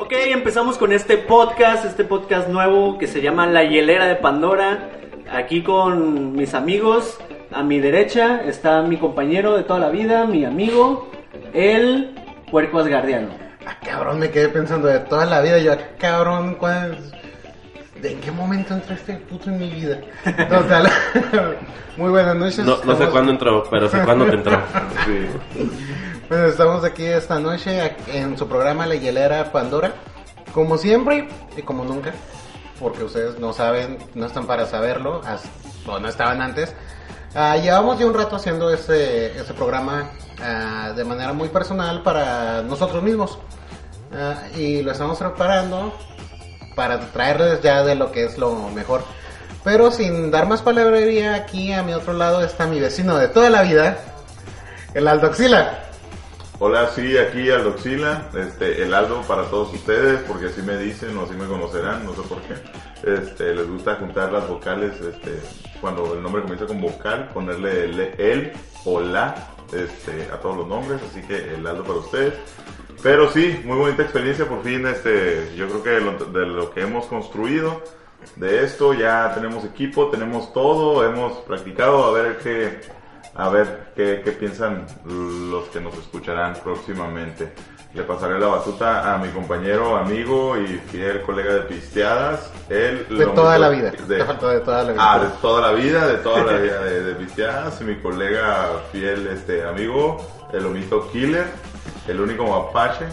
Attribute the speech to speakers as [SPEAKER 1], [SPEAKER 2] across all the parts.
[SPEAKER 1] Ok, empezamos con este podcast, este podcast nuevo que se llama La Hielera de Pandora. Aquí con mis amigos, a mi derecha está mi compañero de toda la vida, mi amigo, el puerco asgardiano.
[SPEAKER 2] Ah, cabrón, me quedé pensando de toda la vida. Yo, ah, cabrón, ¿cuál es- ¿De en qué momento entró este puto en mi vida? Total. Muy buenas noches.
[SPEAKER 3] No, no sé
[SPEAKER 2] Estamos-
[SPEAKER 3] cuándo entró, pero sé cuándo te entró.
[SPEAKER 2] Bueno, estamos aquí esta noche aquí en su programa La Hielera Pandora. Como siempre y como nunca, porque ustedes no saben, no están para saberlo, as- o no estaban antes. Ah, llevamos ya un rato haciendo este, este programa ah, de manera muy personal para nosotros mismos. Ah, y lo estamos preparando para traerles ya de lo que es lo mejor. Pero sin dar más palabrería, aquí a mi otro lado está mi vecino de toda la vida, el Aldoxila.
[SPEAKER 4] Hola, sí, aquí Aldoxila, este, el Aldo para todos ustedes, porque así me dicen o así me conocerán, no sé por qué. Este, les gusta juntar las vocales, este, cuando el nombre comienza con vocal, ponerle el, el o la este, a todos los nombres, así que el Aldo para ustedes. Pero sí, muy bonita experiencia, por fin, este, yo creo que de lo, de lo que hemos construido, de esto ya tenemos equipo, tenemos todo, hemos practicado, a ver qué, a ver qué, qué piensan los que nos escucharán próximamente. Le pasaré la batuta a mi compañero, amigo y fiel colega de pisteadas, el
[SPEAKER 2] De toda la vida. Te faltó de toda la vida.
[SPEAKER 4] Ah, de toda la vida, de toda la vida de, de pisteadas, y mi colega fiel este amigo, el omito killer, el único mapache.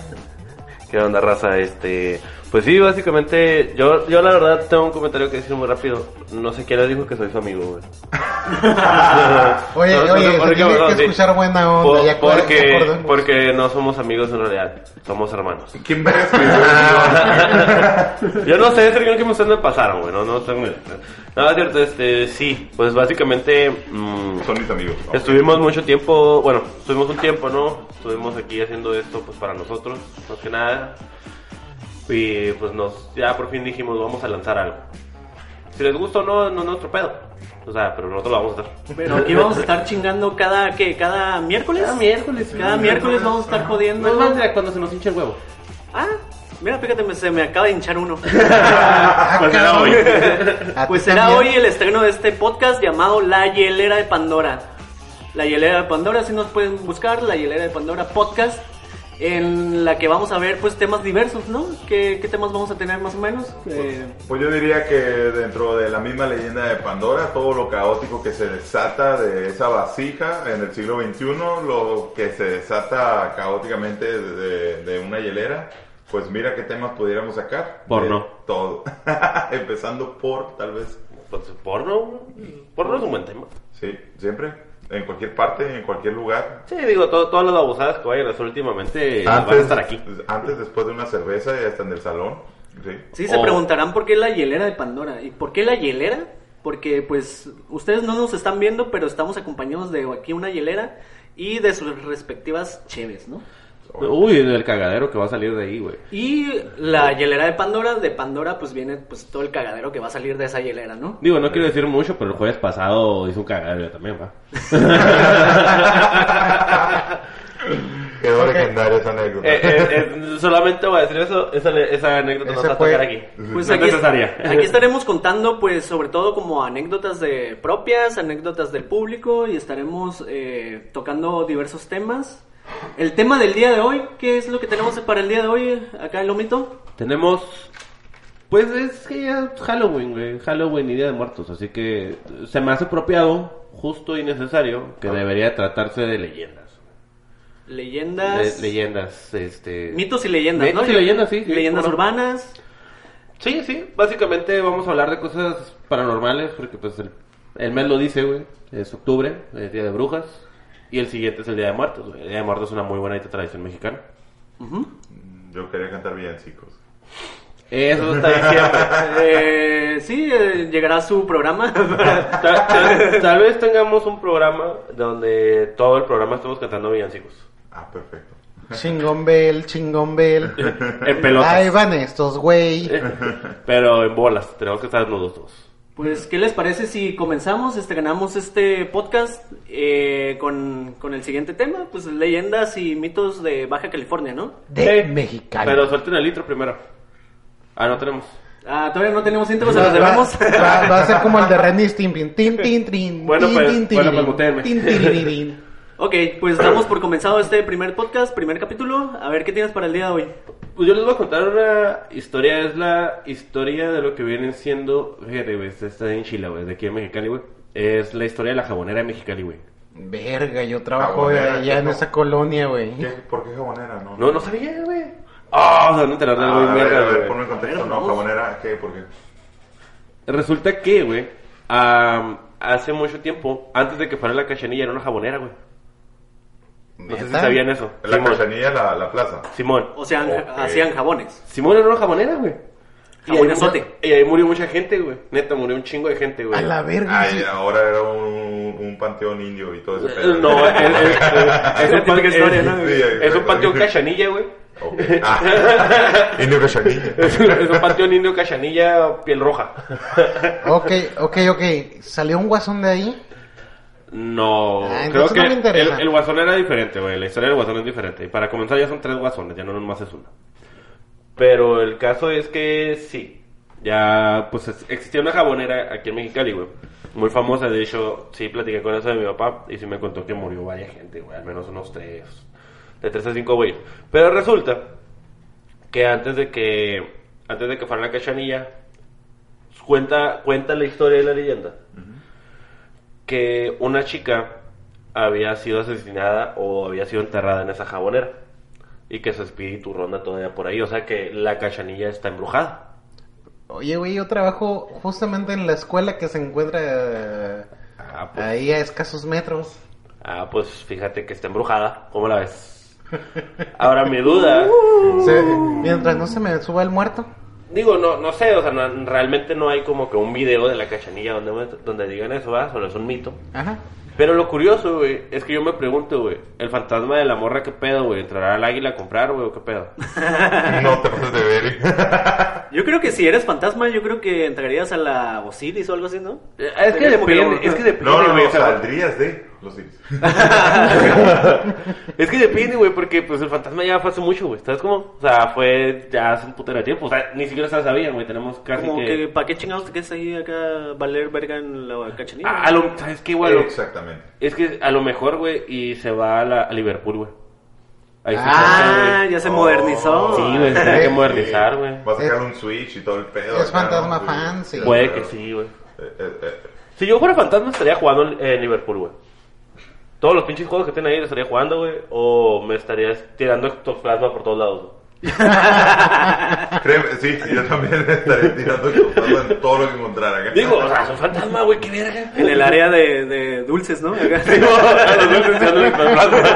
[SPEAKER 3] ¿Qué onda, raza? Este, pues sí, básicamente, yo, yo la verdad tengo un comentario que decir muy rápido. No sé quién le dijo que soy su amigo, güey.
[SPEAKER 2] Oye,
[SPEAKER 3] No, no,
[SPEAKER 2] oye,
[SPEAKER 3] no, porque,
[SPEAKER 2] se tiene
[SPEAKER 3] cabrón,
[SPEAKER 2] que
[SPEAKER 3] sí.
[SPEAKER 2] escuchar buena onda.
[SPEAKER 3] Por-
[SPEAKER 2] ya cu- ya
[SPEAKER 3] porque,
[SPEAKER 2] acordamos.
[SPEAKER 5] pues
[SPEAKER 3] porque no somos amigos en realidad, somos hermanos.
[SPEAKER 4] ¿Quién verga escribió?
[SPEAKER 3] Yo no sé, es el guión que ustedes me pasaron, güey. No, no tengo ni idea. Nada, cierto, este, sí, pues básicamente. mm,
[SPEAKER 4] Son mis amigos. ¿no?
[SPEAKER 3] Estuvimos mucho tiempo, bueno, estuvimos un tiempo, ¿no? Estuvimos aquí haciendo esto pues para nosotros, más que nada. Y pues nos, ya por fin dijimos, vamos a lanzar algo. Si les gusta o no, no es nuestro pedo. O sea, pero nosotros lo vamos a hacer.
[SPEAKER 1] Pero aquí vamos a estar chingando cada, ¿qué? ¿Cada miércoles? Cada miércoles. Cada miércoles vamos a estar jodiendo.
[SPEAKER 5] No es más de cuando se nos hincha el huevo.
[SPEAKER 1] Ah, mira, fíjate, me- se me acaba de hinchar uno.
[SPEAKER 2] Ah,
[SPEAKER 3] Pues era hoy.
[SPEAKER 2] A ti
[SPEAKER 1] Pues será hoy
[SPEAKER 2] también.
[SPEAKER 1] el estreno de este podcast llamado La Hielera de Pandora. La Hielera de Pandora, si nos pueden buscar, La Hielera de Pandora Podcast, en la que vamos a ver pues temas diversos, ¿no? ¿Qué, qué temas vamos a tener más o menos? Eh,
[SPEAKER 4] Pues yo diría que dentro de la misma leyenda de Pandora, todo lo caótico que se desata de esa vasija en el siglo XXI, lo que se desata caóticamente de, de una hielera, pues mira qué temas pudiéramos sacar.
[SPEAKER 3] Porno.
[SPEAKER 4] De Todo. Empezando por, tal vez.
[SPEAKER 3] Entonces, porno, güey. porno es un buen tema.
[SPEAKER 4] Sí, siempre. En cualquier parte, en cualquier lugar.
[SPEAKER 3] Sí, digo, todo- todas las babosadas que vayan a hacer últimamente van a estar aquí.
[SPEAKER 4] Antes, después de una cerveza y hasta en el salón. Sí.
[SPEAKER 1] sí, se
[SPEAKER 3] Oh.
[SPEAKER 1] preguntarán por qué La Hielera de Pandora. ¿Y por qué La Hielera? Porque pues ustedes no nos están viendo, pero estamos acompañados de aquí una hielera y de sus respectivas cheves, ¿no?
[SPEAKER 5] Uy, el cagadero que va a salir de ahí, güey.
[SPEAKER 1] Y la hielera de Pandora, de Pandora pues viene pues todo el cagadero que va a salir de esa hielera, ¿no?
[SPEAKER 5] Digo, no quiero decir mucho, pero el jueves pasado hizo un cagadero yo también, va.
[SPEAKER 4] Quedó
[SPEAKER 2] Ok.
[SPEAKER 4] legendaria esa anécdota.
[SPEAKER 3] Eh, eh, eh, solamente voy a decir eso, esa, esa anécdota nos
[SPEAKER 2] Ese
[SPEAKER 3] va a
[SPEAKER 2] fue-
[SPEAKER 3] tocar aquí.
[SPEAKER 1] Pues
[SPEAKER 3] No
[SPEAKER 1] aquí,
[SPEAKER 3] necesaria.
[SPEAKER 1] aquí estaremos contando, pues, sobre todo como anécdotas de propias, anécdotas del público y estaremos eh, tocando diversos temas. El tema del día de hoy, ¿qué es lo que tenemos para el día de hoy acá en Lomito?
[SPEAKER 5] Tenemos. Pues es que ya es Halloween, güey. Halloween y Día de Muertos. Así que se me hace apropiado, justo y necesario,
[SPEAKER 1] Ah.
[SPEAKER 5] que debería tratarse de leyendas.
[SPEAKER 1] Leyendas,
[SPEAKER 5] De, leyendas, este.
[SPEAKER 1] mitos y leyendas,
[SPEAKER 5] Mitos
[SPEAKER 1] ¿no?
[SPEAKER 5] y leyendas, sí, sí,
[SPEAKER 1] leyendas
[SPEAKER 5] ¿cómo no?
[SPEAKER 1] urbanas.
[SPEAKER 5] Sí, sí, básicamente vamos a hablar de cosas paranormales, porque pues el, el mes lo dice, güey, es octubre, es Día de Brujas, y el siguiente es el Día de Muertos, güey. El Día de Muertos es una muy bonita tradición mexicana.
[SPEAKER 4] Yo quería cantar bien, chicos.
[SPEAKER 5] Eso está bien siempre.
[SPEAKER 1] Eh, sí, eh, llegará su programa.
[SPEAKER 3] Ta- ta- tal vez tengamos un programa donde todo el programa estemos cantando villancicos.
[SPEAKER 4] Ah, perfecto.
[SPEAKER 2] Chingón Bell, chingón Bell.
[SPEAKER 3] En pelotas.
[SPEAKER 2] Ahí van estos, güey.
[SPEAKER 5] Eh,
[SPEAKER 3] Pero en bolas, tenemos que estar desnudos todos.
[SPEAKER 1] Pues, ¿qué les parece si comenzamos, estrenamos este podcast eh, con, con el siguiente tema? Pues leyendas y mitos de Baja California, ¿no?
[SPEAKER 2] De
[SPEAKER 5] Sí.
[SPEAKER 2] Mexicali.
[SPEAKER 5] Pero suelten el litro primero. Ah, no tenemos.
[SPEAKER 1] Ah, todavía no tenemos intro, se
[SPEAKER 2] Va,
[SPEAKER 1] los debemos.
[SPEAKER 2] va- va a ser como el de Renny Stimpin. Tin, tin, tin,
[SPEAKER 5] Bueno,
[SPEAKER 2] tin,
[SPEAKER 5] pues-
[SPEAKER 2] tin,
[SPEAKER 5] bueno,
[SPEAKER 2] tin,
[SPEAKER 5] pues, botéenme.
[SPEAKER 2] tin, tin, tin, tin.
[SPEAKER 1] ok, pues damos por comenzado este primer podcast, primer capítulo. A ver, ¿qué tienes para el día de hoy?
[SPEAKER 5] Pues yo les voy a contar una historia, es la historia de lo que vienen siendo, fíjate, güey, esta está en Chile, güey, de aquí en Mexicali, güey. Es la historia de la jabonera de Mexicali, güey.
[SPEAKER 2] Verga, yo trabajo
[SPEAKER 4] Jabonera,
[SPEAKER 2] allá en
[SPEAKER 4] no.
[SPEAKER 2] esa colonia, güey.
[SPEAKER 4] ¿Qué? ¿Por qué jabonera? No,
[SPEAKER 5] No, no sabía, güey. Ah, se van a enterar de
[SPEAKER 4] Ah,
[SPEAKER 5] algo
[SPEAKER 4] a
[SPEAKER 5] bien
[SPEAKER 4] ver,
[SPEAKER 5] verga,
[SPEAKER 4] a ver,
[SPEAKER 5] güey.
[SPEAKER 4] ponme en contexto. No, jabonera, ¿qué? ¿Por qué?
[SPEAKER 5] Resulta que, güey, am, hace mucho tiempo, antes de que fuera la cachanilla, era una jabonera, güey. No sé si
[SPEAKER 2] ¿Neta?
[SPEAKER 5] sabían eso.
[SPEAKER 4] La
[SPEAKER 5] Simón.
[SPEAKER 4] cachanilla, la, la plaza.
[SPEAKER 5] Simón.
[SPEAKER 1] O sea,
[SPEAKER 4] Ok.
[SPEAKER 1] hacían jabones.
[SPEAKER 5] Simón era una jamonera, güey. Y ahí
[SPEAKER 1] Jabonesote.
[SPEAKER 5] murió- Y ahí murió mucha gente, güey. Neta, murió un chingo de gente, güey.
[SPEAKER 2] A la verga.
[SPEAKER 4] Ay, ahora era un, un panteón indio y todo ese
[SPEAKER 5] Eh,
[SPEAKER 4] pedo.
[SPEAKER 5] No, es, es- es- es
[SPEAKER 1] Típica
[SPEAKER 5] un pan-
[SPEAKER 1] historia,
[SPEAKER 5] es-
[SPEAKER 1] ¿no?
[SPEAKER 5] sí, es un panteón cachanilla, güey.
[SPEAKER 4] Ok. Ah, indio cachanilla.
[SPEAKER 5] Es un, es un panteón indio cachanilla, piel roja.
[SPEAKER 2] Ok, ok, ok. ¿Salió un guasón de ahí?
[SPEAKER 5] No,
[SPEAKER 2] Ah,
[SPEAKER 5] creo
[SPEAKER 2] entonces
[SPEAKER 5] que
[SPEAKER 2] no me interesa.
[SPEAKER 5] el, el guasón era diferente, güey. La historia del guasón es diferente. Y para comenzar ya son tres guasones, ya no nomás es uno. Pero el caso es que sí. Ya, pues es- existía una jabonera aquí en Mexicali, güey. Muy famosa, de hecho, sí platiqué con eso de mi papá y sí me contó que murió varias gente, güey. Al menos unos tres, de tres a cinco güeyes. Pero resulta que antes de que, antes de que fuera la cachanilla, cuenta, cuenta la historia de la leyenda que una chica había sido asesinada o había sido enterrada en esa jabonera y que su espíritu ronda todavía por ahí, o sea que la cachanilla está embrujada.
[SPEAKER 2] Oye, güey, yo trabajo justamente en la escuela que se encuentra eh,
[SPEAKER 5] Ah, pues,
[SPEAKER 2] ahí a escasos metros.
[SPEAKER 5] ah, pues fíjate que está embrujada, ¿cómo la ves? Ahora mi duda,
[SPEAKER 2] Se- mientras no se me suba el muerto.
[SPEAKER 5] digo, no, no sé, o sea, no- realmente no hay como que un video de la cachanilla donde, donde digan eso, ¿verdad? Solo es un mito.
[SPEAKER 2] Ajá.
[SPEAKER 5] Pero lo curioso, güey, es que yo me pregunto, güey, el fantasma de la morra, ¿qué pedo, güey? ¿Entrará al águila a comprar, güey, o qué pedo?
[SPEAKER 4] No te pases de ver.
[SPEAKER 1] Yo creo que si eres fantasma, yo creo que entrarías a la Osiris o algo así, ¿no?
[SPEAKER 5] Eh, Es que
[SPEAKER 1] Sería como que
[SPEAKER 5] depende,
[SPEAKER 1] no-
[SPEAKER 5] es que depende,
[SPEAKER 4] No, no,
[SPEAKER 5] güey,
[SPEAKER 4] no,
[SPEAKER 5] o sea,
[SPEAKER 4] saldrías de los indios.
[SPEAKER 5] Es que depende, güey, porque pues el fantasma ya fue hace mucho, güey. ¿Sabes cómo? O sea, fue ya hace un putero de tiempo. O sea, ni siquiera se la sabían, güey. Tenemos casi
[SPEAKER 1] Como
[SPEAKER 5] que...
[SPEAKER 1] que, ¿para qué chingados te quedas ahí acá valer verga en la cachanilla?
[SPEAKER 5] Ah, a lo... ¿Sabes qué, güey? A lo-
[SPEAKER 4] Exactamente.
[SPEAKER 5] Es que a lo mejor, güey, y se va a, la- a Liverpool, güey. Ahí se
[SPEAKER 1] Ah,
[SPEAKER 5] saca, güey.
[SPEAKER 1] ya se modernizó.
[SPEAKER 5] Sí, güey, se tiene que modernizar, güey.
[SPEAKER 4] Va a sacar un Switch y todo el pedo.
[SPEAKER 2] Es
[SPEAKER 4] acá, ¿no?
[SPEAKER 2] fantasma
[SPEAKER 4] Sí.
[SPEAKER 2] fan, sí.
[SPEAKER 5] Puede que sí, güey.
[SPEAKER 4] Eh, eh, eh.
[SPEAKER 5] Si yo fuera fantasma, estaría jugando en, en Liverpool, güey. Todos los pinches juegos que tienen ahí los estaría jugando, güey. O me estaría tirando ectoplasma por todos lados, güey.
[SPEAKER 4] Créeme, sí, yo también estaré tirando cosas en todo lo que encontrara. ¿eh? acá.
[SPEAKER 5] Digo, o sea, es un fantasma, güey, qué verga.
[SPEAKER 1] En el área de, de dulces, ¿no? Acá.
[SPEAKER 5] A los dulces, a los ectoplasmas.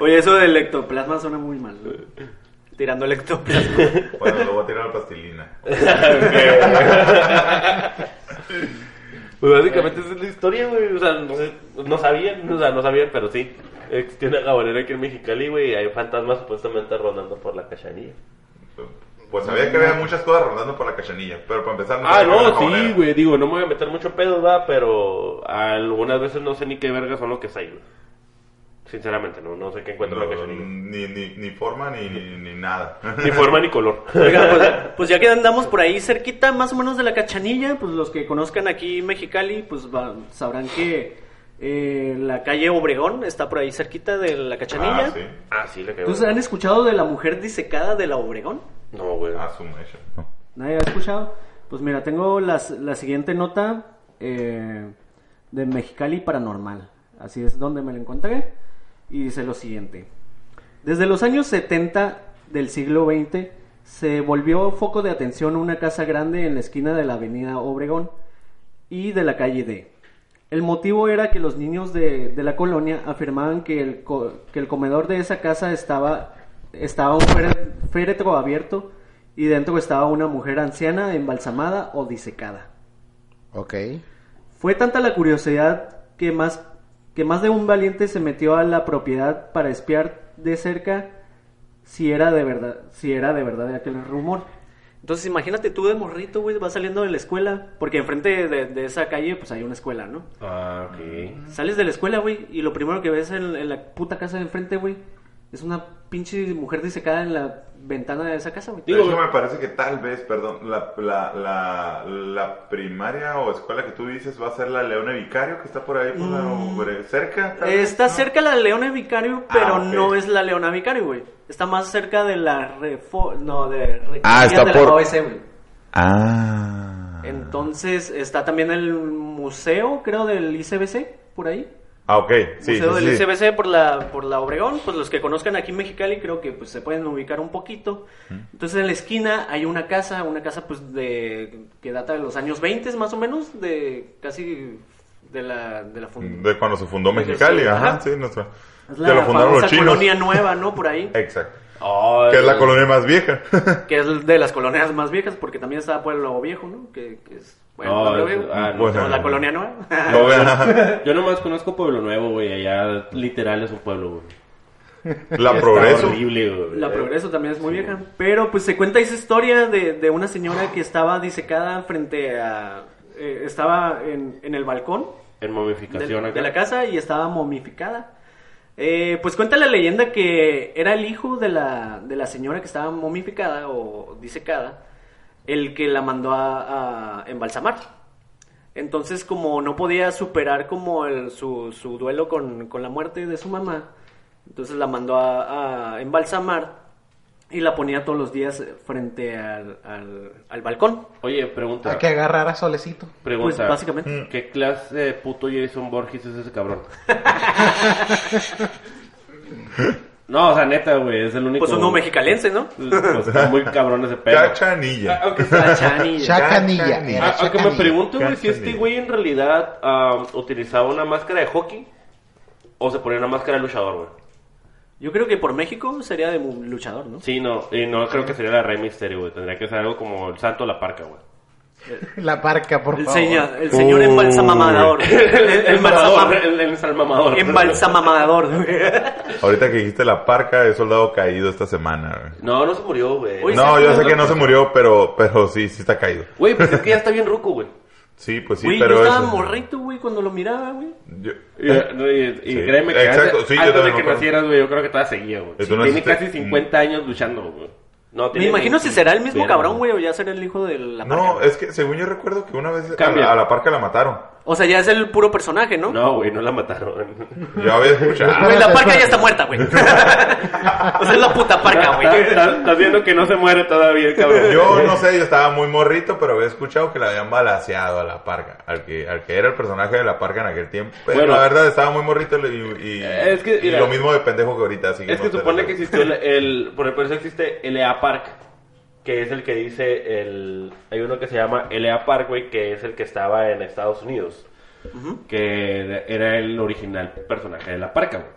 [SPEAKER 1] Oye, eso del ectoplasma suena muy mal. ¿no? Tirando el ectoplasma.
[SPEAKER 4] Bueno, lo voy a tirar a la pastilina.
[SPEAKER 5] Pues básicamente esa es la historia, güey. O sea, no, sé, no sabían, o sea, no sabían, pero sí. Existió una gabalera aquí en Mexicali, güey, y hay fantasmas supuestamente rondando por la cachanilla.
[SPEAKER 4] Pues sabía que había muchas cosas rondando por la cachanilla, pero para empezar...
[SPEAKER 5] Ah,
[SPEAKER 4] sabía que era
[SPEAKER 5] no,
[SPEAKER 4] una jabonera.
[SPEAKER 5] sí, güey. Digo, no me voy a meter mucho pedo, va, pero algunas veces no sé ni qué verga son lo que es ahí, güey. Sinceramente, no, no sé qué encuentro en la
[SPEAKER 4] No,
[SPEAKER 5] cachanilla.
[SPEAKER 4] ni, ni, ni forma ni, ni, ni nada.
[SPEAKER 5] Ni forma ni color.
[SPEAKER 1] Oigan, pues, pues ya que andamos por ahí cerquita, más o menos de la cachanilla, pues los que conozcan aquí Mexicali, pues va- sabrán que eh, la calle Obregón está por ahí cerquita de la cachanilla.
[SPEAKER 4] Ah, sí.
[SPEAKER 5] Ah, sí, le quedó.
[SPEAKER 1] ¿Entonces han escuchado de la mujer disecada de la Obregón?
[SPEAKER 5] No, güey.
[SPEAKER 4] Ah, su mecha.
[SPEAKER 1] ¿Nadie ha escuchado? Pues mira, tengo las- la siguiente nota eh, de Mexicali Paranormal. Así es donde me la encontré. Y dice lo siguiente. Desde los años 70 del siglo XX se volvió foco de atención una casa grande en la esquina de la avenida Obregón y de la calle D. El motivo era que los niños de, de la colonia afirmaban que el, co- que el comedor de esa casa estaba, estaba un fére- féretro abierto y dentro estaba una mujer anciana embalsamada o disecada.
[SPEAKER 2] Ok.
[SPEAKER 1] Fue tanta la curiosidad que más, que más de un valiente se metió a la propiedad para espiar de cerca si era de verdad, si era de verdad aquel rumor. Entonces imagínate tú de morrito, güey, vas saliendo de la escuela, porque enfrente de, de esa calle pues hay una escuela, ¿no?
[SPEAKER 5] Ah, ok.
[SPEAKER 1] Sales de la escuela, güey, y lo primero que ves en, en la puta casa de enfrente, güey, es una pinche mujer disecada en la ventana de esa casa, güey.
[SPEAKER 4] De hecho, me parece que tal vez, perdón, la, la, la, la primaria o escuela que tú dices va a ser la Leona Vicario, que está por ahí, por la- por ahí, cerca. tal vez,
[SPEAKER 1] Mm. Está
[SPEAKER 4] ¿no?
[SPEAKER 1] cerca la Leona Vicario, pero
[SPEAKER 4] Ah, ok.
[SPEAKER 1] no es la Leona Vicario, güey. Está más cerca de la refo... No, de...
[SPEAKER 4] Ah, está
[SPEAKER 1] de
[SPEAKER 4] por-
[SPEAKER 1] la OSM, güey.
[SPEAKER 4] Ah.
[SPEAKER 1] Entonces está también el museo, creo, del ICBC, por ahí.
[SPEAKER 4] Ah, ok, sí.
[SPEAKER 1] museo
[SPEAKER 4] sí,
[SPEAKER 1] del
[SPEAKER 4] sí.
[SPEAKER 1] ICBC por la, por la Obregón. Pues los que conozcan aquí en Mexicali creo que pues, se pueden ubicar un poquito. Entonces en la esquina hay una casa, una casa pues de que data de los años 20 más o menos, de casi de la, de la fund-
[SPEAKER 4] De cuando se fundó Mexicali,
[SPEAKER 1] Sí,
[SPEAKER 4] ajá,
[SPEAKER 1] ajá.
[SPEAKER 4] sí, nuestra.
[SPEAKER 1] Es
[SPEAKER 4] que lo fundaron los
[SPEAKER 1] famosa
[SPEAKER 4] chinos.
[SPEAKER 1] colonia nueva, ¿no? Por ahí.
[SPEAKER 4] Exacto.
[SPEAKER 5] Ay,
[SPEAKER 4] Que es la
[SPEAKER 5] güey.
[SPEAKER 4] colonia más vieja.
[SPEAKER 1] que es de las colonias más viejas, porque también está Pueblo Viejo, ¿no? Que, que es... Bueno,
[SPEAKER 5] No,
[SPEAKER 1] Pueblo
[SPEAKER 5] es-
[SPEAKER 1] Viejo.
[SPEAKER 5] ah, no,
[SPEAKER 4] Bueno.
[SPEAKER 1] Como la colonia nueva.
[SPEAKER 4] No vean
[SPEAKER 5] Yo nomás conozco Pueblo Nuevo, güey. Allá literal es un pueblo, güey.
[SPEAKER 4] la
[SPEAKER 5] Está
[SPEAKER 4] progreso.
[SPEAKER 5] horrible, güey.
[SPEAKER 1] La Progreso también es muy vieja. Pero pues se cuenta esa historia de, de una señora que estaba disecada frente a... eh, estaba en, en el balcón
[SPEAKER 5] En
[SPEAKER 1] del-
[SPEAKER 5] momificación
[SPEAKER 1] de,
[SPEAKER 5] acá.
[SPEAKER 1] la casa y estaba momificada. Eh, pues cuenta la leyenda que era el hijo de la, de la señora que estaba momificada o disecada el que la mandó a, a embalsamar. Entonces, como no podía superar como el- su, su duelo con, con la muerte de su mamá, entonces la mandó a, a embalsamar y la ponía todos los días frente al, al- al balcón.
[SPEAKER 5] Oye, pregunta.
[SPEAKER 2] Hay que agarrar a Solecito.
[SPEAKER 5] Pregunta.
[SPEAKER 1] Pues,
[SPEAKER 4] Mm.
[SPEAKER 1] básicamente.
[SPEAKER 5] ¿Qué clase de puto Jason Borges es ese cabrón? no, o sea, neta, güey. Es el único.
[SPEAKER 1] Pues uno mexicalense, ¿no?
[SPEAKER 5] Pues, está muy cabrón ese pedo.
[SPEAKER 4] Cachanilla.
[SPEAKER 5] Aunque,
[SPEAKER 1] La chanilla.
[SPEAKER 2] Chacanilla.
[SPEAKER 4] Chacanilla.
[SPEAKER 2] era
[SPEAKER 1] Ah,
[SPEAKER 5] a- aunque me
[SPEAKER 2] Chacanilla.
[SPEAKER 5] pregunto, güey, si
[SPEAKER 4] Cachanilla.
[SPEAKER 5] este güey en realidad ah, utilizaba una máscara de hockey o se ponía una máscara de luchador, güey.
[SPEAKER 1] Yo creo que por México sería de mu- luchador, ¿no?
[SPEAKER 5] Sí, no, y no creo que sería la Rey Misterio, güey. Tendría que ser algo como el Santo de la Parca, güey.
[SPEAKER 2] La parca, por
[SPEAKER 1] El
[SPEAKER 2] favor.
[SPEAKER 1] señor, el señor
[SPEAKER 4] Uy.
[SPEAKER 1] embalsamamador. El,
[SPEAKER 5] El mamador,
[SPEAKER 1] embalsamamador.
[SPEAKER 5] el, el salmamador.
[SPEAKER 1] Embalsamamador. güey.
[SPEAKER 4] Ahorita que dijiste la parca, he soldado caído esta semana. güey.
[SPEAKER 5] No, no se murió, güey.
[SPEAKER 1] Oye,
[SPEAKER 4] No,
[SPEAKER 1] sí,
[SPEAKER 4] yo
[SPEAKER 1] sí,
[SPEAKER 4] sé
[SPEAKER 1] sí.
[SPEAKER 4] que no se murió, pero, pero sí, sí está caído.
[SPEAKER 5] Güey, pues es que ya está bien ruco, güey.
[SPEAKER 4] Sí, pues sí,
[SPEAKER 1] Güey,
[SPEAKER 4] pero
[SPEAKER 1] yo estaba
[SPEAKER 4] eso-
[SPEAKER 1] morrito, güey, cuando lo miraba, güey.
[SPEAKER 4] Yo-
[SPEAKER 5] Y, y- y
[SPEAKER 4] eh, Sí.
[SPEAKER 5] créeme que
[SPEAKER 4] Exacto,
[SPEAKER 5] antes,
[SPEAKER 4] sí, yo
[SPEAKER 5] antes de
[SPEAKER 4] también
[SPEAKER 5] que
[SPEAKER 4] me acuerdo.
[SPEAKER 5] nacieras, güey, yo creo que todavía seguía, güey.
[SPEAKER 4] Eso
[SPEAKER 5] Sí,
[SPEAKER 4] no es-
[SPEAKER 5] tiene casi 50 años luchando, güey. No,
[SPEAKER 1] Me
[SPEAKER 5] tiene
[SPEAKER 1] imagino
[SPEAKER 5] 20.
[SPEAKER 1] si será el mismo
[SPEAKER 5] Verga,
[SPEAKER 1] cabrón, güey, o ya será el hijo de la
[SPEAKER 4] No,
[SPEAKER 1] parca.
[SPEAKER 4] es que según yo recuerdo que una vez a
[SPEAKER 5] Cambia.
[SPEAKER 4] la, a la parca la mataron.
[SPEAKER 1] O sea, ya es el puro personaje, ¿no?
[SPEAKER 5] No, güey, no la mataron.
[SPEAKER 4] Yo había escuchado.
[SPEAKER 5] Ah,
[SPEAKER 1] Güey, la parca
[SPEAKER 2] Espérate,
[SPEAKER 1] ya
[SPEAKER 2] espérate.
[SPEAKER 1] está muerta, güey. o sea, es la puta parca,
[SPEAKER 5] Está-
[SPEAKER 1] güey.
[SPEAKER 5] está- Estás viendo que no se muere todavía el cabrón.
[SPEAKER 4] Yo no sé, yo estaba muy morrito, pero había escuchado que la habían balaseado a la parca, al que, al que era el personaje de la parca en aquel tiempo. Pero
[SPEAKER 5] Bueno.
[SPEAKER 4] la verdad estaba muy morrito y, y-
[SPEAKER 5] Eh, es que,
[SPEAKER 4] y
[SPEAKER 5] mira.
[SPEAKER 4] lo mismo de pendejo que ahorita. Así que
[SPEAKER 5] Es que
[SPEAKER 4] no te
[SPEAKER 5] supone
[SPEAKER 4] lo-
[SPEAKER 5] que existió el, el- por por eso existe LA Park, que es el que dice el, hay uno que se llama LA Park, güey, que es el que estaba en Estados Unidos, que era el original personaje de la parca, güey.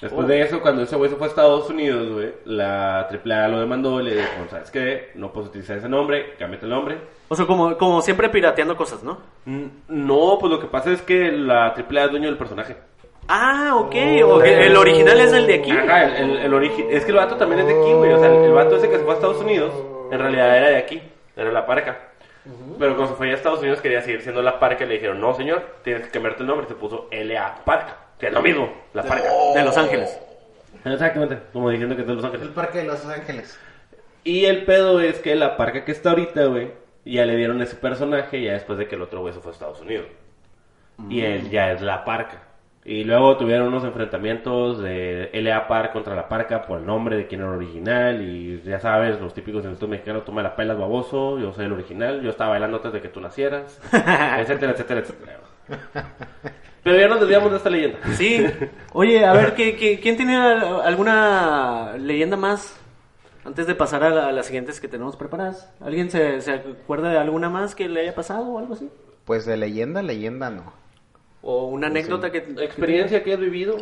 [SPEAKER 5] Después
[SPEAKER 1] Oh.
[SPEAKER 5] de eso, cuando ese güey se fue a Estados Unidos, güey, la AAA lo demandó y le dijo, ¿sabes qué? No puedes utilizar ese nombre, cámbiate el nombre.
[SPEAKER 1] O sea, como, como siempre pirateando cosas, ¿no?
[SPEAKER 5] "Mm, No, pues lo que pasa es que la AAA es dueño del personaje.
[SPEAKER 1] Ah, ok. o que el original es el de aquí.
[SPEAKER 5] Ajá, el, el, el origi- Es que el vato también es de aquí, güey. O sea, el, el vato ese que se fue a Estados Unidos, en realidad era de aquí, era la parca. Pero cuando se fue a Estados Unidos quería seguir siendo la parca y le dijeron, no señor, tienes que cambiarte el nombre. Se puso LA Parca, que es lo mismo, la parca.
[SPEAKER 1] De Los Ángeles.
[SPEAKER 5] Exactamente, como diciendo que es de Los Ángeles.
[SPEAKER 2] El parque de Los Ángeles.
[SPEAKER 5] Y el pedo es que la parca que está ahorita, güey, ya le dieron ese personaje ya después de que el otro güey se fue a Estados Unidos. Y él ya es la parca. Y luego tuvieron unos enfrentamientos de LA Park contra la parca por el nombre de quien era el original. Y ya sabes, los típicos eventos mexicanos, toma la pelas baboso, yo soy el original, yo estaba bailando antes de que tú nacieras, etcétera, etcétera, etcétera. Pero ya nos desviamos de esta leyenda.
[SPEAKER 1] Sí. Oye, a ver, ¿qué, qué, quién tiene al- alguna leyenda más? Antes de pasar a, la- a las siguientes que tenemos preparadas. ¿Alguien se, se acuerda de alguna más que le haya pasado o algo así?
[SPEAKER 2] Pues de leyenda, leyenda no.
[SPEAKER 1] ¿O una anécdota que...
[SPEAKER 5] Experiencia que has vivido.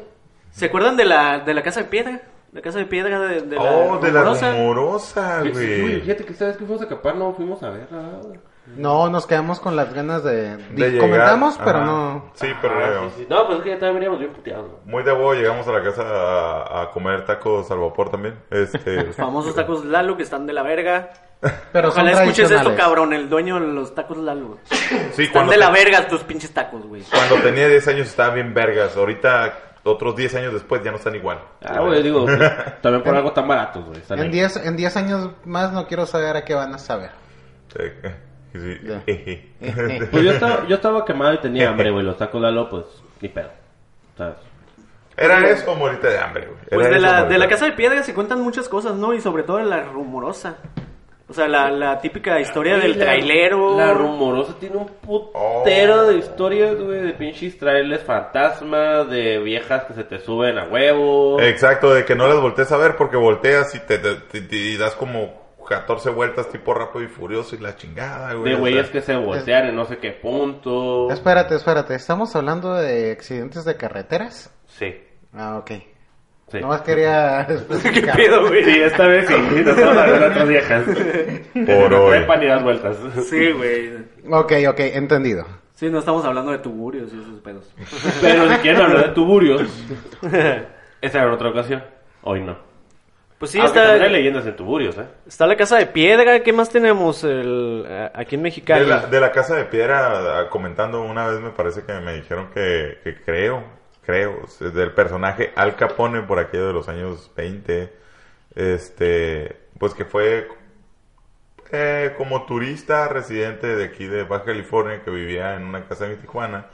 [SPEAKER 1] ¿Se acuerdan de la, de la casa de piedra? La casa de piedra de, de la...
[SPEAKER 4] Oh, de la
[SPEAKER 1] rumorosa.
[SPEAKER 4] rumorosa,
[SPEAKER 5] Uy,
[SPEAKER 4] güey.
[SPEAKER 5] fíjate que esta vez que fuimos a capar no fuimos a verla. güey.
[SPEAKER 2] No, nos quedamos con las ganas de...
[SPEAKER 4] De
[SPEAKER 2] di-
[SPEAKER 4] llegar,
[SPEAKER 2] comentamos, pero
[SPEAKER 4] ajá.
[SPEAKER 2] no...
[SPEAKER 4] Sí, pero no
[SPEAKER 5] Ah,
[SPEAKER 4] llegamos.
[SPEAKER 5] sí, sí. No, pues es que ya también veníamos bien puteados. güey.
[SPEAKER 4] Muy de huevo llegamos a la casa a, a comer tacos al vapor también. Este,
[SPEAKER 1] Los famosos tacos Lalo que están de la verga.
[SPEAKER 2] Pero son
[SPEAKER 1] Ojalá escuches esto,
[SPEAKER 2] tradicionales.
[SPEAKER 1] cabrón, el dueño de los tacos Lalo. güey.
[SPEAKER 4] Sí,
[SPEAKER 1] Están
[SPEAKER 4] cuando,
[SPEAKER 1] de la
[SPEAKER 4] te-
[SPEAKER 1] verga tus pinches tacos, güey.
[SPEAKER 4] cuando tenía 10 años estaban bien vergas. Ahorita, otros 10 años después, ya no están igual.
[SPEAKER 5] Ah, güey, digo, pues, también por algo tan barato, güey. están
[SPEAKER 2] En
[SPEAKER 5] ahí.
[SPEAKER 2] 10 en 10 años más no quiero saber a qué van a saber.
[SPEAKER 4] Eh, sí.
[SPEAKER 2] Ya.
[SPEAKER 5] Pues yo estaba, yo estaba quemado y tenía hambre, güey. Los tacos Lalo, pues, ni pedo. O sea,
[SPEAKER 4] Era eso o morirte de hambre, güey. Era
[SPEAKER 1] Pues de
[SPEAKER 4] eso o
[SPEAKER 1] la,
[SPEAKER 4] morirte
[SPEAKER 1] de la
[SPEAKER 4] hambre.
[SPEAKER 1] Casa de Piedra se cuentan muchas cosas, ¿no? Y sobre todo de la rumorosa. O sea, la, la típica historia
[SPEAKER 5] Oye,
[SPEAKER 1] del
[SPEAKER 5] la-
[SPEAKER 1] trailero.
[SPEAKER 5] La rumorosa tiene un putero
[SPEAKER 4] Oh.
[SPEAKER 5] de historias, güey, de pinches trailers fantasmas, de viejas que se te suben a huevo.
[SPEAKER 4] Exacto, de que no las voltees a ver porque volteas y te, te- te- te- y das como 14 vueltas tipo rápido y furioso y la chingada, güey.
[SPEAKER 5] de
[SPEAKER 4] o sea.
[SPEAKER 5] güeyes que se voltean en no sé qué punto.
[SPEAKER 2] Espérate, espérate. ¿Estamos hablando de accidentes de carreteras?
[SPEAKER 5] Sí.
[SPEAKER 2] Ah, ok.
[SPEAKER 5] Sí.
[SPEAKER 2] Nomás quería
[SPEAKER 1] ¿Qué
[SPEAKER 2] especificar.
[SPEAKER 1] pedo, güey?
[SPEAKER 5] Sí, esta vez sí, no estamos hablando de otras viejas.
[SPEAKER 4] Por
[SPEAKER 5] No
[SPEAKER 4] hoy.
[SPEAKER 5] trepan ni das vueltas.
[SPEAKER 1] Sí, güey.
[SPEAKER 2] Ok, ok, entendido.
[SPEAKER 1] Sí, no estamos hablando de tuburios y esos pedos.
[SPEAKER 5] Pero si quieren hablar de tuburios, esa era otra ocasión. Hoy no.
[SPEAKER 1] Pues sí,
[SPEAKER 5] Sí, está...
[SPEAKER 1] está,
[SPEAKER 5] hay leyendas de tuburios, ¿eh?
[SPEAKER 1] está la Casa de Piedra. ¿Qué más tenemos el, a- aquí en Mexicali?
[SPEAKER 4] De la, de la casa de piedra, ah, comentando una vez, me parece que me dijeron que, que creo, creo, es del personaje Al Capone por aquello de los años 20, este, pues que fue eh, como turista residente de aquí de Baja California que vivía en una casa en Tijuana.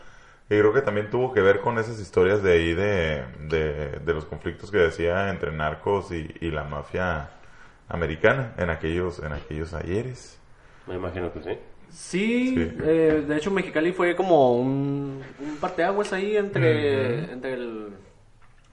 [SPEAKER 4] Y creo que también tuvo que ver con esas historias de ahí de, de, de los conflictos que decía entre narcos y, y la mafia americana en aquellos, en aquellos ayeres.
[SPEAKER 5] Me imagino que sí.
[SPEAKER 1] Sí,
[SPEAKER 4] Sí.
[SPEAKER 1] eh, de hecho Mexicali fue como un, un parteaguas ahí entre, entre el...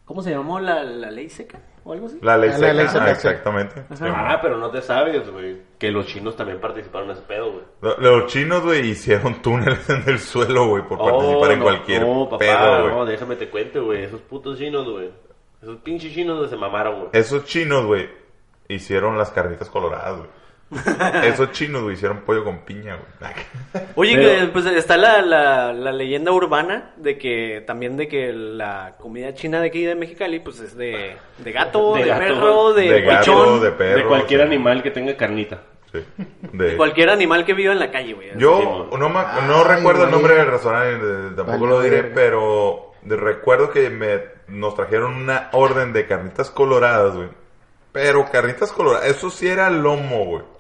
[SPEAKER 1] ¿Cómo se llamó? ¿La, la ley seca o algo así?
[SPEAKER 4] La ley
[SPEAKER 2] La
[SPEAKER 4] seca,
[SPEAKER 2] ley seca,
[SPEAKER 4] ah,
[SPEAKER 2] sí.
[SPEAKER 4] exactamente. Sí,
[SPEAKER 5] Ah, pero no te sabes, güey, que los chinos también participaron en ese pedo, güey.
[SPEAKER 4] Lo- Los chinos, güey, hicieron túneles en el suelo, güey, por participar en
[SPEAKER 5] Oh, no,
[SPEAKER 4] cualquier
[SPEAKER 5] no, papá,
[SPEAKER 4] pedo, güey.
[SPEAKER 5] No, déjame te cuento, güey. Esos putos chinos, güey. Esos pinches chinos güey, se mamaron, güey.
[SPEAKER 4] Esos chinos, güey, hicieron las carnitas coloradas, güey. Esos chinos, güey, hicieron pollo con piña, güey.
[SPEAKER 1] Oye,
[SPEAKER 5] Pero-
[SPEAKER 1] que, pues está la, la, la leyenda urbana de que también de que la comida china de aquí de Mexicali pues es de, de gato,
[SPEAKER 5] De
[SPEAKER 1] de,
[SPEAKER 5] gato.
[SPEAKER 1] perro, de,
[SPEAKER 4] De gato,
[SPEAKER 1] pichón,
[SPEAKER 4] de perro.
[SPEAKER 5] de cualquier
[SPEAKER 4] sí.
[SPEAKER 5] animal que tenga carnita.
[SPEAKER 4] Sí, de-
[SPEAKER 1] de cualquier animal que viva en la calle, güey.
[SPEAKER 4] Yo no, me- no
[SPEAKER 2] Ay,
[SPEAKER 4] recuerdo
[SPEAKER 2] Ah,
[SPEAKER 4] el
[SPEAKER 2] güey.
[SPEAKER 4] nombre del restaurante, eh, tampoco
[SPEAKER 2] Vale,
[SPEAKER 4] lo diré,
[SPEAKER 2] verga.
[SPEAKER 4] pero de- recuerdo que me, nos trajeron una orden de carnitas coloradas, güey. Pero carnitas coloradas, eso sí era lomo, güey.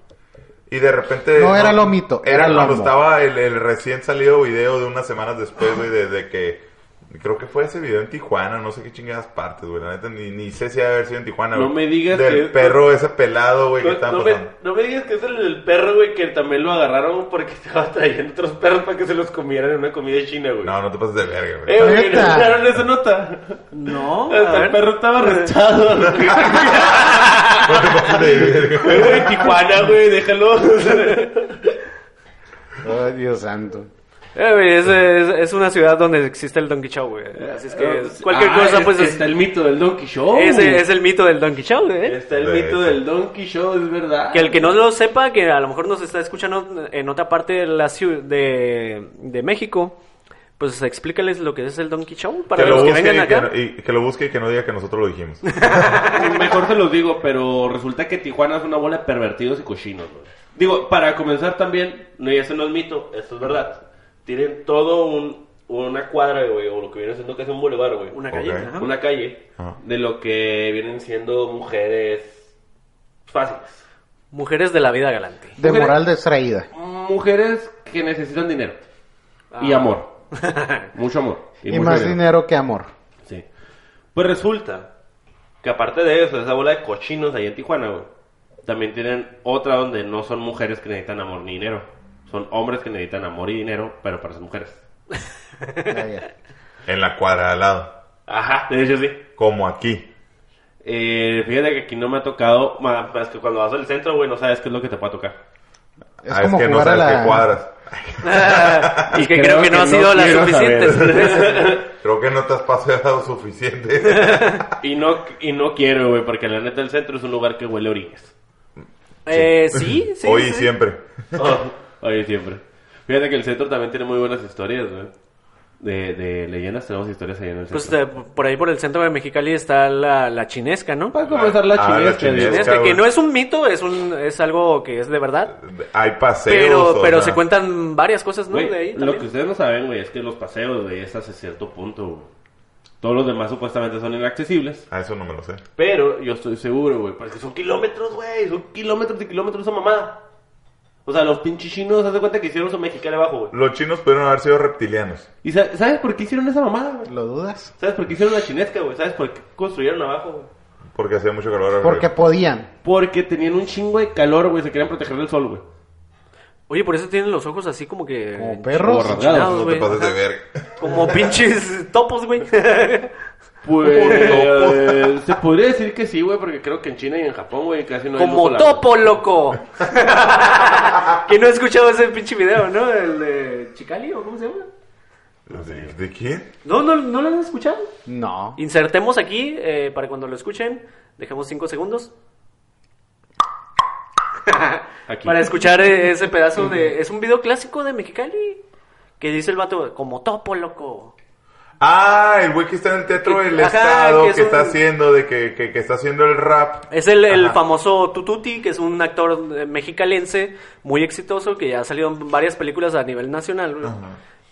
[SPEAKER 4] Y de repente...
[SPEAKER 2] No era lomito,
[SPEAKER 4] Era,
[SPEAKER 2] era
[SPEAKER 4] cuando
[SPEAKER 2] lomo.
[SPEAKER 4] estaba el, el recién salido video de unas semanas después, güey, de, de que... Creo que fue ese video en Tijuana, no sé qué chingadas partes, güey. La neta, ni, ni sé si ha de haber sido en Tijuana,
[SPEAKER 5] No
[SPEAKER 4] güey.
[SPEAKER 5] me digas que-
[SPEAKER 4] Del perro ese pelado, güey, que
[SPEAKER 5] No,
[SPEAKER 4] estaban
[SPEAKER 5] no me,
[SPEAKER 4] pasando.
[SPEAKER 5] no me digas que es el, del perro, güey, que también lo agarraron porque estaba trayendo otros perros para que se los comieran en una comida china, güey.
[SPEAKER 4] No, no te pases de verga, güey.
[SPEAKER 5] Eh, güey, ¿no
[SPEAKER 2] Neta.
[SPEAKER 5] escucharon esa nota?
[SPEAKER 1] No, a
[SPEAKER 4] Este,
[SPEAKER 5] Hasta
[SPEAKER 1] ver.
[SPEAKER 5] el perro estaba arrestado. güey.
[SPEAKER 4] No te pases de verga.
[SPEAKER 5] Güey, güey, Tijuana, güey, déjalo.
[SPEAKER 2] Ay, Dios santo.
[SPEAKER 1] Eh, güey, es, es, es una ciudad donde existe el Donkey Show, güey. Así es que cualquier
[SPEAKER 5] Ah,
[SPEAKER 1] cosa
[SPEAKER 5] es oh.
[SPEAKER 1] pues
[SPEAKER 5] que
[SPEAKER 1] es,
[SPEAKER 5] Está el mito del Donkey Show.
[SPEAKER 1] ese es el mito del Donkey Show, güey.
[SPEAKER 5] Está el
[SPEAKER 4] De
[SPEAKER 5] mito
[SPEAKER 4] eso.
[SPEAKER 5] del Donkey Show, es verdad.
[SPEAKER 1] Que el que no lo sepa, que a lo mejor nos está escuchando en otra parte de la ciudad de, de México, pues explícales lo que es el Donkey Show para
[SPEAKER 4] que lo
[SPEAKER 1] los que
[SPEAKER 4] busque
[SPEAKER 1] vengan
[SPEAKER 4] y que,
[SPEAKER 1] acá.
[SPEAKER 4] no- y que lo busque y que no diga que nosotros lo dijimos.
[SPEAKER 5] Mejor se los digo, pero resulta que Tijuana es una bola de pervertidos y cochinos, güey. Digo, para comenzar también, no, y ese no es mito, esto es verdad. Tienen todo un, una cuadra, güey, o lo que viene siendo que es un bulevar, güey.
[SPEAKER 1] Una calle,
[SPEAKER 4] Ok.
[SPEAKER 1] ajá.
[SPEAKER 5] Una calle
[SPEAKER 4] Ajá.
[SPEAKER 5] de lo que vienen siendo mujeres fáciles.
[SPEAKER 1] Mujeres de la vida galante.
[SPEAKER 2] De
[SPEAKER 5] Mujeres.
[SPEAKER 2] moral distraída.
[SPEAKER 5] Mujeres que necesitan dinero. Y
[SPEAKER 1] Ah.
[SPEAKER 5] amor. Mucho amor.
[SPEAKER 2] Y,
[SPEAKER 5] mucho
[SPEAKER 2] más dinero que amor.
[SPEAKER 5] Sí. Pues resulta que aparte de eso, esa bola de cochinos ahí en Tijuana, güey, también tienen otra donde no son mujeres que necesitan amor ni dinero. Son hombres que necesitan amor y dinero, pero para sus mujeres.
[SPEAKER 2] Ah, ya.
[SPEAKER 4] en la cuadra de al lado.
[SPEAKER 5] Ajá, de hecho sí.
[SPEAKER 4] Como aquí.
[SPEAKER 5] Eh, fíjate que aquí no me ha tocado, ma- más que cuando vas al centro, güey, no sabes qué es lo que te puede tocar.
[SPEAKER 2] Es
[SPEAKER 4] Ah,
[SPEAKER 2] como
[SPEAKER 4] que no
[SPEAKER 2] jugar a
[SPEAKER 4] sabes
[SPEAKER 2] la...
[SPEAKER 4] qué cuadras.
[SPEAKER 1] y Ah, que creo que no ha sido la
[SPEAKER 5] quiero
[SPEAKER 1] suficiente.
[SPEAKER 4] Creo que no te has paseado suficiente.
[SPEAKER 5] Y no, y no quiero, güey, porque la neta del centro es un lugar que huele a orines.
[SPEAKER 1] eh, sí, sí.
[SPEAKER 4] Hoy y
[SPEAKER 1] sí.
[SPEAKER 4] siempre.
[SPEAKER 5] Oh, Oye, siempre. Fíjate que el centro también tiene muy buenas historias, güey. de, de leyendas, tenemos historias ahí en el
[SPEAKER 1] Pues
[SPEAKER 5] centro.
[SPEAKER 1] eh, por ahí por el centro de Mexicali está la, la chinesca, ¿no?
[SPEAKER 5] Para comenzar la
[SPEAKER 4] Ah, la
[SPEAKER 5] chinesca,
[SPEAKER 4] chinesca.
[SPEAKER 5] digo.
[SPEAKER 1] Chinesca, que
[SPEAKER 4] cabrón.
[SPEAKER 1] no es un mito, es un es algo que es de verdad.
[SPEAKER 4] Hay paseos.
[SPEAKER 1] Pero,
[SPEAKER 4] o
[SPEAKER 1] pero
[SPEAKER 4] sea,
[SPEAKER 1] se cuentan varias cosas, ¿no?
[SPEAKER 5] Güey,
[SPEAKER 1] de ahí
[SPEAKER 5] lo que
[SPEAKER 1] también.
[SPEAKER 5] ustedes no saben, güey, es que los paseos, güey, es hasta cierto punto, güey. Todos los demás supuestamente son inaccesibles.
[SPEAKER 4] Ah, eso no me lo sé.
[SPEAKER 5] Pero yo estoy seguro, güey, porque son kilómetros, güey, son kilómetros y kilómetros esa mamá. O sea, los pinches chinos, haz de cuenta que hicieron su mexicana abajo, güey.
[SPEAKER 4] Los chinos pudieron haber sido reptilianos.
[SPEAKER 5] ¿Y sa- sabes por qué hicieron esa mamada, güey?
[SPEAKER 2] ¿Lo dudas?
[SPEAKER 5] ¿Sabes por qué hicieron la chinesca, güey? ¿Sabes por qué construyeron abajo, güey?
[SPEAKER 4] Porque hacía mucho calor. arriba.
[SPEAKER 2] Porque podían.
[SPEAKER 5] Porque tenían un chingo de calor, güey, se querían proteger del sol, güey.
[SPEAKER 1] Oye, por eso tienen los ojos así como que.
[SPEAKER 2] Como perros.
[SPEAKER 5] Como rasgados,
[SPEAKER 1] Chinados,
[SPEAKER 4] No te
[SPEAKER 1] güey.
[SPEAKER 4] pases de
[SPEAKER 1] Ajá.
[SPEAKER 4] ver.
[SPEAKER 1] Como pinches topos, güey.
[SPEAKER 5] Pues se podría decir que sí, güey, porque creo que en China y en Japón, güey, casi no hay luz
[SPEAKER 1] Como
[SPEAKER 5] solar.
[SPEAKER 1] topo, loco. que no he escuchado ese pinche video, ¿no? El de Chicali, ¿o cómo se llama?
[SPEAKER 4] ¿De, de quién?
[SPEAKER 1] No, no, no lo han escuchado.
[SPEAKER 2] No.
[SPEAKER 1] Insertemos aquí eh, para cuando lo escuchen. Dejemos 5 segundos.
[SPEAKER 5] Aquí.
[SPEAKER 1] Para escuchar eh, ese pedazo de. Es un video clásico de Mexicali. Que dice el vato, como topo, loco.
[SPEAKER 4] Ah, el güey que está en el teatro
[SPEAKER 1] Que-
[SPEAKER 4] del
[SPEAKER 1] ajá,
[SPEAKER 4] estado,
[SPEAKER 1] que
[SPEAKER 4] que,
[SPEAKER 1] es
[SPEAKER 4] está
[SPEAKER 1] un-
[SPEAKER 4] haciendo, de que, que, que está haciendo el rap.
[SPEAKER 1] Es el, el
[SPEAKER 4] Ajá.
[SPEAKER 1] famoso Tututi, que es un actor eh, mexicalense muy exitoso que ya ha salido en varias películas a nivel nacional, güey.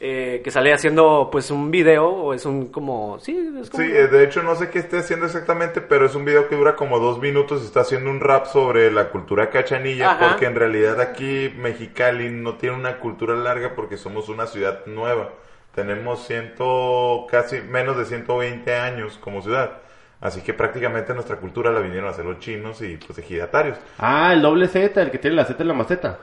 [SPEAKER 1] Eh, que sale haciendo pues un video o es un como sí es
[SPEAKER 4] Sí,
[SPEAKER 1] como
[SPEAKER 4] eh, de hecho no sé qué esté haciendo exactamente, pero es un video que dura como dos minutos y está haciendo un rap sobre la cultura cachanilla,
[SPEAKER 1] Ajá.
[SPEAKER 4] porque en realidad aquí Mexicali no tiene una cultura larga porque somos una ciudad nueva. Tenemos ciento, casi menos de 120 años como ciudad. Así que prácticamente nuestra cultura la vinieron a hacer los chinos y pues ejidatarios.
[SPEAKER 5] Ah, el doble Z, el que tiene la Z en la maceta.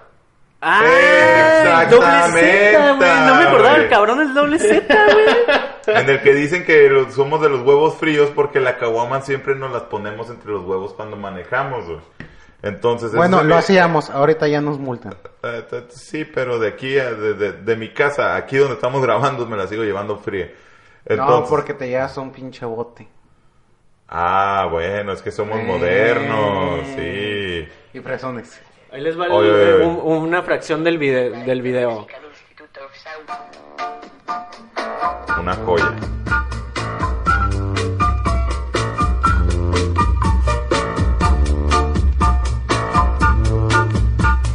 [SPEAKER 1] ¡Ah!
[SPEAKER 4] Exactamente,
[SPEAKER 1] doble Z, güey. no me acordaba
[SPEAKER 4] güey.
[SPEAKER 1] el cabrón es doble Z güey
[SPEAKER 4] En el que dicen que lo- somos de los huevos fríos porque la caguama siempre nos las ponemos entre los huevos cuando manejamos, güey. Entonces, eso
[SPEAKER 2] Bueno,
[SPEAKER 4] se
[SPEAKER 2] lo
[SPEAKER 4] le-
[SPEAKER 2] hacíamos. Ahorita ya nos multan.
[SPEAKER 4] Eh, t- t- Sí, pero de aquí, a- de, de- de mi casa, aquí donde estamos grabando, me la sigo llevando fría. Entonces,
[SPEAKER 2] No, porque te llevas a un pinche bote.
[SPEAKER 4] Ah, bueno, es que somos
[SPEAKER 2] Eh.
[SPEAKER 4] modernos, sí.
[SPEAKER 2] Y fresones.
[SPEAKER 1] ahí les va el-
[SPEAKER 4] Oye, oye, oye.
[SPEAKER 1] un- una fracción del video del video
[SPEAKER 4] Una joya.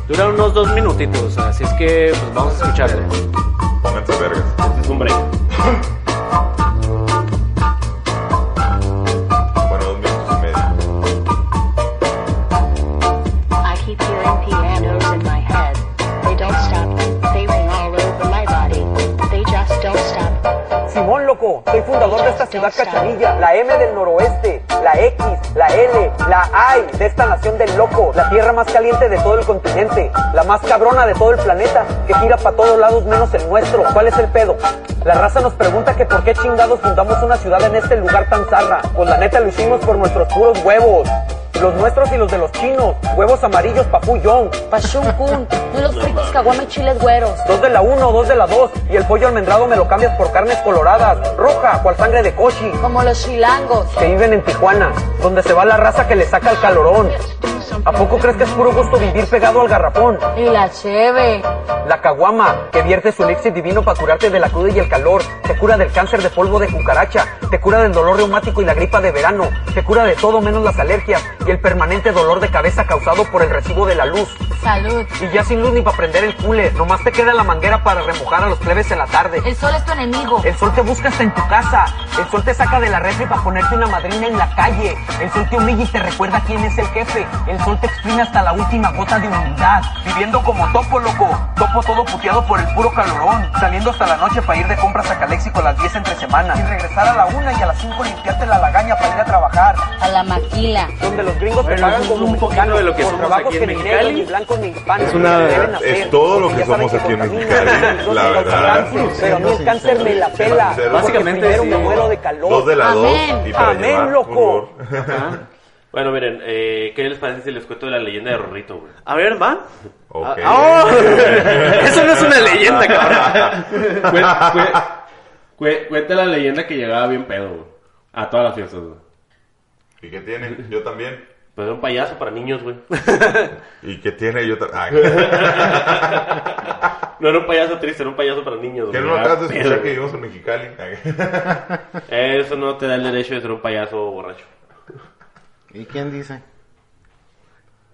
[SPEAKER 1] dura unos dos minutitos así es que pues vamos a escucharlo
[SPEAKER 4] Pónganse vergas.
[SPEAKER 5] Es un break.
[SPEAKER 4] Bueno, dos minutos y medio.
[SPEAKER 6] I keep hearing pianos in my head. They don't stop. They ring all over my body. They just don't stop.
[SPEAKER 7] Simón Loco, soy fundador de esta ciudad cachanilla, la M del noroeste, la X, la L, la I de esta nación del loco, la tierra más caliente de todo el continente, la más cabrona de todo el planeta, que gira para todos lados menos el nuestro. ¿Cuál es el pedo? La raza nos pregunta que por qué chingados fundamos una ciudad en este lugar tan zarra. Pues la neta lo hicimos por nuestros puros huevos. Los nuestros y los de los chinos, huevos amarillos, papuyón,
[SPEAKER 8] Pasión Kun, unos fritos caguama y chiles güeros.
[SPEAKER 7] Dos de la 1, dos de la 2 y el pollo almendrado me lo cambias por carnes coloradas, roja, cual sangre de cochi,
[SPEAKER 8] Como los chilangos.
[SPEAKER 7] que viven en Tijuana, donde se va la raza que le saca el calorón. ¿A poco crees que es puro gusto vivir pegado al garrafón?
[SPEAKER 8] Y la cheve.
[SPEAKER 7] La caguama, que vierte su elixir divino para curarte de la cruda y el calor, te cura del cáncer de polvo de cucaracha, te cura del dolor reumático y la gripa de verano, te cura de todo menos las alergias y el permanente dolor de cabeza causado por el residuo de la luz.
[SPEAKER 8] Salud.
[SPEAKER 7] Y ya sin luz ni para prender el cooler, nomás te queda la manguera para remojar a los plebes en la tarde.
[SPEAKER 8] El sol es tu enemigo.
[SPEAKER 7] El sol te busca hasta en tu casa. El sol te saca de la refri para ponerte una madrina en la calle. El sol te humilla y te recuerda quién es el jefe. El sol te exprime hasta la última gota de humildad. Viviendo como topo, loco. Topo todo puteado por el puro calorón. Saliendo hasta la noche para ir de compras a Caléxico a las 10 entre semana. Y regresar a la 1 y a las 5 limpiarte la lagaña para ir a trabajar.
[SPEAKER 8] A la maquila.
[SPEAKER 7] Donde los gringos
[SPEAKER 1] Bueno,
[SPEAKER 7] te pagan
[SPEAKER 1] eso es
[SPEAKER 7] como
[SPEAKER 1] un poquito
[SPEAKER 7] mexicanos,
[SPEAKER 1] de lo que
[SPEAKER 7] por
[SPEAKER 1] somos
[SPEAKER 7] trabajos
[SPEAKER 1] aquí en
[SPEAKER 7] que ni
[SPEAKER 1] Mexicali.
[SPEAKER 7] negros, ni blancos, ni hispanos
[SPEAKER 1] Es una-
[SPEAKER 7] deben hacer,
[SPEAKER 4] es todo lo
[SPEAKER 7] porque
[SPEAKER 4] que
[SPEAKER 7] ya saben
[SPEAKER 4] somos aquí en
[SPEAKER 7] contaminan,
[SPEAKER 4] Mexicali,
[SPEAKER 7] los
[SPEAKER 4] la
[SPEAKER 7] de los
[SPEAKER 4] verdad.
[SPEAKER 7] blancos, Pero a mí el cáncer me la pela.
[SPEAKER 4] Sincero.
[SPEAKER 1] Básicamente,
[SPEAKER 7] Porque primero
[SPEAKER 1] sí.
[SPEAKER 7] me muero de calor.
[SPEAKER 4] Dos de la dos
[SPEAKER 8] Amén.
[SPEAKER 4] y para
[SPEAKER 7] Amén,
[SPEAKER 4] llevar, por
[SPEAKER 7] loco.
[SPEAKER 4] favor.
[SPEAKER 5] Bueno, miren, eh, ¿qué les parece si les cuento de la leyenda de Rorrito, güey?
[SPEAKER 1] a ver va
[SPEAKER 4] Ok.
[SPEAKER 1] Ah, oh. eso no es una leyenda cabrón
[SPEAKER 5] Cue- cue- cue- Cuenta la leyenda que llegaba bien pedo, güey. A todas las fiestas, güey.
[SPEAKER 4] ¿Y qué tiene? Yo también.
[SPEAKER 5] Pero Pues era un payaso para niños, güey.
[SPEAKER 4] Ah, ¿Y qué tiene? Yo también.
[SPEAKER 5] No era un payaso triste, era un payaso para niños.
[SPEAKER 4] ¿Qué
[SPEAKER 5] güey.
[SPEAKER 4] no
[SPEAKER 5] Ah,
[SPEAKER 4] acabas de escuchar
[SPEAKER 5] pedo.
[SPEAKER 4] que vivimos en Mexicali?
[SPEAKER 5] Eso no te da el derecho de ser un payaso borracho.
[SPEAKER 2] ¿Y quién dice?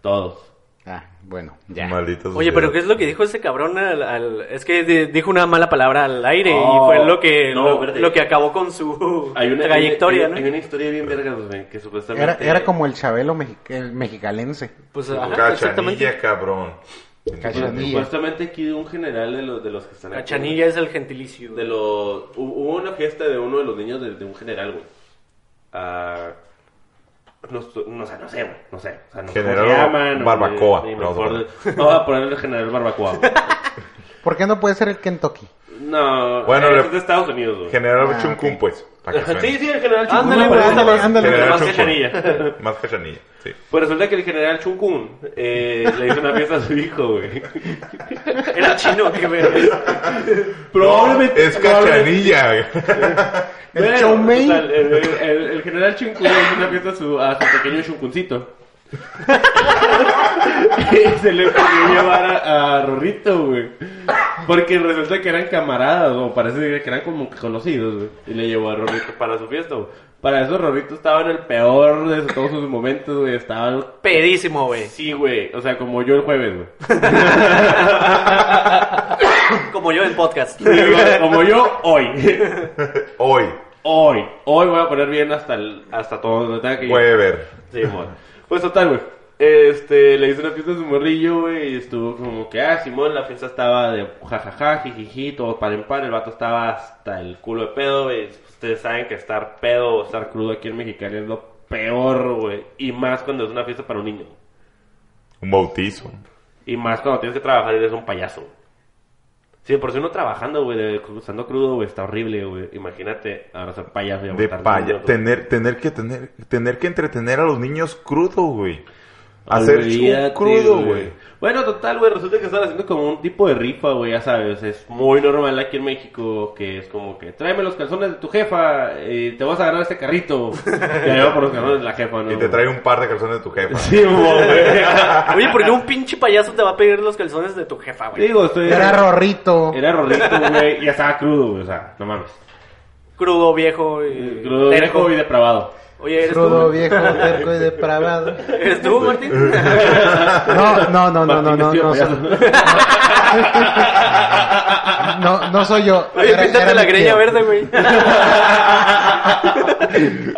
[SPEAKER 5] Todos.
[SPEAKER 2] Ah, bueno, ya.
[SPEAKER 4] Malditos.
[SPEAKER 1] Oye, pero ¿qué es lo que dijo ese cabrón? Al, al- es que di- dijo una mala palabra al aire y fue lo que,
[SPEAKER 5] Oh, no,
[SPEAKER 1] lo,
[SPEAKER 5] verde.
[SPEAKER 1] lo que acabó con su trayectoria,
[SPEAKER 5] hay-
[SPEAKER 1] ¿no?
[SPEAKER 5] Hay una historia bien verga, güey, que
[SPEAKER 2] Era,
[SPEAKER 5] supuestamente...
[SPEAKER 2] era como el Chabelo mexi- el mexicalense.
[SPEAKER 1] Pues, ajá, exactamente.
[SPEAKER 4] Cachanilla, cabrón.
[SPEAKER 2] Cachanilla.
[SPEAKER 5] Supuestamente aquí de un general de los, de los que están aquí,
[SPEAKER 1] Cachanilla es el gentilicio.
[SPEAKER 5] De los... hu- Hubo una fiesta de uno de los niños de, de un general, güey. Ah, No, estu- no, o sea, no sé, güey, no sé. O sea, no sé cómo
[SPEAKER 4] General
[SPEAKER 5] se llaman, no,
[SPEAKER 4] Barbacoa,
[SPEAKER 5] ni- ni me
[SPEAKER 4] vamos a
[SPEAKER 5] acuerdo. No, voy a poner el general Barbacoa. güey.
[SPEAKER 2] ¿Por qué no puede ser el Kentucky?
[SPEAKER 5] No,
[SPEAKER 4] Bueno,
[SPEAKER 5] eh,
[SPEAKER 4] le-
[SPEAKER 5] es de Estados Unidos, güey.
[SPEAKER 4] General
[SPEAKER 2] Ah,
[SPEAKER 4] Chuncún,
[SPEAKER 2] ok.
[SPEAKER 4] pues. Para que
[SPEAKER 5] sí,
[SPEAKER 4] suene.
[SPEAKER 5] sí, el general
[SPEAKER 1] Ándale,
[SPEAKER 5] Chuncún,
[SPEAKER 1] güey,
[SPEAKER 5] parece
[SPEAKER 1] ándale,
[SPEAKER 5] más-
[SPEAKER 2] ándale.
[SPEAKER 5] General Más
[SPEAKER 4] Chuncún.
[SPEAKER 5] cachanilla.
[SPEAKER 4] Más cachanilla, sí.
[SPEAKER 5] Pues resulta que el general Chung Kun eh, le hizo una fiesta a su hijo, güey.
[SPEAKER 1] Era chino, que verga.
[SPEAKER 5] Probablemente.
[SPEAKER 4] Es cachanilla.
[SPEAKER 2] El
[SPEAKER 5] Bueno,
[SPEAKER 2] showman.
[SPEAKER 5] total, el, el- el- el general Chung Kun le hizo una fiesta a su, a su pequeño Chuncuncito. y se le pidió llevar a, a Rorrito, güey. Porque resulta que eran camaradas, o parece que eran como que conocidos, güey. Y le llevó a Rorrito para su fiesta, güey. Para eso Rorrito estaba en el peor de todos sus momentos, güey. Estaba
[SPEAKER 1] Pedísimo, güey.
[SPEAKER 5] Sí, güey. O sea, como yo el jueves, güey.
[SPEAKER 1] Como yo en podcast.
[SPEAKER 5] como yo hoy.
[SPEAKER 4] Hoy,
[SPEAKER 5] Hoy. Hoy voy a poner bien hasta el, hasta todo donde tenga que ir.
[SPEAKER 4] Weber.
[SPEAKER 5] Sí, mon. Pues total, güey. Este, le hizo una fiesta a su morrillo, güey, y estuvo como que, ah, Simón, la fiesta estaba de jajaja, jijiji, todo para en par, el vato estaba hasta el culo de pedo, güey. Ustedes saben que estar pedo o estar crudo aquí en Mexicali es lo peor, güey. Y más cuando es una fiesta para un niño.
[SPEAKER 4] Un bautizo.
[SPEAKER 5] Y más cuando tienes que trabajar y eres un payaso. Sí, por si uno trabajando, güey, de- estando crudo, güey, está horrible, güey. Imagínate ahora ser payaso y
[SPEAKER 4] De
[SPEAKER 5] aguantar
[SPEAKER 4] paya.
[SPEAKER 5] niños, güey.
[SPEAKER 4] Tener, tener que tener, tener que entretener a los niños crudo, güey. Hacer
[SPEAKER 5] Olvídate,
[SPEAKER 4] show crudo, güey.
[SPEAKER 5] Bueno, total, güey, resulta que están haciendo como un tipo de rifa, güey, ya sabes. Es muy normal aquí en México que es como que tráeme los calzones de tu jefa y te vas a ganar este carrito. y ahí va por los calzones de la jefa, ¿no?
[SPEAKER 4] Y te trae un par de calzones de tu jefa.
[SPEAKER 5] Sí, mo, güey.
[SPEAKER 1] Oye, ¿por qué un pinche payaso te va a pedir los calzones de tu jefa, güey?
[SPEAKER 5] Digo, estoy...
[SPEAKER 2] Era Rorrito.
[SPEAKER 5] Era Rorrito, güey, y ya estaba crudo, güey, o sea, no mames.
[SPEAKER 1] Crudo, viejo y...
[SPEAKER 5] Crudo,
[SPEAKER 1] terco.
[SPEAKER 5] viejo y depravado.
[SPEAKER 1] Oye, ¿eres
[SPEAKER 2] Crudo,
[SPEAKER 1] tú?
[SPEAKER 2] viejo, terco y depravado.
[SPEAKER 1] ¿Eres tú, Martín?
[SPEAKER 2] No, no, no, no, no,
[SPEAKER 5] Martín
[SPEAKER 2] no,
[SPEAKER 5] vestido
[SPEAKER 2] no,
[SPEAKER 5] de
[SPEAKER 2] soy- no, no soy yo.
[SPEAKER 1] Oye,
[SPEAKER 2] Era-
[SPEAKER 1] píntate
[SPEAKER 2] era
[SPEAKER 1] la
[SPEAKER 2] mi
[SPEAKER 1] greña
[SPEAKER 2] tío.
[SPEAKER 1] verde, güey.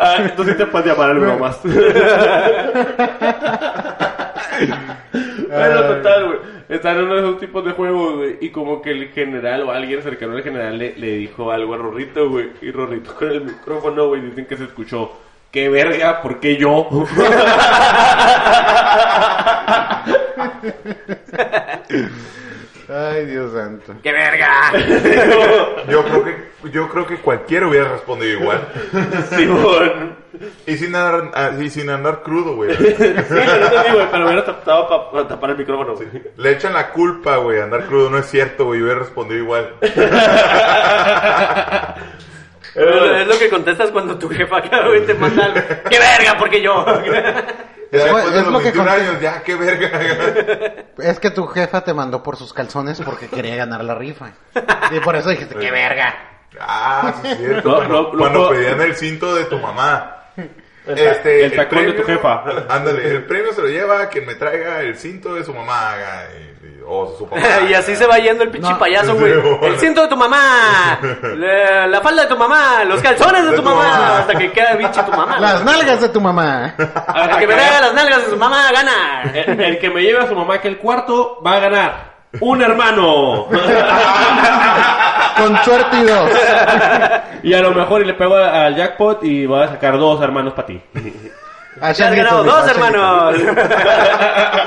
[SPEAKER 5] ah, entonces te puedes llamar al bromas. Pero total, güey. Están en uno de esos tipos de juegos, güey. Y como que el general o alguien cercano al general le, le dijo algo a Rorrito, güey. Y Rorrito con el micrófono, güey, dicen que se escuchó. ¡Qué verga! ¿Por qué yo?
[SPEAKER 2] Ay, Dios santo.
[SPEAKER 1] ¡Qué verga!
[SPEAKER 4] Yo creo que, yo creo que cualquiera hubiera respondido igual.
[SPEAKER 5] Simón.
[SPEAKER 4] Y sin andar, ah, y sin andar crudo, güey.
[SPEAKER 5] Sí, pero no digo, güey, pero hubiera tapado pa- para tapar el micrófono, güey.
[SPEAKER 4] Le echan la culpa, güey. Andar crudo no es cierto, güey. Yo hubiera respondido igual.
[SPEAKER 1] es lo que contestas cuando tu jefa acá, güey, te manda algo. ¡Qué verga! Porque yo.
[SPEAKER 4] Ya
[SPEAKER 2] Es
[SPEAKER 4] después
[SPEAKER 2] lo-
[SPEAKER 4] de
[SPEAKER 2] es
[SPEAKER 4] los
[SPEAKER 2] lo que
[SPEAKER 4] 21
[SPEAKER 2] conté-
[SPEAKER 4] años, ya, qué verga.
[SPEAKER 2] Es que tu jefa te mandó por sus calzones porque quería ganar la rifa. Y por eso dijiste, qué verga.
[SPEAKER 4] ah, sí es cierto.
[SPEAKER 5] No,
[SPEAKER 4] cuando
[SPEAKER 5] no, no
[SPEAKER 4] cuando
[SPEAKER 5] puedo-
[SPEAKER 4] pedían el cinto de tu mamá.
[SPEAKER 5] El, ta-
[SPEAKER 4] Este,
[SPEAKER 5] el tacón de tu
[SPEAKER 4] premio-
[SPEAKER 5] jefa.
[SPEAKER 4] Ándale, el premio se lo lleva a quien me traiga el cinto de su mamá. haga, y- y- O su papá.
[SPEAKER 1] y así se va yendo el pinche
[SPEAKER 2] No.
[SPEAKER 1] payaso, güey.
[SPEAKER 4] Sí, bueno.
[SPEAKER 1] El cinto de tu mamá. La, la falda de tu mamá. Los calzones de,
[SPEAKER 4] De
[SPEAKER 1] tu
[SPEAKER 4] tu
[SPEAKER 1] mamá.
[SPEAKER 4] mamá.
[SPEAKER 1] Hasta que queda bicho tu mamá.
[SPEAKER 2] Las nalgas de tu mamá.
[SPEAKER 1] Hasta que me haga las nalgas de su mamá, gana.
[SPEAKER 5] El, el que me lleve a su mamá que el cuarto va a ganar un hermano.
[SPEAKER 2] Con suerte y dos.
[SPEAKER 5] y a lo mejor y le pego a- al jackpot y va a sacar dos hermanos para ti.
[SPEAKER 2] A
[SPEAKER 1] Ya has
[SPEAKER 2] Changuito,
[SPEAKER 1] ganado
[SPEAKER 2] dijo,
[SPEAKER 1] dos,
[SPEAKER 2] a Changuito.
[SPEAKER 1] hermanos.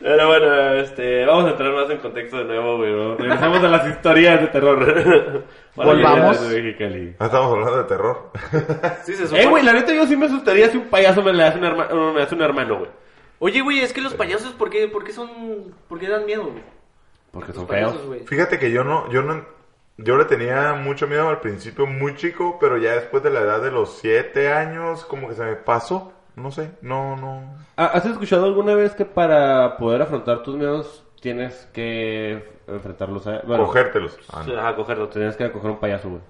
[SPEAKER 5] Pero bueno, este, vamos a entrar más en contexto de nuevo, güey. ¿no? Regresamos a las historias de terror. Para
[SPEAKER 2] Volvamos.
[SPEAKER 5] llegar a Mexicali.
[SPEAKER 4] Ah, estamos hablando de terror.
[SPEAKER 1] Sí, se supone.
[SPEAKER 5] Eh, güey, la neta yo sí me asustaría si un payaso me le hace un, herma- me hace un hermano, güey.
[SPEAKER 1] Oye, güey, es que los payasos, ¿por qué, por qué son. ¿Por qué dan miedo, güey?
[SPEAKER 5] Porque
[SPEAKER 1] Los
[SPEAKER 5] son feos.
[SPEAKER 1] payasos, güey.
[SPEAKER 4] Fíjate que yo no, yo no, yo le tenía mucho miedo al principio, muy chico, pero ya después de la edad de los siete años, como que se me pasó. No sé, no, no.
[SPEAKER 5] Ah, ¿Has escuchado alguna vez que para poder afrontar tus miedos tienes que enfrentarlos a... Bueno,
[SPEAKER 4] Cogértelos. Ah, no.
[SPEAKER 5] Ajá, cogerlo. Tenías que acoger un payaso, güey.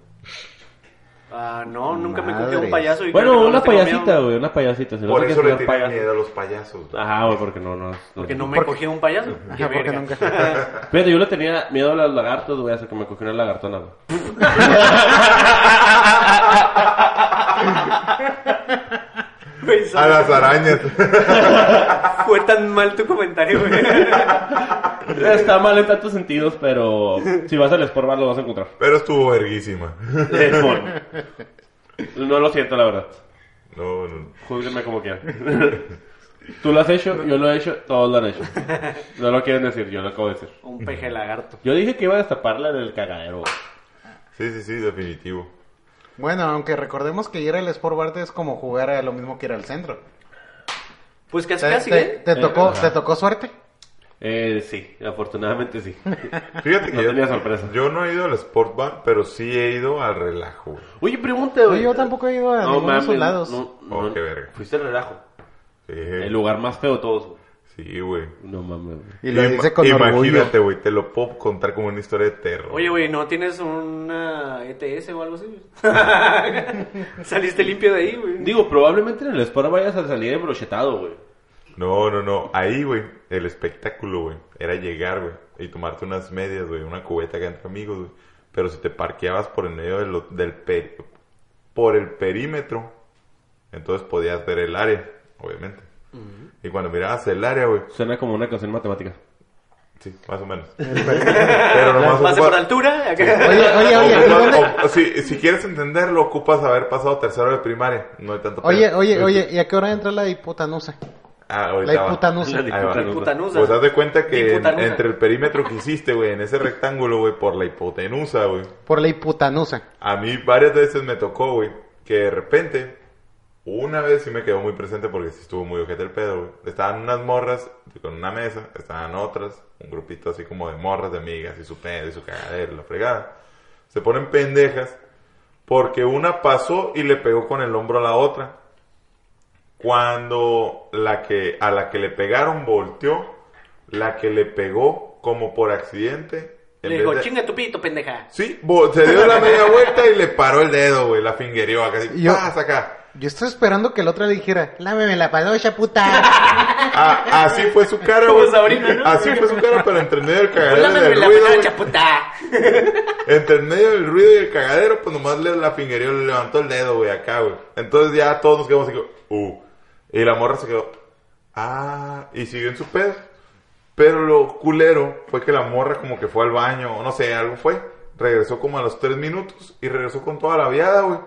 [SPEAKER 1] Ah, no, nunca me
[SPEAKER 2] Madres.
[SPEAKER 1] cogí a un payaso. Y creo que
[SPEAKER 5] Bueno,
[SPEAKER 1] no
[SPEAKER 5] una
[SPEAKER 1] le tengo
[SPEAKER 5] payasita,
[SPEAKER 1] miedo,
[SPEAKER 5] güey. Una payasita. Si no
[SPEAKER 4] Por
[SPEAKER 5] te
[SPEAKER 4] eso
[SPEAKER 5] quieres
[SPEAKER 4] le
[SPEAKER 5] poner
[SPEAKER 4] tienen
[SPEAKER 5] payaso- Ah,
[SPEAKER 4] miedo a los payasos. güey.
[SPEAKER 5] Ajá, güey, porque no, no.
[SPEAKER 1] Porque no me
[SPEAKER 2] Porque-
[SPEAKER 1] cogí a un payaso. Qué
[SPEAKER 2] Ajá, porque
[SPEAKER 1] verga.
[SPEAKER 2] nunca.
[SPEAKER 5] Fíjate, yo le tenía miedo a los lagartos, güey, hasta que me cogí una lagartona, güey.
[SPEAKER 1] Güey,
[SPEAKER 4] A
[SPEAKER 1] ¿sabes?
[SPEAKER 4] las arañas.
[SPEAKER 1] Fue tan mal tu comentario, güey.
[SPEAKER 5] Está mal en tantos sentidos, pero si vas al Sport Bar lo vas a encontrar.
[SPEAKER 4] Pero estuvo verguísima.
[SPEAKER 5] No lo siento, la verdad.
[SPEAKER 4] No, no.
[SPEAKER 5] Júblenme como quieran. Tú lo has hecho, yo lo he hecho, todos lo han hecho. No lo quieren decir, yo lo acabo de decir.
[SPEAKER 1] Un peje lagarto.
[SPEAKER 5] Yo dije que iba a destaparla en el cagadero. güey.
[SPEAKER 4] Sí, sí, sí, definitivo.
[SPEAKER 2] Bueno, aunque recordemos que ir al Sport Bar es como jugar a lo mismo que ir al centro.
[SPEAKER 1] Pues casi,
[SPEAKER 2] ¿Te,
[SPEAKER 1] casi,
[SPEAKER 2] te-
[SPEAKER 1] ¿eh?
[SPEAKER 2] te tocó,
[SPEAKER 5] Ajá.
[SPEAKER 2] ¿Te tocó suerte?
[SPEAKER 5] Eh, sí, afortunadamente sí.
[SPEAKER 4] Fíjate que
[SPEAKER 5] No
[SPEAKER 4] yo,
[SPEAKER 5] tenía sorpresa.
[SPEAKER 4] yo no he ido al Sport Bar, pero sí he ido al relajo. güey.
[SPEAKER 5] Oye, pregunta, güey.
[SPEAKER 2] Oye, yo tampoco he ido a ninguno de esos lados.
[SPEAKER 5] No,
[SPEAKER 4] Oh,
[SPEAKER 5] no,
[SPEAKER 4] qué verga.
[SPEAKER 5] Fuiste al relajo.
[SPEAKER 4] Sí,
[SPEAKER 5] El lugar más feo de todos, güey.
[SPEAKER 4] sí, güey.
[SPEAKER 5] Eh. No mames, güey.
[SPEAKER 2] Y lo
[SPEAKER 4] Ima-
[SPEAKER 2] dice con orgullo.
[SPEAKER 4] Imagínate, güey, te lo puedo contar como una historia de terror.
[SPEAKER 1] Oye, güey, ¿no tienes una ETS o algo así? Saliste limpio de ahí, güey.
[SPEAKER 5] Digo, probablemente en el Sport vayas a salir embrochetado, güey.
[SPEAKER 4] No, no, no. Ahí, güey, el espectáculo, güey, era llegar, güey, y tomarte unas medias, güey, una cubeta acá entre amigos, güey. Pero si te parqueabas por el medio de lo- del peri- por el perímetro, entonces podías ver el área, obviamente. Y cuando mirabas el área, güey,
[SPEAKER 5] Suena como una canción matemática.
[SPEAKER 4] sí, más o menos. Pero nomás
[SPEAKER 1] Pase por
[SPEAKER 4] ocupa-
[SPEAKER 1] altura.
[SPEAKER 2] Oye, oye, oye, ¿y
[SPEAKER 4] ocupas-
[SPEAKER 2] dónde-
[SPEAKER 4] o- si, si quieres entenderlo, ocupas haber pasado tercero de primaria. No hay tanto
[SPEAKER 2] Oye,
[SPEAKER 4] pedo.
[SPEAKER 2] oye, oye, ¿y a qué hora entra la hiputanusa?
[SPEAKER 4] Ah,
[SPEAKER 2] La
[SPEAKER 4] ahorita va.
[SPEAKER 2] hiputanusa.
[SPEAKER 5] La
[SPEAKER 4] Ahí va.
[SPEAKER 5] diputanusa.
[SPEAKER 1] Putanusa.
[SPEAKER 4] Pues haz de cuenta que en-
[SPEAKER 1] Hiputanusa.
[SPEAKER 4] entre el perímetro que hiciste, güey, en ese rectángulo, güey, por la hipotenusa, güey.
[SPEAKER 2] Por la hiputanusa.
[SPEAKER 4] A mí varias veces me tocó, güey, que de repente, una vez sí me quedó muy presente porque sí estuvo muy ojete el pedo, güey. Estaban unas morras con una mesa, estaban otras, un grupito así como de morras, de amigas, y su pedo, y su cagadero, la fregada. Se ponen pendejas porque una pasó y le pegó con el hombro a la otra. Cuando la que, a la que le pegaron volteó, la que le pegó como por accidente. en
[SPEAKER 1] Le
[SPEAKER 4] vez
[SPEAKER 1] dijo,
[SPEAKER 4] de-
[SPEAKER 1] chinga tu pito, pendeja.
[SPEAKER 4] Sí, bo- se dio la media vuelta y le paró el dedo, güey. La fingerió acá, así,
[SPEAKER 2] Yo-
[SPEAKER 4] ¡paz! acá.
[SPEAKER 2] Yo estoy esperando que el otro le dijera, lámeme la palocha, puta.
[SPEAKER 4] Ah, así fue su cara,
[SPEAKER 1] Como
[SPEAKER 4] güey.
[SPEAKER 1] Sabrina, ¿no?
[SPEAKER 4] Así fue su cara, pero entre medio del cagadero y
[SPEAKER 1] Lámame
[SPEAKER 4] del
[SPEAKER 1] la
[SPEAKER 4] ruido, güey,
[SPEAKER 1] panocha, puta.
[SPEAKER 4] entre medio del ruido y el cagadero, pues nomás le la fingerió, le levantó el dedo, güey, acá, güey. Entonces ya todos nos quedamos así, como, uh. Y la morra se quedó, ah, y siguió en su pedo. Pero lo culero fue que la morra como que fue al baño, o no sé, algo fue. Regresó como a los tres minutos y regresó con toda la viada, güey.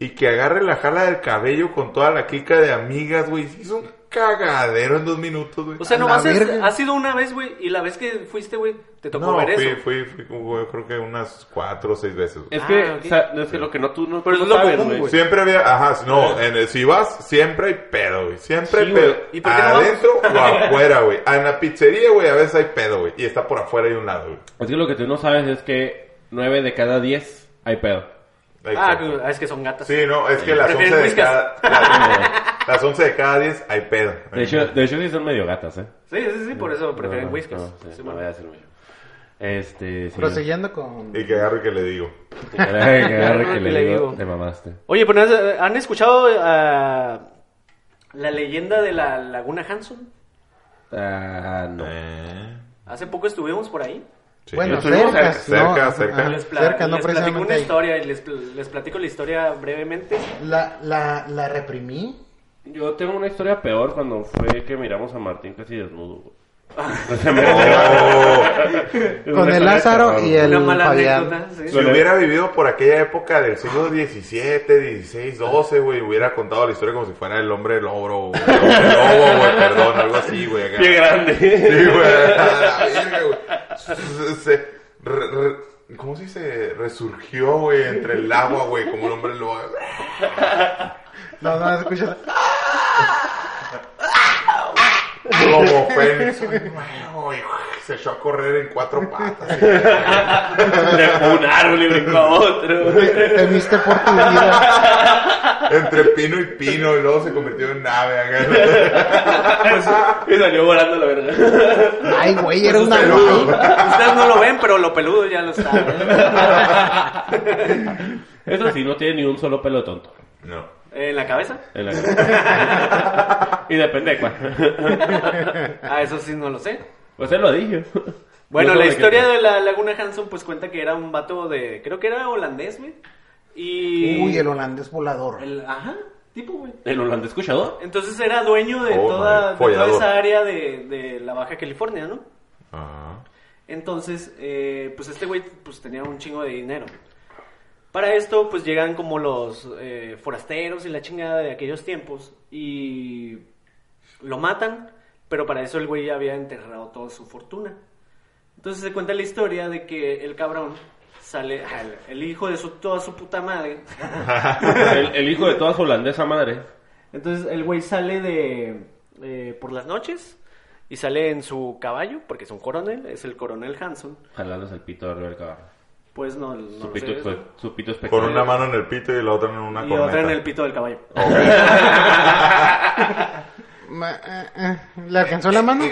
[SPEAKER 4] Y que agarre la jala del cabello con toda la clica de amigas, güey. Se Hizo un cagadero en dos minutos, güey.
[SPEAKER 1] O sea,
[SPEAKER 2] A
[SPEAKER 1] nomás
[SPEAKER 2] la
[SPEAKER 1] es-
[SPEAKER 2] verga.
[SPEAKER 1] ha sido una vez, güey, y la vez que fuiste, güey, te tocó
[SPEAKER 4] no,
[SPEAKER 1] ver
[SPEAKER 4] fui,
[SPEAKER 1] eso.
[SPEAKER 4] fui, fui, como, yo creo que unas cuatro o seis veces, güey.
[SPEAKER 5] Es que,
[SPEAKER 1] Ah, ok.
[SPEAKER 5] o sea, es que lo que no tú no,
[SPEAKER 1] Pero
[SPEAKER 5] tú
[SPEAKER 1] es
[SPEAKER 5] no
[SPEAKER 1] lo
[SPEAKER 5] sabes,
[SPEAKER 1] común,
[SPEAKER 5] güey.
[SPEAKER 1] güey.
[SPEAKER 4] Siempre había, ajá, no, en el- si vas, siempre hay pedo, güey. Siempre
[SPEAKER 5] Sí,
[SPEAKER 4] hay pedo.
[SPEAKER 5] güey.
[SPEAKER 1] ¿Y por qué no vamos?
[SPEAKER 4] Adentro o afuera, güey. Ah, En la pizzería, güey, a veces hay pedo, güey. Y está por afuera y un lado, güey.
[SPEAKER 5] Es que lo que tú no sabes es que 9 de cada 10 hay pedo.
[SPEAKER 4] Hay
[SPEAKER 1] Ah,
[SPEAKER 4] pedo.
[SPEAKER 1] es que son gatas.
[SPEAKER 4] Sí, no, es que las
[SPEAKER 1] Prefieren
[SPEAKER 4] 11 de
[SPEAKER 1] whiskas.
[SPEAKER 4] cada... Las, las 11 de cada 10 hay pedo.
[SPEAKER 5] De hecho, de hecho sí son medio gatas, ¿eh?
[SPEAKER 1] Sí, sí, sí, por eso prefieren
[SPEAKER 5] No, no,
[SPEAKER 1] whiskas.
[SPEAKER 5] No,
[SPEAKER 1] Sí,
[SPEAKER 5] sí, no
[SPEAKER 1] bueno.
[SPEAKER 5] voy a decir mucho. Este, sí.
[SPEAKER 2] Prosiguiendo con...
[SPEAKER 4] Y que agarro y que le digo.
[SPEAKER 5] Que agarre- que agarre
[SPEAKER 1] Claro
[SPEAKER 5] que
[SPEAKER 1] que
[SPEAKER 5] le
[SPEAKER 1] le
[SPEAKER 5] digo,
[SPEAKER 1] digo.
[SPEAKER 5] te mamaste.
[SPEAKER 1] Oye, pero ¿has- ¿han escuchado ah, la leyenda de la Laguna Hanson?
[SPEAKER 5] Ah, no.
[SPEAKER 4] Eh,
[SPEAKER 1] Hace poco estuvimos por ahí.
[SPEAKER 4] sí.
[SPEAKER 2] Bueno,
[SPEAKER 4] Estuvimos
[SPEAKER 2] cerca,
[SPEAKER 4] cerca,
[SPEAKER 2] no,
[SPEAKER 4] cerca.
[SPEAKER 2] ajá.
[SPEAKER 1] Les, pla-
[SPEAKER 2] Cerca, no
[SPEAKER 1] les platico
[SPEAKER 2] precisamente
[SPEAKER 1] una
[SPEAKER 2] ahí.
[SPEAKER 1] historia y les, pl- les platico la historia brevemente.
[SPEAKER 2] La, la, la reprimí.
[SPEAKER 5] Yo tengo una historia peor cuando fue que miramos a Martín casi desnudo.
[SPEAKER 1] Ah.
[SPEAKER 5] güey.
[SPEAKER 1] Oh.
[SPEAKER 5] Es
[SPEAKER 2] Con
[SPEAKER 5] una
[SPEAKER 2] el
[SPEAKER 5] historia
[SPEAKER 2] Lázaro
[SPEAKER 5] cabrón.
[SPEAKER 2] y el
[SPEAKER 1] una mala
[SPEAKER 2] Fabián.
[SPEAKER 1] anécdota. sí.
[SPEAKER 4] Si hubiera vivido por aquella época del siglo XVII, XVI, XII, güey, hubiera contado la historia como si fuera el hombre logro, güey, el hombre lobo, güey, perdón, algo así, güey. acá.
[SPEAKER 5] Qué grande.
[SPEAKER 4] Sí, güey, a la verga, güey. Se- se- re- re- ¿Cómo se dice? Resurgió, güey, entre el agua, güey, como el hombre lobo.
[SPEAKER 2] No, no, escucha.
[SPEAKER 4] Como Fénix, nuevo, güey, se echó a correr en cuatro patas. güey.
[SPEAKER 5] Trepó un árbol y brincó a otro.
[SPEAKER 2] Te- Temiste por tu vida.
[SPEAKER 4] entre pino y pino, y luego se convirtió en nave. acá.
[SPEAKER 1] Pues
[SPEAKER 5] Y salió volando la verga.
[SPEAKER 2] Ay, güey, era una
[SPEAKER 4] Peludo.
[SPEAKER 2] guay.
[SPEAKER 1] Ustedes no lo ven, pero lo peludo ya lo está.
[SPEAKER 5] Eso sí, no tiene ni un solo pelo tonto.
[SPEAKER 4] No.
[SPEAKER 1] ¿En la cabeza?
[SPEAKER 5] en la cara. y depende de cuál.
[SPEAKER 1] Ah, eso sí no lo sé.
[SPEAKER 5] Pues se lo dije.
[SPEAKER 1] Bueno,
[SPEAKER 5] No
[SPEAKER 1] la
[SPEAKER 5] sé
[SPEAKER 1] historia
[SPEAKER 5] qué-
[SPEAKER 1] de la Laguna Hanson pues cuenta que era un vato de... Creo que era holandés, güey. Y...
[SPEAKER 2] Uy, el holandés volador.
[SPEAKER 1] el- Ajá, tipo, güey.
[SPEAKER 5] ¿El holandés escuchador?
[SPEAKER 1] Entonces era dueño de, toda,
[SPEAKER 4] Oh,
[SPEAKER 1] de toda
[SPEAKER 4] madre. Follador.
[SPEAKER 1] esa área de, de la Baja California, ¿no?
[SPEAKER 4] Ah.
[SPEAKER 1] Entonces, eh, pues este güey pues tenía un chingo de dinero. Para esto, pues llegan como los eh, forasteros y la chingada de aquellos tiempos y lo matan, pero para eso el güey ya había enterrado toda su fortuna. Entonces se cuenta la historia de que el cabrón sale, al- el hijo de su, toda su puta madre,
[SPEAKER 5] El, el hijo de toda su holandesa madre.
[SPEAKER 1] Entonces el güey sale de eh, por las noches y sale en su caballo, porque es un coronel, es el coronel Hanson.
[SPEAKER 5] Jalándose el pito de arriba del caballo.
[SPEAKER 1] Pues no, no
[SPEAKER 5] Su
[SPEAKER 1] lo
[SPEAKER 5] pito,
[SPEAKER 1] sé.
[SPEAKER 5] espe- su pito
[SPEAKER 4] Con
[SPEAKER 5] espectacular.
[SPEAKER 4] una mano en el pito y la otra en una
[SPEAKER 1] y
[SPEAKER 4] corneta.
[SPEAKER 1] otra en el pito del caballo.
[SPEAKER 2] Ma- eh, eh, ¿Le alcanzó la mano?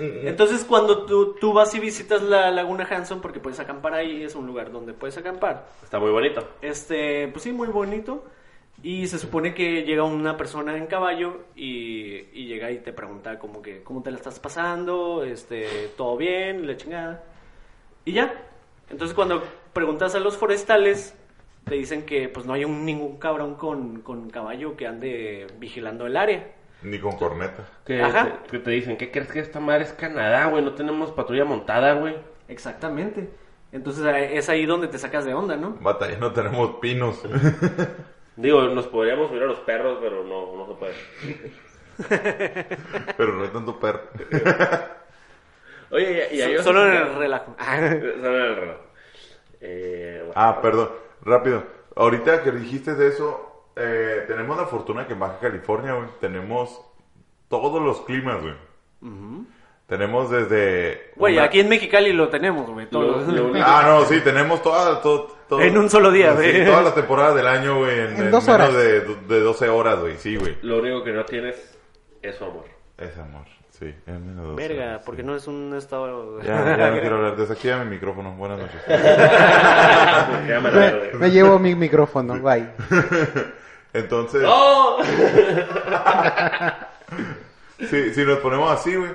[SPEAKER 1] Entonces cuando tú, tú vas y visitas la laguna Hanson, porque puedes acampar ahí, es un lugar donde puedes acampar.
[SPEAKER 5] Está muy bonito.
[SPEAKER 1] Este, pues sí, muy bonito. Y se supone que llega una persona en caballo y, y llega y te pregunta como que, ¿cómo te la estás pasando? Este, ¿todo bien? La chingada. Y ya. Entonces cuando preguntas a los forestales, te dicen que pues no hay un- ningún cabrón con, con caballo que ande vigilando el área.
[SPEAKER 4] Ni con corneta.
[SPEAKER 5] Que,
[SPEAKER 1] Ajá.
[SPEAKER 5] Te, que te dicen, ¿qué crees que esta madre es Canadá, güey? No tenemos patrulla montada, güey.
[SPEAKER 1] Exactamente. Entonces eh, es ahí donde te sacas de onda, ¿no?
[SPEAKER 4] Bata, ya no tenemos pinos.
[SPEAKER 5] Digo, nos podríamos subir a los perros, pero no, no se puede.
[SPEAKER 4] Pero no hay tanto perro.
[SPEAKER 5] Oye, y, y
[SPEAKER 1] So-
[SPEAKER 5] ahí vas a
[SPEAKER 1] Solo en el
[SPEAKER 5] sacar-
[SPEAKER 1] relajo.
[SPEAKER 5] Solo en el reloj. Eh, bueno.
[SPEAKER 4] Ah, perdón. Rápido. Ahorita que dijiste de eso, eh, tenemos la fortuna que en Baja California, güey, tenemos todos los climas, güey. Tenemos desde...
[SPEAKER 1] Güey,
[SPEAKER 4] una-
[SPEAKER 1] aquí en Mexicali lo tenemos, güey. todo.
[SPEAKER 5] Lo- lo único-
[SPEAKER 4] Ah, no, sí, tenemos todas... todo- todo-
[SPEAKER 1] En un solo día,
[SPEAKER 4] sí,
[SPEAKER 1] güey.
[SPEAKER 4] todas las temporadas del año, güey. En,
[SPEAKER 2] En
[SPEAKER 4] en
[SPEAKER 2] dos
[SPEAKER 4] menos
[SPEAKER 2] horas.
[SPEAKER 4] De, de 12 horas, güey. Sí, güey.
[SPEAKER 5] Lo único que no tienes es su amor.
[SPEAKER 4] Es amor. Sí, en menos de 12
[SPEAKER 1] Verga,
[SPEAKER 4] horas,
[SPEAKER 1] porque
[SPEAKER 4] sí.
[SPEAKER 1] no es un estado...
[SPEAKER 4] Ya, ya no quiero hablar. Desactiva mi micrófono. Buenas noches.
[SPEAKER 5] Ya me la
[SPEAKER 2] Me,
[SPEAKER 5] veo,
[SPEAKER 2] me
[SPEAKER 5] güey.
[SPEAKER 2] llevo mi micrófono, bye.
[SPEAKER 4] Entonces...
[SPEAKER 5] ¡No!
[SPEAKER 4] Si, si nos ponemos así, güey,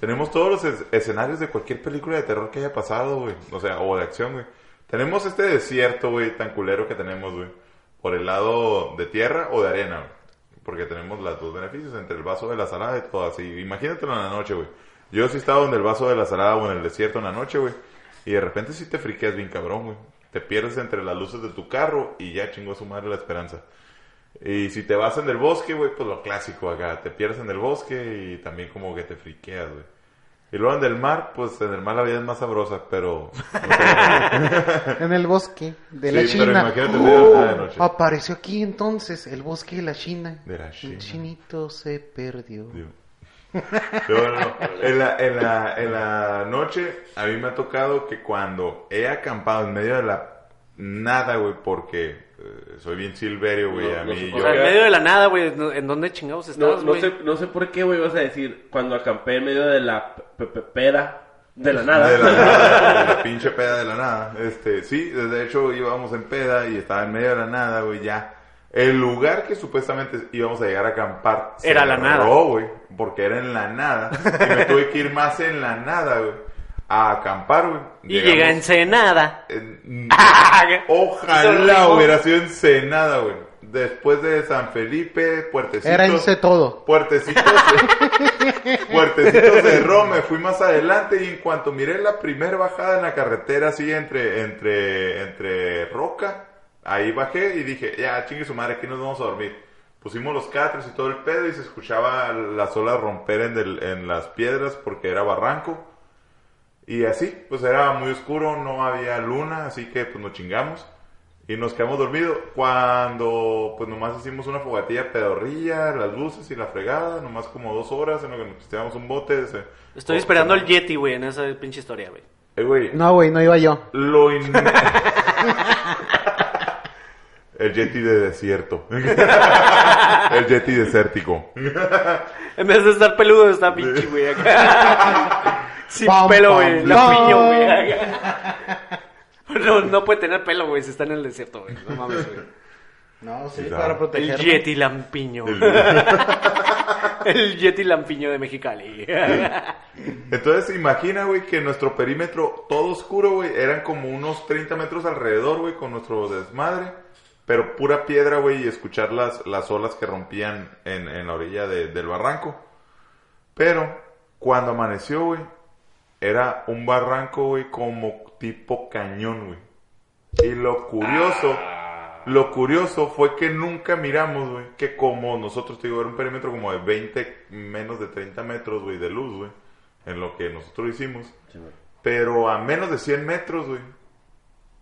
[SPEAKER 4] tenemos todos los es- escenarios de cualquier película de terror que haya pasado, güey. O sea, o de acción, güey. Tenemos este desierto, güey, tan culero que tenemos, güey. Por el lado de tierra o de arena, güey. Porque tenemos los dos beneficios, entre el vaso de la salada y todo así. Imagínatelo en la noche, güey. Yo sí estaba en el vaso de la salada o en el desierto en la noche, güey. Y de repente sí te friqueas bien cabrón, güey. Te pierdes entre las luces de tu carro y ya chingó a su madre la esperanza. Y si te vas en el bosque, güey, pues lo clásico acá, te pierdes en el bosque y también como que te friqueas, güey. Y luego en el mar, pues en el mar la vida es más sabrosa, pero...
[SPEAKER 2] En el bosque de la
[SPEAKER 4] Sí,
[SPEAKER 2] China.
[SPEAKER 4] pero
[SPEAKER 2] Oh,
[SPEAKER 4] imagínate el video de la noche.
[SPEAKER 2] Apareció aquí entonces el bosque de la China.
[SPEAKER 4] De la China.
[SPEAKER 2] El chinito se perdió.
[SPEAKER 4] Digo. Pero bueno, en, la, en, la, en la noche a mí me ha tocado que cuando he acampado en medio de la nada, güey, porque eh, soy bien silverio, güey,
[SPEAKER 5] No,
[SPEAKER 4] a
[SPEAKER 5] no
[SPEAKER 4] mí
[SPEAKER 5] se
[SPEAKER 4] yo...
[SPEAKER 1] O sea, en
[SPEAKER 5] Oiga.
[SPEAKER 1] medio de la nada, güey. no- ¿En dónde chingados
[SPEAKER 5] No,
[SPEAKER 1] estabas,
[SPEAKER 5] no,
[SPEAKER 1] güey?
[SPEAKER 5] sé, no sé por qué, güey, vas a decir cuando acampé en medio de la pe- pe- peda, de la nada.
[SPEAKER 4] De la nada, de la pinche peda de la nada. Este, sí, de hecho íbamos en peda y estaba en medio de la nada, güey, ya. El lugar que supuestamente íbamos a llegar a acampar se
[SPEAKER 1] Era la nada.
[SPEAKER 4] cerró, güey, porque era en la nada. Y me tuve que ir más en la nada, güey, a acampar, güey.
[SPEAKER 1] Y
[SPEAKER 4] Llegamos
[SPEAKER 1] llega Ensenada.
[SPEAKER 4] en-
[SPEAKER 1] ¡Ah!
[SPEAKER 4] Ojalá
[SPEAKER 1] Hizo
[SPEAKER 4] hubiera sido Ensenada, güey. Después de San Felipe, Puertecitos.
[SPEAKER 2] Era hice todo.
[SPEAKER 4] Puertecitos. Puertecitos cerró, me fui más adelante y en cuanto miré la primera bajada en la carretera, así entre, entre, entre roca, ahí bajé y dije, ya, chingue su madre, aquí nos vamos a dormir. Pusimos los catres y todo el pedo y se escuchaba las olas romper en, el- en las piedras porque era barranco. Y así, pues era muy oscuro, no había luna, así que pues nos chingamos. Y nos quedamos dormidos cuando pues nomás hicimos una fogatilla pedorrilla, las luces y la fregada, nomás como dos horas en lo que nos pisteamos un bote. se-
[SPEAKER 1] Estoy esperando al Yeti, güey, en esa pinche historia, güey.
[SPEAKER 4] Eh, güey,
[SPEAKER 2] No, güey, no iba yo.
[SPEAKER 4] lo in- El Yeti de desierto. el Yeti desértico.
[SPEAKER 1] En vez de estar peludo, está pinche, güey. acá. Sin
[SPEAKER 2] Pam,
[SPEAKER 1] pelo,
[SPEAKER 2] pam,
[SPEAKER 1] güey. La
[SPEAKER 2] pam.
[SPEAKER 1] piño, güey. acá. No, no puede tener pelo, güey, si está en el desierto, güey. No mames, güey.
[SPEAKER 2] No, sí,
[SPEAKER 4] Sí, claro.
[SPEAKER 2] para
[SPEAKER 1] El
[SPEAKER 2] proteger.
[SPEAKER 1] Yeti Lampiño. El Yeti Lampiño de Mexicali.
[SPEAKER 4] Entonces, imagina, güey, que nuestro perímetro todo oscuro, güey, eran como unos 30 metros alrededor, güey, con nuestro desmadre. Pero pura piedra, güey, y escuchar las, las olas que rompían en, en la orilla de- del barranco. Pero, cuando amaneció, güey, era un barranco, güey, como tipo cañón, güey. Y lo curioso,
[SPEAKER 5] Ah.
[SPEAKER 4] lo curioso fue que nunca miramos, güey, que como nosotros, te digo, era un perímetro como de 20, menos de 30 metros, güey, de luz, güey, en lo que nosotros hicimos. Pero a menos de 100 metros, güey,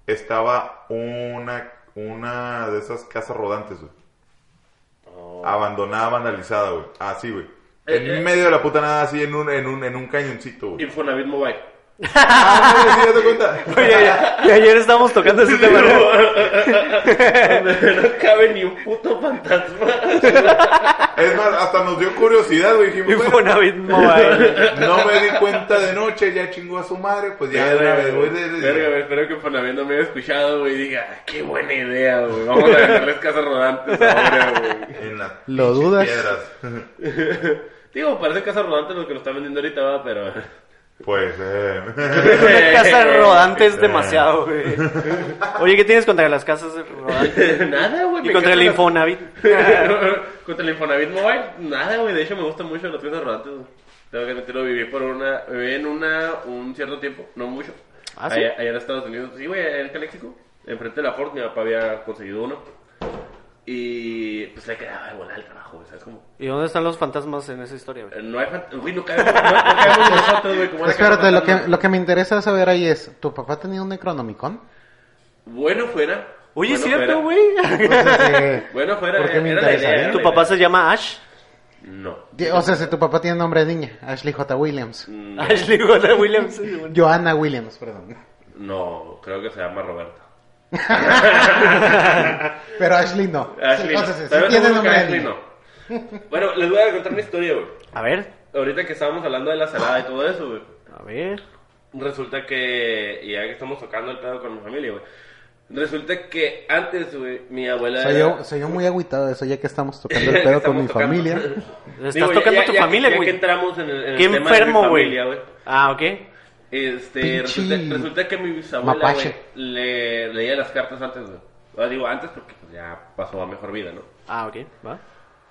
[SPEAKER 4] estaba una, una de esas casas rodantes, güey. Abandonada, vandalizada, güey. Así, güey. En
[SPEAKER 5] Oh. Eh, eh.
[SPEAKER 4] medio de la puta nada, así, en un, en un, en un cañoncito, güey.
[SPEAKER 5] Infonavit Mobile.
[SPEAKER 4] Ah, güey, sí, ya te cuenta.
[SPEAKER 1] Oye, y ayer estábamos tocando ese tema. ¿no?
[SPEAKER 5] no cabe ni un puto fantasma.
[SPEAKER 4] Es más, hasta nos dio curiosidad, güey. Dijimos, bueno,
[SPEAKER 1] Infonavit Mobile.
[SPEAKER 4] No me di cuenta de noche, ya chingó a su madre, pues ya de una vez voy de- de-
[SPEAKER 5] Verga, güey, espero que Infonavit no me haya escuchado, güey, y diga, "Ah, qué buena idea, güey. Vamos a venderles casas rodantes ahora, güey.
[SPEAKER 4] en las
[SPEAKER 2] Lo dudas.
[SPEAKER 4] piedras.
[SPEAKER 5] Digo, parece casas rodantes lo que lo están vendiendo ahorita, va, pero...
[SPEAKER 4] Pues, eh.
[SPEAKER 1] Una casa rodante es demasiado, güey. Oye, ¿qué tienes contra las casas rodantes?
[SPEAKER 5] Nada, güey.
[SPEAKER 1] Y
[SPEAKER 5] me
[SPEAKER 1] contra el
[SPEAKER 5] encantan
[SPEAKER 1] Infonavit.
[SPEAKER 5] las- contra el Infonavit Mobile, nada, güey. De hecho, me gustan mucho las casas rodantes, güey. Tengo que admitirlo, viví por una... Viví en una un cierto tiempo, no mucho.
[SPEAKER 1] Ah, ¿sí?
[SPEAKER 5] Allá, allá en Estados Unidos. Sí, güey, allá en Caléxico. Enfrente de la Ford, mi papá había conseguido uno. Y pues le quedaba de volar el trabajo, güey, ¿sabes cómo?
[SPEAKER 1] ¿Y dónde están los fantasmas en esa historia, güey?
[SPEAKER 5] Eh, No hay fant- Güey, no caemos, no, no caemos nosotros, güey. como una
[SPEAKER 2] Espérate,
[SPEAKER 5] casa
[SPEAKER 2] lo que,
[SPEAKER 5] fantasma.
[SPEAKER 2] lo que me interesa saber ahí es, ¿tu papá tenía un Necronomicon?
[SPEAKER 5] Bueno fuera.
[SPEAKER 1] Oye,
[SPEAKER 5] bueno fuera.
[SPEAKER 1] ¿cierto, güey?
[SPEAKER 2] Entonces, eh,
[SPEAKER 5] Bueno fuera,
[SPEAKER 2] ¿Por qué me
[SPEAKER 5] era la idea,
[SPEAKER 2] interesaría?
[SPEAKER 5] era
[SPEAKER 1] ¿Tu
[SPEAKER 5] la
[SPEAKER 1] papá
[SPEAKER 5] idea.
[SPEAKER 1] se llama Ash?
[SPEAKER 5] No.
[SPEAKER 2] di- o sea, si tu papá tiene nombre de niña, Ashley J. Williams.
[SPEAKER 5] Mm,
[SPEAKER 1] Ashley J. Williams.
[SPEAKER 2] Joanna Williams, perdón.
[SPEAKER 5] No, creo que se llama Roberto.
[SPEAKER 2] Pero Ashley no.
[SPEAKER 5] Ashley.
[SPEAKER 2] Entonces, sí
[SPEAKER 5] Tal vez
[SPEAKER 2] tiene
[SPEAKER 5] tenemos
[SPEAKER 2] nombre
[SPEAKER 5] que
[SPEAKER 2] de
[SPEAKER 5] Ashley
[SPEAKER 2] niña.
[SPEAKER 5] no. Bueno, les voy a contar una historia, güey.
[SPEAKER 1] A ver,
[SPEAKER 5] Ahorita que estábamos hablando de la salada y todo eso, güey.
[SPEAKER 1] a ver.
[SPEAKER 5] Resulta que. y Ya que estamos tocando el pedo con mi familia, güey. Resulta que antes, güey, mi abuela.
[SPEAKER 2] Soy
[SPEAKER 5] era-
[SPEAKER 2] yo, soy yo muy agüitado de eso, ya que estamos tocando el pedo con
[SPEAKER 5] Estamos
[SPEAKER 2] mi
[SPEAKER 5] tocando.
[SPEAKER 2] familia.
[SPEAKER 5] Digo,
[SPEAKER 1] Estás
[SPEAKER 5] ya-
[SPEAKER 1] tocando
[SPEAKER 5] ya-
[SPEAKER 1] tu
[SPEAKER 5] ya-
[SPEAKER 1] familia,
[SPEAKER 5] ya
[SPEAKER 1] güey.
[SPEAKER 5] que entramos en el, en el
[SPEAKER 1] Qué
[SPEAKER 5] tema de mi
[SPEAKER 1] enfermo, güey.
[SPEAKER 5] familia, güey.
[SPEAKER 1] Ah, ok.
[SPEAKER 5] Este,
[SPEAKER 2] Pinche
[SPEAKER 5] resulta, resulta que mi bisabuela
[SPEAKER 2] mapache.
[SPEAKER 5] güey, le leía las cartas antes, güey. O sea, digo antes porque pues, ya pasó a mejor vida, ¿no?
[SPEAKER 1] Ah, ok. Va.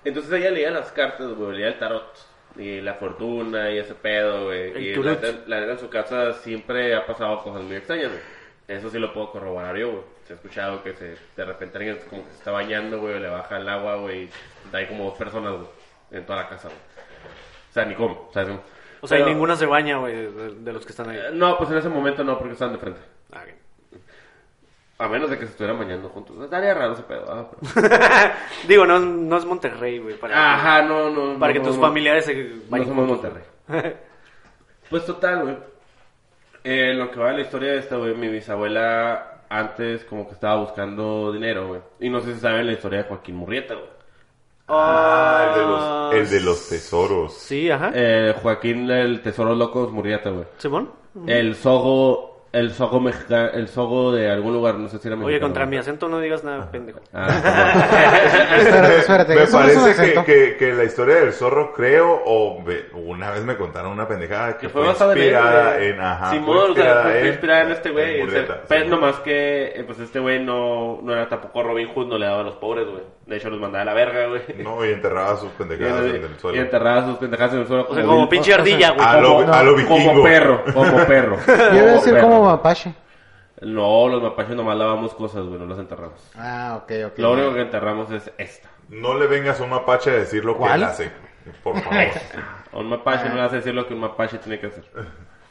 [SPEAKER 5] Entonces ella leía las cartas, güey, leía el tarot. Y la fortuna y ese pedo, güey.
[SPEAKER 1] El
[SPEAKER 5] Y la
[SPEAKER 1] Tourette.
[SPEAKER 5] neta- la neta en su casa siempre ha pasado cosas muy extrañas, güey. Eso sí lo puedo corroborar yo, güey. Se ha escuchado que se, de repente alguien como que se está bañando, güey, le baja el agua, güey. y Hay como dos personas, güey, en toda la casa, güey. O sea, ni cómo, ¿sabes? cómo?
[SPEAKER 1] O sea, y
[SPEAKER 5] Pero-
[SPEAKER 1] ninguno se baña, güey, de, de los que están ahí.
[SPEAKER 5] Eh, No, pues en ese momento no, porque estaban de frente.
[SPEAKER 1] Ah, ok.
[SPEAKER 5] A menos de que se estuvieran bañando juntos. Estaría raro ese pedo. ah, pero-
[SPEAKER 1] Digo, no, no es Monterrey, güey. Para,
[SPEAKER 5] Ajá, no, no.
[SPEAKER 1] para
[SPEAKER 5] no,
[SPEAKER 1] que
[SPEAKER 5] no,
[SPEAKER 1] tus
[SPEAKER 5] no.
[SPEAKER 1] familiares se
[SPEAKER 5] No
[SPEAKER 1] vayan.
[SPEAKER 5] somos Monterrey. Pues total, güey. Eh, lo que va de la historia de esta, güey, mi bisabuela antes como que estaba buscando dinero, güey. Y no sé si saben la historia de Joaquín Murrieta, güey.
[SPEAKER 4] Ah, el de los, el de los tesoros.
[SPEAKER 1] Sí, ajá.
[SPEAKER 5] Eh, Joaquín el Tesoro Locos Murrieta, güey.
[SPEAKER 1] ¿Simón?
[SPEAKER 5] El sogo, el sogo mexicano, el sogo de algún lugar, no sé si era mexicano.
[SPEAKER 1] Oye, contra mi
[SPEAKER 5] güey.
[SPEAKER 1] acento no digas nada, pendejo.
[SPEAKER 5] Ah,
[SPEAKER 2] Espérate, espérate.
[SPEAKER 4] Me
[SPEAKER 2] eso no es un
[SPEAKER 4] parece que,
[SPEAKER 2] acento.
[SPEAKER 4] que, que la historia del zorro, creo, o ve- una vez me contaron una pendejada que,
[SPEAKER 5] que
[SPEAKER 4] fue,
[SPEAKER 5] fue basada en él,
[SPEAKER 4] inspirada
[SPEAKER 5] güey.
[SPEAKER 4] en. Ajá,
[SPEAKER 5] Simón,
[SPEAKER 4] fue
[SPEAKER 5] o sea,
[SPEAKER 4] inspirada
[SPEAKER 5] fue inspirada en este
[SPEAKER 4] en
[SPEAKER 5] güey. Ese
[SPEAKER 4] Murrieta,
[SPEAKER 5] pez
[SPEAKER 4] sí.
[SPEAKER 5] nomás que, eh, pues este güey no, no era tampoco Robin Hood, no le daba a los pobres, güey. De hecho, los mandaba a la verga, güey.
[SPEAKER 4] No, y enterraba sus
[SPEAKER 5] Y,
[SPEAKER 4] pendejadas en el
[SPEAKER 5] y
[SPEAKER 4] suelo.
[SPEAKER 5] enterraba sus pendejadas en el suelo.
[SPEAKER 1] O sea, como pinche ardilla, güey.
[SPEAKER 4] A lo,
[SPEAKER 2] como-
[SPEAKER 4] a Ah, lo vikingo.
[SPEAKER 5] como perro, como perro.
[SPEAKER 2] Yo iba a decir como mapache.
[SPEAKER 5] No, los mapaches nomás lavamos cosas, güey, no los enterramos.
[SPEAKER 2] Ah, ok, ok.
[SPEAKER 5] Lo único que enterramos es esta.
[SPEAKER 4] No le vengas a un mapache a decir lo que
[SPEAKER 2] ¿Cuál?
[SPEAKER 4] él hace. Por favor. Pues
[SPEAKER 5] A un mapache no le hace decir lo que un mapache tiene que hacer.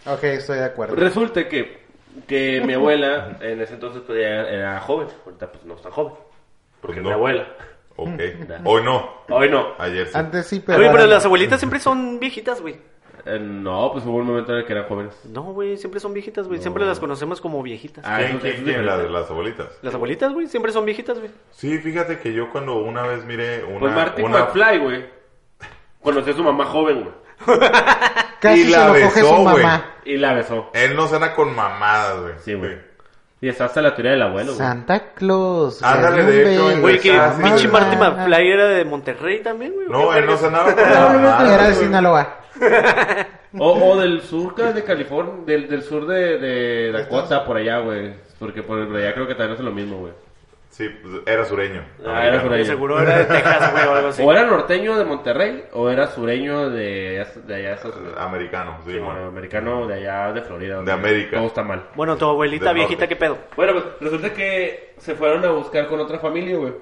[SPEAKER 2] Ok, estoy de acuerdo.
[SPEAKER 5] Resulta que, que mi abuela, en ese entonces pues, ya era joven, ahorita pues no está joven. Porque
[SPEAKER 4] Pues
[SPEAKER 5] mi
[SPEAKER 4] no.
[SPEAKER 5] abuela.
[SPEAKER 4] Ok. Hoy no.
[SPEAKER 5] Hoy no.
[SPEAKER 4] Ayer sí.
[SPEAKER 2] Antes sí, pero.
[SPEAKER 1] Oye, pero
[SPEAKER 2] ahora
[SPEAKER 1] las
[SPEAKER 2] no.
[SPEAKER 1] abuelitas siempre son viejitas, güey.
[SPEAKER 5] Eh, no, pues hubo un momento en el que eran jóvenes.
[SPEAKER 1] No, güey, siempre son viejitas, güey. Siempre las conocemos como viejitas.
[SPEAKER 5] Ah,
[SPEAKER 4] ¿Quién,
[SPEAKER 5] eso es
[SPEAKER 4] quién, quién?
[SPEAKER 5] diferente.
[SPEAKER 4] Las, las abuelitas.
[SPEAKER 1] Las abuelitas, güey, siempre son viejitas, güey.
[SPEAKER 4] Sí, fíjate que yo cuando una vez miré una...
[SPEAKER 5] Pues Martin
[SPEAKER 4] una-
[SPEAKER 5] McFly, güey. Conoció a su mamá joven, güey.
[SPEAKER 2] Casi
[SPEAKER 4] Y
[SPEAKER 2] se
[SPEAKER 4] la
[SPEAKER 2] lo coge
[SPEAKER 4] besó,
[SPEAKER 2] su
[SPEAKER 4] güey.
[SPEAKER 2] mamá.
[SPEAKER 5] Y la besó.
[SPEAKER 4] Él no cena con mamadas, güey.
[SPEAKER 5] Sí, güey. Y está hasta la teoría del abuelo, güey.
[SPEAKER 2] Santa Claus.
[SPEAKER 4] Ándale,
[SPEAKER 2] le dio un
[SPEAKER 4] de hecho,
[SPEAKER 2] beso
[SPEAKER 1] Güey, que
[SPEAKER 2] a
[SPEAKER 4] Ah,
[SPEAKER 2] su
[SPEAKER 4] sí,
[SPEAKER 1] pinche
[SPEAKER 4] güey.
[SPEAKER 2] mamá.
[SPEAKER 1] Marty McFly era de Monterrey también, güey.
[SPEAKER 4] No,
[SPEAKER 1] ¿Qué
[SPEAKER 4] él no
[SPEAKER 1] verga?
[SPEAKER 4] cenaba con
[SPEAKER 2] No, no, no,
[SPEAKER 4] mamadas.
[SPEAKER 2] Era de
[SPEAKER 4] güey.
[SPEAKER 2] Sinaloa.
[SPEAKER 5] O, o del sur, que es de California, del, del sur de, de Dakota, por allá, güey. Porque por allá creo que también es lo mismo, güey.
[SPEAKER 4] Sí, pues, era sureño.
[SPEAKER 5] Ah, era
[SPEAKER 1] De
[SPEAKER 5] sureño.
[SPEAKER 1] seguro era de Texas, güey, o algo así.
[SPEAKER 5] O era norteño de Monterrey, o era sureño de, allá- de allá, esos-
[SPEAKER 4] Americano, sí,
[SPEAKER 5] Ah, sí,
[SPEAKER 4] bueno.
[SPEAKER 5] bueno, americano de allá de Florida. donde
[SPEAKER 4] América.
[SPEAKER 5] Todo está mal.
[SPEAKER 1] Bueno, tu abuelita
[SPEAKER 4] Del
[SPEAKER 1] viejita, ¿qué
[SPEAKER 4] norte.
[SPEAKER 1] pedo?
[SPEAKER 5] Bueno, pues resulta que se fueron a buscar con otra familia, güey.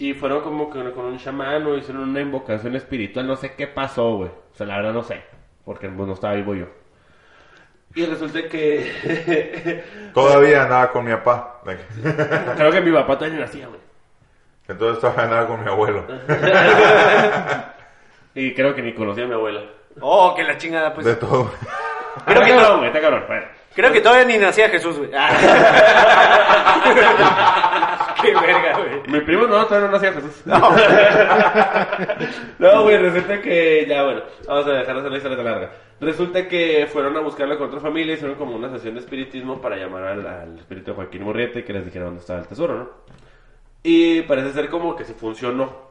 [SPEAKER 5] Y fueron como que con un chamán o hicieron una invocación espiritual. No sé qué pasó, güey. O sea, la verdad no sé. Porque pues, no estaba vivo yo. Y resulta que.
[SPEAKER 4] Todavía andaba con mi papá.
[SPEAKER 5] Creo que mi papá todavía no nacía, güey.
[SPEAKER 4] Entonces todavía andaba con mi abuelo.
[SPEAKER 5] Y creo que ni conocía a mi abuela.
[SPEAKER 1] Oh, que la chingada, pues.
[SPEAKER 4] De todo.
[SPEAKER 1] Creo
[SPEAKER 5] Está
[SPEAKER 1] que
[SPEAKER 5] cabrón, güey, está cabrón. Bueno.
[SPEAKER 1] Creo que todavía ni nacía Jesús, güey. Ah. Qué verga, güey.
[SPEAKER 5] Mi primo no, todavía no nacía Jesús. No, güey, resulta que ya, bueno, vamos a dejar hacer la historia tan larga. Resulta que fueron a buscarla con otra familia, hicieron como una sesión de espiritismo para llamar al, al espíritu de Joaquín Murriete que les dijera dónde estaba el tesoro, ¿no? Y parece ser como que sí funcionó.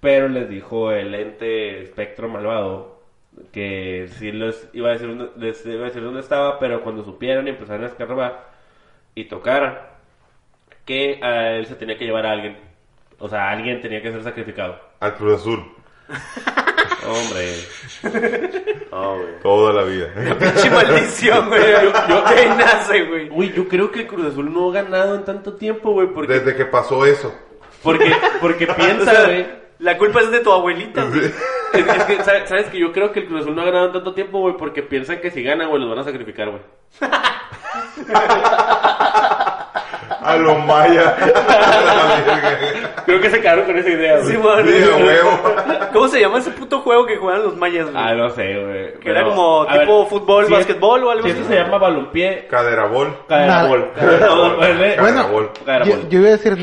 [SPEAKER 5] Pero les dijo el ente espectro malvado que sí les iba a decir, dónde- les iba a decir dónde estaba, pero cuando supieran y empezaran a escarbar y tocaran, que a él se tenía que llevar a alguien. O sea, alguien tenía que ser sacrificado.
[SPEAKER 4] Al Cruz Azul.
[SPEAKER 5] Hombre. Hombre.
[SPEAKER 4] Toda la vida.
[SPEAKER 1] Pinche maldición, güey. Yo que nace, güey.
[SPEAKER 5] Uy, yo creo que Cruz Azul no ha ganado en tanto tiempo, güey, porque,
[SPEAKER 4] Desde que pasó eso.
[SPEAKER 5] porque, porque
[SPEAKER 1] O
[SPEAKER 5] piensa, güey.
[SPEAKER 1] sea, la culpa es de tu abuelita, güey.
[SPEAKER 5] Es, es que, ¿sabes sabes que yo creo que el Cruz Azul no ha ganado en tanto tiempo, güey? Porque piensan que si gana, güey, los van a sacrificar, güey.
[SPEAKER 4] A los mayas.
[SPEAKER 5] Creo que se quedaron con esa idea, güey.
[SPEAKER 1] Sí, güey.
[SPEAKER 4] Sí, a huevo.
[SPEAKER 1] ¿Cómo se llama ese puto juego que juegan los mayas, güey?
[SPEAKER 5] Ah, no sé, güey.
[SPEAKER 1] Que era como tipo fútbol, básquetbol o algo
[SPEAKER 5] así.
[SPEAKER 1] así.
[SPEAKER 5] Eso se llama balompié,
[SPEAKER 4] Caderabol.
[SPEAKER 5] caderabol.
[SPEAKER 4] Caderabol.
[SPEAKER 2] Bueno, yo,
[SPEAKER 5] Caderabol.
[SPEAKER 2] yo iba a decir
[SPEAKER 1] Hips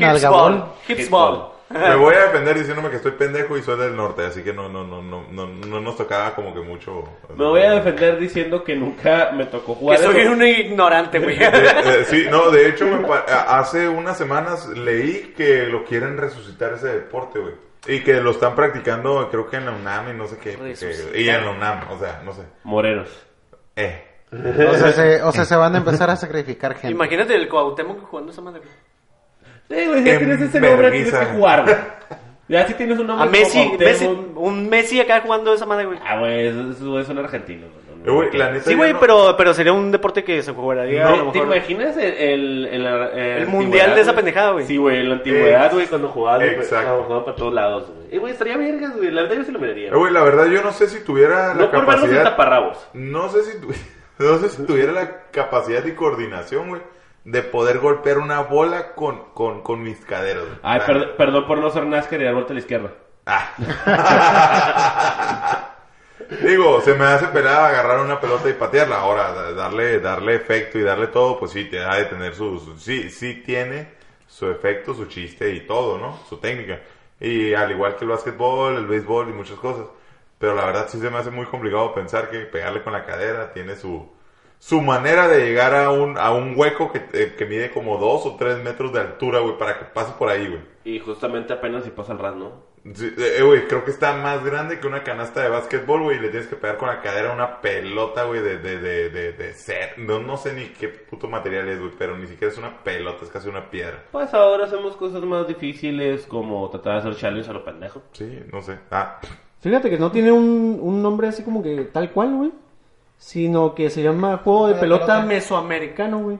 [SPEAKER 2] nalgabol.
[SPEAKER 1] ball. Hips ball.
[SPEAKER 4] Me voy a defender diciéndome que estoy pendejo y soy del norte, así que no, no, no, no, no, no nos tocaba como que mucho.
[SPEAKER 5] Me voy a defender diciendo que nunca me tocó
[SPEAKER 1] Que
[SPEAKER 5] jugar
[SPEAKER 1] soy
[SPEAKER 5] eso.
[SPEAKER 1] un ignorante, güey.
[SPEAKER 4] Eh, eh, sí, no, de hecho, me pa- a- hace unas semanas leí que lo quieren resucitar ese deporte, güey. Y que lo están practicando, creo que en la UNAM y no sé qué. porque-
[SPEAKER 1] Resucitar.
[SPEAKER 4] y en la UNAM, o sea, no sé.
[SPEAKER 5] Moreros.
[SPEAKER 4] Eh.
[SPEAKER 2] O sea, se, o sea, se van a empezar a sacrificar gente.
[SPEAKER 1] Imagínate el Cuauhtémoc jugando esa madre. güey.
[SPEAKER 5] Sí, güey, ya
[SPEAKER 4] En
[SPEAKER 5] tienes ese nombre, tienes
[SPEAKER 4] vergüenza.
[SPEAKER 5] que jugar, güey. Ya si tienes un nombre
[SPEAKER 1] A
[SPEAKER 5] como
[SPEAKER 1] Messi,
[SPEAKER 5] Cuauhtémoc.
[SPEAKER 1] Messi, un Messi acá jugando esa madre, güey.
[SPEAKER 5] Ah, güey, esos esos güeyes son argentinos. güey, no,
[SPEAKER 4] Eh,
[SPEAKER 5] no,
[SPEAKER 4] güey,
[SPEAKER 5] no.
[SPEAKER 4] la neta,
[SPEAKER 1] Sí,
[SPEAKER 4] yo
[SPEAKER 1] güey,
[SPEAKER 4] no-
[SPEAKER 1] pero, pero sería un deporte que se jugaría a lo
[SPEAKER 5] ¿Te
[SPEAKER 1] mejor.
[SPEAKER 5] imaginas el, el, el, la- eh,
[SPEAKER 1] El
[SPEAKER 5] antigüedad,
[SPEAKER 1] mundial de esa
[SPEAKER 5] güey?
[SPEAKER 1] pendejada, güey.
[SPEAKER 5] Sí, güey, en la antigüedad,
[SPEAKER 4] Ex-
[SPEAKER 5] güey, cuando jugabas, güey,
[SPEAKER 4] Exacto.
[SPEAKER 5] cuando jugaban para todos lados, güey. Eh, güey, estaría vergas, güey, la verdad yo sí lo miraría.
[SPEAKER 4] Eh, güey, la verdad, yo no sé si tuviera la
[SPEAKER 5] no por verlos en
[SPEAKER 4] capacidad.
[SPEAKER 5] taparrabos.
[SPEAKER 4] No sé si, tu- no sé si tuviera la capacidad y coordinación, güey, de poder golpear una bola con, con, con mis caderas. güey.
[SPEAKER 5] Ay,
[SPEAKER 4] La neta.
[SPEAKER 5] per- perdón por no ser Nazca y dar vuelta a la izquierda.
[SPEAKER 4] Digo, se me hace pelada agarrar una pelota y patearla. Ahora, da- darle, darle efecto y darle todo, pues sí, te ha de tener su, su- sí, sí tiene su efecto, su chiste y todo, ¿no? Su técnica. Y al igual que el básquetbol, el béisbol y muchas cosas. Pero la verdad sí se me hace muy complicado pensar que pegarle con la cadera tiene su, su manera de llegar a un, a un hueco que, eh, que mide como dos o tres metros de altura, güey, para que pase por ahí, güey.
[SPEAKER 5] Y justamente apenas si pasa el ras, ¿no?
[SPEAKER 4] Sí, eh, eh, güey, creo que está más grande que una canasta de básquetbol, güey, y le tienes que pegar con la cadera una pelota, güey, de, de, de, de, de ser. No, no sé ni qué puto material es, güey, pero ni siquiera es una pelota, es casi una piedra.
[SPEAKER 5] Pues ahora hacemos cosas más difíciles como tratar de hacer challenge a lo pendejo.
[SPEAKER 4] Sí, no sé. Ah,
[SPEAKER 1] Fíjate que no tiene un, un nombre así como que tal cual, güey. Sino que se llama juego de pelota, mesoamericano, güey.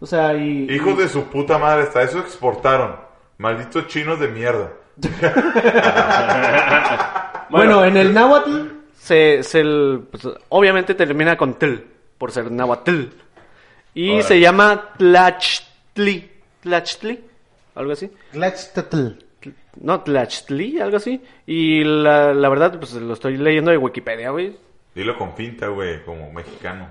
[SPEAKER 1] O sea, y...
[SPEAKER 4] hijos de su puta madre, hasta eso exportaron. Malditos chinos de mierda.
[SPEAKER 1] Bueno, en el náhuatl se, se el- pues, obviamente termina con tel, por ser náhuatl. Y se llama tlachtli, tlachtli, algo así.
[SPEAKER 2] Tlaxtetl.
[SPEAKER 1] No, tlachtli, algo así. Y la, la verdad, pues lo estoy leyendo de Wikipedia, güey.
[SPEAKER 4] Dilo con pinta, güey, como mexicano.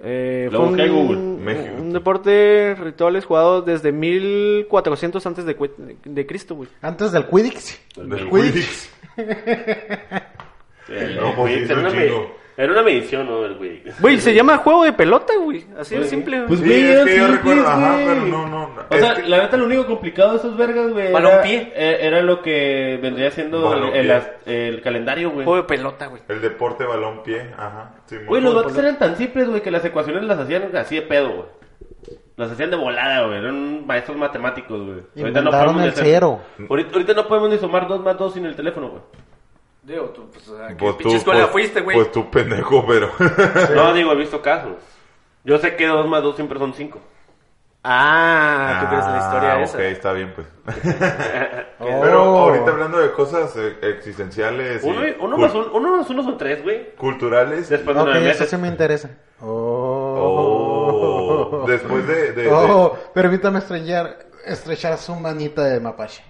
[SPEAKER 1] Eh,
[SPEAKER 3] Lo
[SPEAKER 1] fue
[SPEAKER 3] busqué en
[SPEAKER 1] un-
[SPEAKER 3] Google.
[SPEAKER 4] México.
[SPEAKER 1] Un deporte rituales jugado desde 1400 antes de, cu- de Cristo, güey.
[SPEAKER 2] Antes del Quidditch.
[SPEAKER 4] Del
[SPEAKER 2] Quidditch.
[SPEAKER 4] Quidditch.
[SPEAKER 3] El-
[SPEAKER 4] No,
[SPEAKER 3] el
[SPEAKER 4] pues,
[SPEAKER 3] Quidditch
[SPEAKER 4] hizo
[SPEAKER 3] era,
[SPEAKER 4] un
[SPEAKER 3] una me-
[SPEAKER 4] chingo.
[SPEAKER 3] era una medición, ¿no? El güey.
[SPEAKER 1] Güey, se llama juego de pelota, güey. Así
[SPEAKER 3] Güey,
[SPEAKER 1] de Pues simple.
[SPEAKER 9] Pues,
[SPEAKER 4] Sí,
[SPEAKER 9] güey,
[SPEAKER 4] es
[SPEAKER 9] eran
[SPEAKER 4] que yo
[SPEAKER 9] simples,
[SPEAKER 4] recuerdo, ajá,
[SPEAKER 9] güey.
[SPEAKER 4] pero no, no. no.
[SPEAKER 9] O
[SPEAKER 4] Es
[SPEAKER 9] sea,
[SPEAKER 4] que-
[SPEAKER 9] la neta, lo único complicado de esos vergas, güey. Era,
[SPEAKER 5] Balompié.
[SPEAKER 9] eh, era lo que vendría siendo el,
[SPEAKER 4] Balompié.
[SPEAKER 9] el as- el calendario, güey.
[SPEAKER 1] juego de pelota, güey.
[SPEAKER 4] El deporte balón pie, ajá. sí,
[SPEAKER 9] Güey, los
[SPEAKER 4] muy-
[SPEAKER 9] vatos eran tan simples, güey,
[SPEAKER 5] Que las ecuaciones las hacían así de pedo, güey. Las hacían de volada, güey. Eran maestros matemáticos, güey.
[SPEAKER 2] Inventaron
[SPEAKER 5] ni
[SPEAKER 2] el
[SPEAKER 5] hacer-
[SPEAKER 2] cero.
[SPEAKER 5] Ahorita, ahorita no podemos ni sumar 2 más 2 sin el teléfono, güey.
[SPEAKER 1] Digo, tú, pues, ¿a qué
[SPEAKER 4] Pues tú,
[SPEAKER 1] pinche escuela
[SPEAKER 4] pues-
[SPEAKER 1] fuiste, güey?
[SPEAKER 4] Pues tú, pendejo, pero.
[SPEAKER 5] No, digo, he visto casos. Yo sé que 2 más 2 siempre son 5.
[SPEAKER 1] Ah, tú crees la historia
[SPEAKER 4] Ah,
[SPEAKER 1] esa.
[SPEAKER 4] Ok, está bien, pues.
[SPEAKER 2] Oh.
[SPEAKER 4] Pero ahorita hablando de cosas eh, existenciales. y
[SPEAKER 5] Uno, y- uno
[SPEAKER 4] cul-
[SPEAKER 5] más uno, uno más uno son 3, güey.
[SPEAKER 4] Culturales.
[SPEAKER 5] Después de
[SPEAKER 2] Ok,
[SPEAKER 5] nueve
[SPEAKER 2] eso
[SPEAKER 5] meses.
[SPEAKER 2] sí me interesa. Oh.
[SPEAKER 4] Oh. Después de. de- de-
[SPEAKER 2] Oh, permítame estrellar, estrechar su manita de mapache.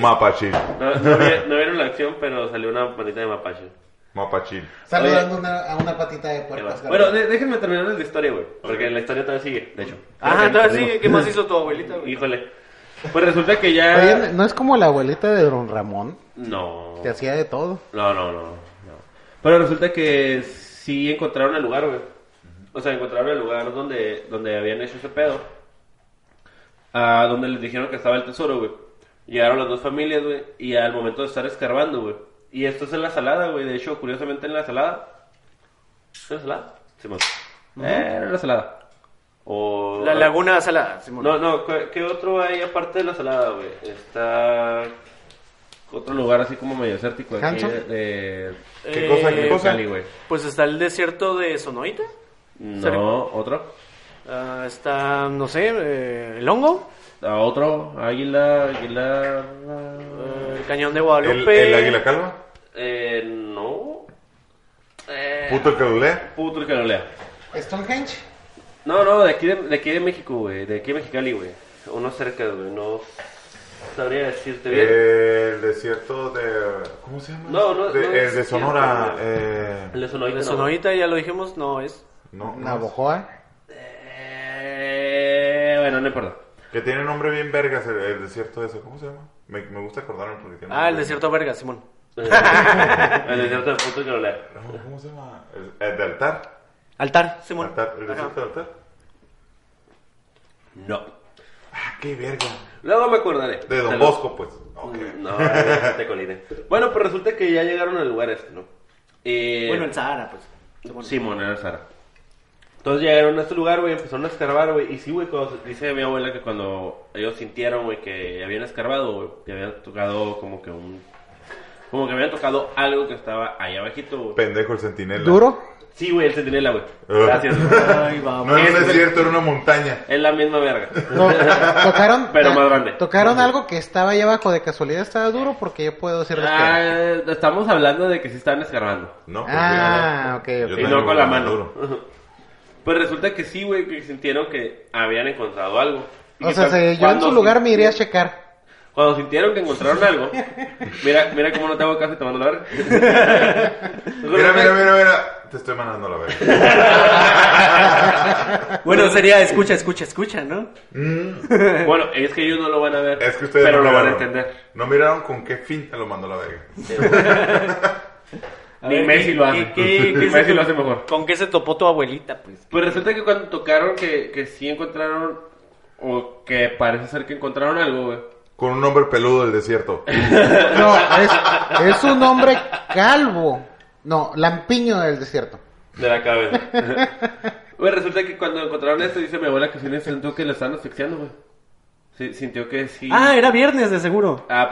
[SPEAKER 4] Mapachil.
[SPEAKER 5] No, no, vi- no vieron la acción, pero salió una manita de mapache.
[SPEAKER 4] Mapachil.
[SPEAKER 2] Saludando una- a una patita de puertas.
[SPEAKER 5] Bueno, de- déjenme terminar la historia, güey. Porque la historia todavía sigue, de hecho.
[SPEAKER 1] Ajá, entonces sí, ¿qué más hizo tu abuelita, güey?
[SPEAKER 5] Híjole. Pues resulta que ya...
[SPEAKER 2] Oye, ¿no es como la abuelita de Don Ramón?
[SPEAKER 5] No.
[SPEAKER 2] Que hacía de todo.
[SPEAKER 5] No, no, no, no. Pero resulta que sí encontraron el lugar, güey. O sea, encontraron el lugar donde, donde habían hecho ese pedo. Ah, donde les dijeron que estaba el tesoro, güey. Llegaron las dos familias, güey. Y al momento de estar escarbando, güey. Y esto es en la salada, güey. De hecho, curiosamente en la salada. ¿En la salada? Sí, más. Eh, era en la salada. O...
[SPEAKER 1] La laguna salada, Simón.
[SPEAKER 5] No, no, ¿qué, qué otro hay aparte de la salada, güey? Está otro lugar así como medio desértico aquí
[SPEAKER 2] ¿Hanson?
[SPEAKER 5] de, de-
[SPEAKER 4] ¿Qué cosa, qué
[SPEAKER 5] de
[SPEAKER 4] cosa?
[SPEAKER 5] Cali, güey.
[SPEAKER 1] Eh, Pues está el desierto de Sonoita.
[SPEAKER 5] No,
[SPEAKER 1] Cerca.
[SPEAKER 5] otro.
[SPEAKER 1] Ah, está, no sé, eh, el hongo.
[SPEAKER 5] Ah, otro, águila, águila.
[SPEAKER 1] eh, el cañón de
[SPEAKER 4] El,
[SPEAKER 1] Guadalupe.
[SPEAKER 4] el águila calva.
[SPEAKER 5] Eh, no. Eh,
[SPEAKER 4] Puto el que lo lea.
[SPEAKER 5] puto el que lo lea.
[SPEAKER 2] Stonehenge.
[SPEAKER 5] No, no, de aquí de, de aquí de México, güey. De aquí de Mexicali, güey. Uno cerca, güey. No sabría decirte bien.
[SPEAKER 1] Eh,
[SPEAKER 4] El desierto de. ¿Cómo se llama?
[SPEAKER 5] No, no,
[SPEAKER 4] De,
[SPEAKER 5] no
[SPEAKER 4] el
[SPEAKER 5] es
[SPEAKER 4] de
[SPEAKER 5] cierto,
[SPEAKER 4] Sonora.
[SPEAKER 5] güey.
[SPEAKER 4] Eh,
[SPEAKER 5] el de Sonoita.
[SPEAKER 1] De
[SPEAKER 5] no.
[SPEAKER 1] Sonoita, ya lo dijimos, no es.
[SPEAKER 4] no, no es-
[SPEAKER 2] Navojoa.
[SPEAKER 5] Eh, bueno, no importa.
[SPEAKER 4] Que tiene nombre bien vergas el, el desierto ese. ¿Cómo se llama? Me, me gusta acordarme porque tiene.
[SPEAKER 1] Ah, el
[SPEAKER 4] nombre.
[SPEAKER 1] desierto verga, Simón.
[SPEAKER 5] el desierto de puto que lo lea.
[SPEAKER 4] No, ¿Cómo se llama? El, el de altar.
[SPEAKER 1] Altar, Simón.
[SPEAKER 4] Altar, El desierto
[SPEAKER 1] Ajá.
[SPEAKER 4] de altar.
[SPEAKER 5] No.
[SPEAKER 4] Ah, qué verga.
[SPEAKER 5] Luego me acordaré.
[SPEAKER 4] De Don
[SPEAKER 5] Te lo-
[SPEAKER 4] Bosco, pues. Ok.
[SPEAKER 5] No, eh, te coliré. Bueno, pues resulta que ya llegaron al lugar este, ¿no? Eh,
[SPEAKER 1] Bueno, el Sahara, pues. Simón.
[SPEAKER 5] Simón era el Sara. Entonces llegaron a este lugar, güey, empezaron a escarbar, güey. Y sí, güey, cuando- dice mi abuela que cuando ellos sintieron, güey, que habían escarbado, güey, que habían tocado como que un. Como que habían tocado algo que estaba allá abajito, güey.
[SPEAKER 4] Pendejo el sentinela.
[SPEAKER 2] Duro.
[SPEAKER 5] Sí, güey, el sentinela, güey.
[SPEAKER 4] Ah.
[SPEAKER 5] Gracias.
[SPEAKER 1] Ay,
[SPEAKER 4] No,
[SPEAKER 5] Ah,
[SPEAKER 1] vamos.
[SPEAKER 4] no es desierto, era una montaña.
[SPEAKER 5] es la misma verga.
[SPEAKER 2] No, tocaron.
[SPEAKER 5] Pero más grande.
[SPEAKER 2] Tocaron algo que estaba ahí abajo. De casualidad estaba duro porque yo puedo decirles que.
[SPEAKER 5] Ah, estamos hablando de que sí estaban escarbando.
[SPEAKER 4] No, porque
[SPEAKER 2] Ah,
[SPEAKER 4] era-
[SPEAKER 2] ok, ok.
[SPEAKER 4] yo
[SPEAKER 5] Y
[SPEAKER 4] también
[SPEAKER 5] no con
[SPEAKER 4] voy
[SPEAKER 5] la
[SPEAKER 4] a
[SPEAKER 5] mano.
[SPEAKER 4] Maduro.
[SPEAKER 5] Pues resulta que sí, güey, que sintieron que habían encontrado algo. Y
[SPEAKER 2] O
[SPEAKER 5] que
[SPEAKER 2] sea,
[SPEAKER 5] cuan-
[SPEAKER 2] si yo en
[SPEAKER 5] cuando
[SPEAKER 2] su lugar me
[SPEAKER 5] sinti-
[SPEAKER 2] iría a checar.
[SPEAKER 5] Cuando sintieron que encontraron algo. Mira, mira cómo no te hago caso y te mando la verga.
[SPEAKER 4] Mira, mira, mira, mira. Te estoy mandando la verga.
[SPEAKER 1] Bueno, sería escucha, escucha, escucha, ¿no?
[SPEAKER 5] Bueno, es que ellos no lo van a ver.
[SPEAKER 4] Es que ustedes
[SPEAKER 5] pero
[SPEAKER 4] no
[SPEAKER 5] lo van a
[SPEAKER 4] miraron.
[SPEAKER 5] entender.
[SPEAKER 4] No miraron con qué fin te lo mandó la verga.
[SPEAKER 1] A
[SPEAKER 5] Ni
[SPEAKER 1] ver,
[SPEAKER 5] Messi
[SPEAKER 1] ¿qué-
[SPEAKER 5] lo hace.
[SPEAKER 1] qué- qué- qué
[SPEAKER 5] Ni
[SPEAKER 1] se
[SPEAKER 5] Messi
[SPEAKER 1] to-
[SPEAKER 5] lo hace mejor.
[SPEAKER 1] ¿Con qué se topó tu abuelita, pues?
[SPEAKER 5] Pues resulta que cuando tocaron que, que sí encontraron, o que parece ser que encontraron algo, güey.
[SPEAKER 4] Con un hombre peludo del desierto.
[SPEAKER 2] No, es, es un hombre calvo. No, lampiño del desierto.
[SPEAKER 5] De la cabeza. Güey, resulta que cuando encontraron esto, dice mi abuela que sí le sintió que le estaban asfixiando, güey. Sí, sintió que sí.
[SPEAKER 1] Ah, era viernes, de seguro.
[SPEAKER 5] Ah,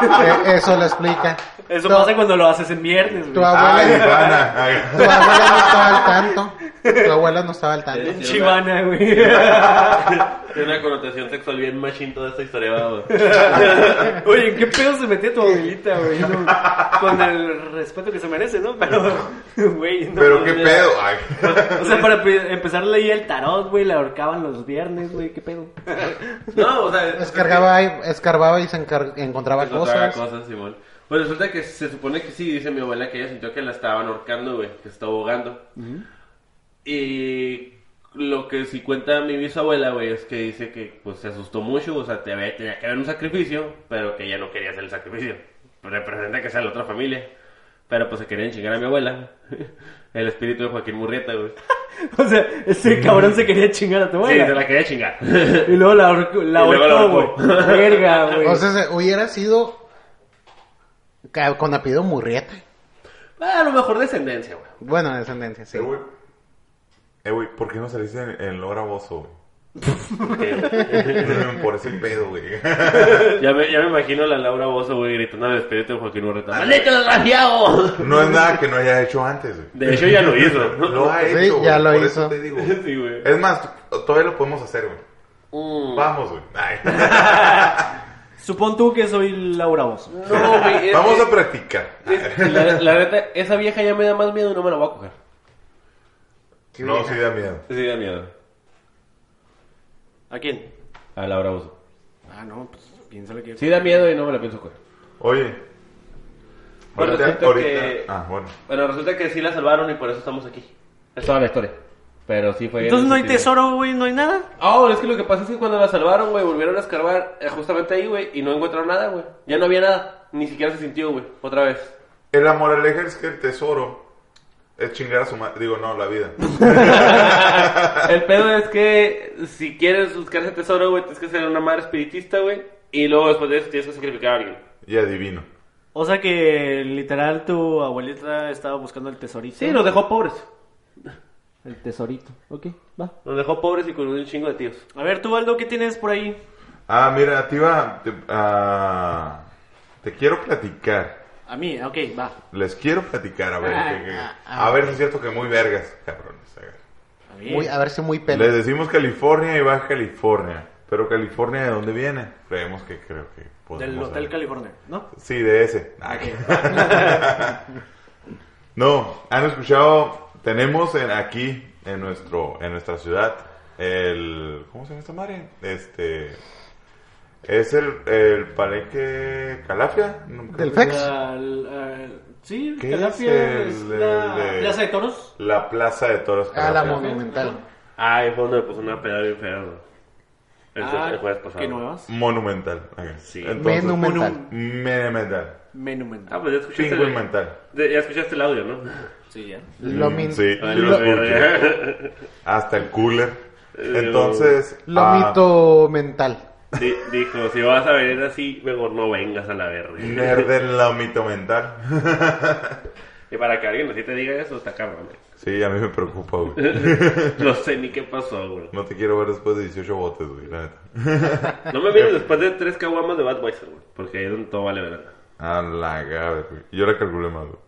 [SPEAKER 5] probablemente.
[SPEAKER 2] Eh, eso lo explica.
[SPEAKER 1] Eso
[SPEAKER 2] No,
[SPEAKER 1] pasa cuando lo haces en viernes,
[SPEAKER 2] Tu
[SPEAKER 5] Ah,
[SPEAKER 1] güey.
[SPEAKER 2] abuela,
[SPEAKER 4] Ay,
[SPEAKER 2] tu
[SPEAKER 4] Ivana.
[SPEAKER 2] abuela no estaba al tanto. Tu abuela no estaba al tanto.
[SPEAKER 1] En Chivana, güey.
[SPEAKER 5] Tiene una connotación sexual bien machín toda esta historia, va, güey.
[SPEAKER 1] Oye, ¿en qué pedo se metía tu abuelita, güey? No, con el respeto que se merece, ¿no? Pero, güey, no.
[SPEAKER 4] Pero qué
[SPEAKER 1] no,
[SPEAKER 4] pedo. Ay.
[SPEAKER 1] O sea, para pe- empezar leía el tarot, güey, la ahorcaban los viernes, güey, qué pedo.
[SPEAKER 5] No, o sea,
[SPEAKER 2] Descargaba, y- escarbaba y se encar- encontraba
[SPEAKER 5] Pues otra
[SPEAKER 2] cosas.
[SPEAKER 5] cosa, Simón. Pues resulta que se supone que sí, dice mi abuela que ella sintió que la estaban ahorcando, güey, que se estaba ahogando. Y lo que sí cuenta mi bisabuela, güey, es que dice que pues se asustó mucho, o sea, te había- tenía que haber un sacrificio, pero que ella no quería hacer el sacrificio. Representa que sea la otra familia. Pero pues se querían chingar a mi abuela. El espíritu de Joaquín Murrieta, güey.
[SPEAKER 1] O sea, ese cabrón se quería chingar a tu
[SPEAKER 5] Sí, se
[SPEAKER 1] abuela.
[SPEAKER 5] la quería chingar.
[SPEAKER 1] Y luego la, ahorcó- la
[SPEAKER 5] Y luego la
[SPEAKER 1] ahorcó,
[SPEAKER 5] ahorcó.
[SPEAKER 1] güey. Verga, güey.
[SPEAKER 2] O sea, se- hubiera sido ca- con apellido Murrieta.
[SPEAKER 5] Ah, a lo mejor descendencia, güey.
[SPEAKER 2] Bueno, descendencia, sí.
[SPEAKER 4] Eh, güey. Eh, güey, ¿por qué no saliste en, en lo gravoso? Por ese pedo, güey.
[SPEAKER 5] Ya me, ya me imagino a la Laura Bozo, güey, gritando al espíritu de Joaquín Urreta. ¡Maldito desgraciado!
[SPEAKER 4] No es nada que no haya hecho antes, güey.
[SPEAKER 5] De hecho, ya lo hizo.
[SPEAKER 4] Lo ha
[SPEAKER 2] Sí,
[SPEAKER 4] hecho, güey,
[SPEAKER 2] ya lo
[SPEAKER 4] por
[SPEAKER 2] hizo.
[SPEAKER 4] Eso te digo.
[SPEAKER 5] Sí, güey.
[SPEAKER 4] Es más, t- todavía lo podemos hacer, güey.
[SPEAKER 5] Mm.
[SPEAKER 4] Vamos, güey. Ay.
[SPEAKER 1] Supón tú que soy Laura Bozo.
[SPEAKER 5] No, güey. es-
[SPEAKER 4] Vamos
[SPEAKER 5] es-
[SPEAKER 4] a practicar.
[SPEAKER 5] es- la, la neta, esa vieja ya me da más miedo y no me la voy a coger.
[SPEAKER 2] Qué
[SPEAKER 4] No,
[SPEAKER 2] vieja.
[SPEAKER 4] sí da miedo.
[SPEAKER 5] Sí, da miedo.
[SPEAKER 1] ¿A quién?
[SPEAKER 5] A Laura Bozo.
[SPEAKER 1] Ah, no, pues piénsale que...
[SPEAKER 5] Sí, da miedo y no me la pienso coger.
[SPEAKER 4] Oye.
[SPEAKER 5] Bueno,
[SPEAKER 4] Ahorita,
[SPEAKER 5] siento
[SPEAKER 4] ahorita.
[SPEAKER 5] que-
[SPEAKER 4] Ah, bueno.
[SPEAKER 5] Bueno, resulta que sí la salvaron y por eso estamos aquí. Es toda la historia. Pero sí fue.
[SPEAKER 1] Entonces no hay
[SPEAKER 5] Sí, sí.
[SPEAKER 1] tesoro, güey, no hay nada.
[SPEAKER 5] Ah, es que lo que pasa es que cuando la salvaron, güey, volvieron a escarbar eh, justamente ahí, güey, y no encontraron nada, güey. Ya no había nada. Ni siquiera se sintió, güey. Otra vez.
[SPEAKER 4] El moraleja es que el tesoro es chingar a su madre. Digo, no, la vida.
[SPEAKER 5] El pedo es que si quieres buscar ese tesoro, güey, tienes que ser una madre espiritista, güey. Y luego después de eso tienes que sacrificar a alguien.
[SPEAKER 4] Y adivino.
[SPEAKER 1] O sea que literal tu abuelita estaba buscando el tesorito.
[SPEAKER 5] Sí, nos dejó pobres.
[SPEAKER 1] El tesorito. Ok, va.
[SPEAKER 5] Nos dejó pobres y con un chingo de tíos.
[SPEAKER 1] A ver, tú, Aldo, ¿qué tienes por ahí?
[SPEAKER 4] Ah, mira, te iba. Te, ah, te quiero platicar.
[SPEAKER 1] A mí, ok, va.
[SPEAKER 4] Les quiero platicar, a ver.
[SPEAKER 1] Ah,
[SPEAKER 4] que- que-
[SPEAKER 2] ah,
[SPEAKER 4] a ver, si es cierto que muy vergas, cabrones. a ver.
[SPEAKER 1] A ver.
[SPEAKER 2] Muy, a ver si muy
[SPEAKER 4] Les
[SPEAKER 2] pelo.
[SPEAKER 4] decimos California y Baja California. Pero California, ¿de dónde viene? Creemos que creo que. podemos
[SPEAKER 1] Del Hotel
[SPEAKER 4] saber.
[SPEAKER 1] California, ¿no?
[SPEAKER 4] Sí, de ese. Ah, que- no, han escuchado, tenemos en, aquí, en nuestro, en nuestra ciudad, el, ¿cómo se llama esta madre? Este, es el, el palenque Calafia. No,
[SPEAKER 2] Del
[SPEAKER 4] creo que-
[SPEAKER 2] Fex.
[SPEAKER 1] Al- al- sí,
[SPEAKER 4] ¿Qué
[SPEAKER 1] Calafia
[SPEAKER 4] es
[SPEAKER 1] es,
[SPEAKER 4] el-
[SPEAKER 1] la
[SPEAKER 4] el de-
[SPEAKER 1] plaza de toros.
[SPEAKER 4] La plaza de toros.
[SPEAKER 2] A Ah, la
[SPEAKER 4] Calafia.
[SPEAKER 2] monumental.
[SPEAKER 5] Ay, fue donde me puso una peda bien fea, güey. El,
[SPEAKER 1] Ah,
[SPEAKER 5] el jueves pasado.
[SPEAKER 1] ¿Qué nuevas?
[SPEAKER 4] Monumental. ok.
[SPEAKER 5] Sí.
[SPEAKER 4] Entonces,
[SPEAKER 2] Menumental.
[SPEAKER 4] Monumental.
[SPEAKER 5] Ah,
[SPEAKER 1] Menumental.
[SPEAKER 5] pues ya escuchaste, el,
[SPEAKER 4] Pinguimental.
[SPEAKER 5] de- ya escuchaste el audio, ¿no?
[SPEAKER 1] Sí, ya.
[SPEAKER 2] Lo
[SPEAKER 4] Mm,
[SPEAKER 2] min-
[SPEAKER 4] sí,
[SPEAKER 5] Ay,
[SPEAKER 4] sí
[SPEAKER 5] no,
[SPEAKER 4] lo
[SPEAKER 5] güey,
[SPEAKER 4] escuché.
[SPEAKER 5] güey.
[SPEAKER 4] Hasta el cooler.
[SPEAKER 5] Eh,
[SPEAKER 4] Entonces,
[SPEAKER 2] Lo
[SPEAKER 4] ah,
[SPEAKER 2] mito mental.
[SPEAKER 5] Di- dijo, si vas a venir así, mejor no vengas a la verga.
[SPEAKER 4] nerd del lomito mental.
[SPEAKER 5] Y para que alguien así te diga eso, está cabrón. güey.
[SPEAKER 4] Sí, a mí me preocupa, güey.
[SPEAKER 5] No sé ni qué pasó, güey.
[SPEAKER 4] No te quiero ver después de 18 botes, güey, la neta.
[SPEAKER 5] No me mires después de tres caguamas de Budweiser, güey. Porque ahí es donde todo vale verga.
[SPEAKER 4] A la gave, güey. Yo la calculé mal, güey.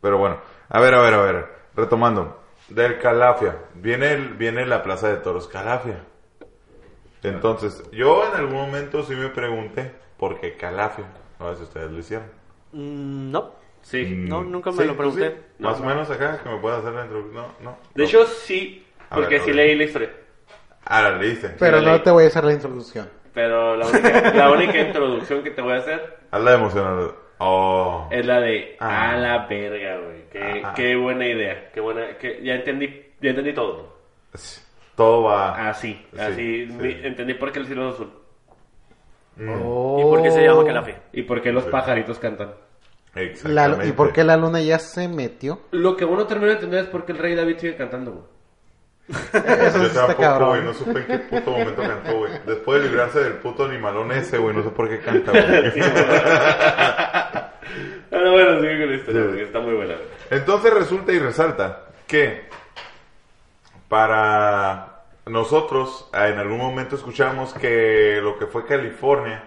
[SPEAKER 4] Pero bueno, a ver, a ver, a ver. Retomando. Del Calafia. Viene, el- viene la plaza de toros Calafia. Entonces, yo en algún momento sí me pregunté por qué Calafia. No sé si ustedes lo hicieron.
[SPEAKER 1] Mm, no.
[SPEAKER 5] Sí.
[SPEAKER 1] No, nunca me
[SPEAKER 4] Mm. Sí,
[SPEAKER 1] lo
[SPEAKER 4] tú sí.
[SPEAKER 1] pregunté.
[SPEAKER 4] Más o menos acá, que me pueda hacer la introducción. No, no.
[SPEAKER 5] De
[SPEAKER 4] no.
[SPEAKER 5] hecho, sí,
[SPEAKER 4] A
[SPEAKER 5] porque
[SPEAKER 4] ver, a
[SPEAKER 5] sí
[SPEAKER 4] ver.
[SPEAKER 5] leí la historia.
[SPEAKER 4] Ah, la leíste.
[SPEAKER 2] Pero
[SPEAKER 5] la
[SPEAKER 2] no
[SPEAKER 5] ley.
[SPEAKER 2] te voy a hacer la introducción.
[SPEAKER 5] Pero la única, la única introducción que te voy a hacer
[SPEAKER 4] Hazla de emocionado. Oh.
[SPEAKER 5] es la de
[SPEAKER 4] Ah.
[SPEAKER 5] a la verga, güey. Qué,
[SPEAKER 4] Ah.
[SPEAKER 5] qué buena idea. Qué buena, que ya entendí, ya entendí todo.
[SPEAKER 4] Todo va.
[SPEAKER 5] Así,
[SPEAKER 4] Sí,
[SPEAKER 5] así
[SPEAKER 4] sí.
[SPEAKER 5] mi- entendí por qué el cielo es azul.
[SPEAKER 4] Mm,
[SPEAKER 2] oh.
[SPEAKER 1] ¿Y por qué se llama Calafia?
[SPEAKER 5] Y por qué los pajaritos cantan.
[SPEAKER 2] La-
[SPEAKER 4] Exactamente.
[SPEAKER 2] ¿Y por qué la luna ya se metió?
[SPEAKER 5] Lo que uno termina de entender es por qué el rey David sigue cantando, güey.
[SPEAKER 2] Eso sí
[SPEAKER 4] Yo
[SPEAKER 2] está
[SPEAKER 4] tampoco, güey,
[SPEAKER 2] este cabrón.
[SPEAKER 4] no supe en qué puto momento cantó, güey. Después de librarse del puto animalón ese, güey, no sé por qué canta, güey.
[SPEAKER 5] Pero Ah, bueno, sigue con la historia,
[SPEAKER 4] Sí.
[SPEAKER 5] porque está muy buena. güey.
[SPEAKER 4] Entonces resulta y resalta que para nosotros ah, en algún momento escuchamos que lo que fue California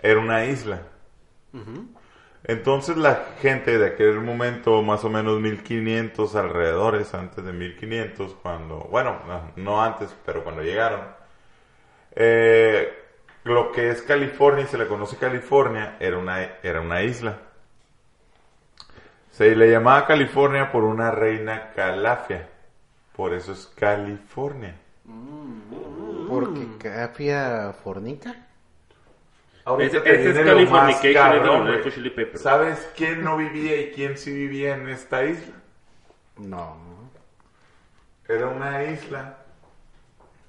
[SPEAKER 4] era una isla. Entonces la gente de aquel momento, más o menos 1500 alrededores, antes de 1500, cuando, bueno, no, no antes, pero cuando llegaron, eh, lo que es California y se le conoce California era una, era una isla. Se le llamaba California por una reina calafia, por eso es California.
[SPEAKER 5] Mm.
[SPEAKER 2] Porque Capia fornica.
[SPEAKER 4] Ahorita
[SPEAKER 5] Ese-
[SPEAKER 4] te
[SPEAKER 5] ese es
[SPEAKER 4] viene lo más
[SPEAKER 5] Californication,
[SPEAKER 4] cabrón,
[SPEAKER 5] es de los
[SPEAKER 4] güey.
[SPEAKER 5] Red Hot Chili Peppers.
[SPEAKER 4] ¿Sabes quién no vivía y quién sí vivía en esta isla?
[SPEAKER 2] No.
[SPEAKER 4] Era una isla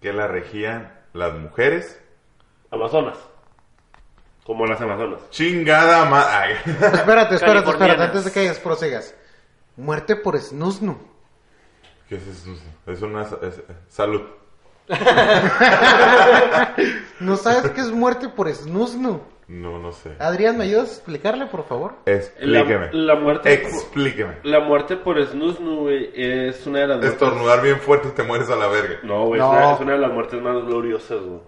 [SPEAKER 4] que la regían las mujeres.
[SPEAKER 5] Amazonas. Como las Amazonas.
[SPEAKER 4] Chingada madre.
[SPEAKER 2] Espérate, espérate, espérate,
[SPEAKER 5] Californianas.
[SPEAKER 2] antes de que prosigas. Muerte por snusnu.
[SPEAKER 4] ¿Qué es eso? Es una es- salud.
[SPEAKER 2] ¿No sabes qué es muerte por snusnu?
[SPEAKER 4] No, no sé.
[SPEAKER 2] Adrián, ¿me ayudas a explicarle, por favor?
[SPEAKER 9] La,
[SPEAKER 4] Explíqueme.
[SPEAKER 9] la muerte
[SPEAKER 4] Explíqueme.
[SPEAKER 9] la muerte por snusnu, güey, es una de las
[SPEAKER 4] Estornudar bien fuerte y te mueres a la verga.
[SPEAKER 5] No, güey,
[SPEAKER 2] No.
[SPEAKER 5] Es, una, es una de las muertes más gloriosas, güey.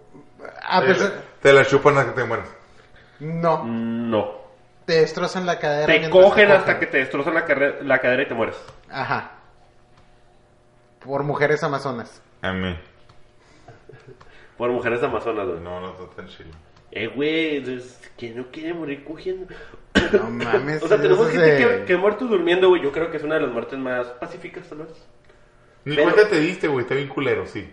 [SPEAKER 2] A pesar...
[SPEAKER 5] Eh.
[SPEAKER 4] Te la chupan hasta que te mueres.
[SPEAKER 2] Ah, pues, No,
[SPEAKER 5] Mm, No.
[SPEAKER 2] te destrozan la cadera.
[SPEAKER 5] Te
[SPEAKER 2] mientras
[SPEAKER 5] cogen hasta que te destrozan la, carre- la cadera y te mueres.
[SPEAKER 2] Ajá. Por mujeres amazonas.
[SPEAKER 4] A mí.
[SPEAKER 5] Por mujeres amazonas, güey.
[SPEAKER 4] Pues No, no está tan chido.
[SPEAKER 5] Eh, güey, es que no quiere morir cogiendo.
[SPEAKER 2] Pues No mames.
[SPEAKER 5] o sea, tenemos
[SPEAKER 2] eso
[SPEAKER 5] gente
[SPEAKER 2] de-
[SPEAKER 5] que, que ha muerto durmiendo, güey. Yo creo que es una de las muertes más pacíficas, tal vez.
[SPEAKER 4] Ni
[SPEAKER 5] Pero-
[SPEAKER 4] cuenta te diste, güey. Está bien culero, sí.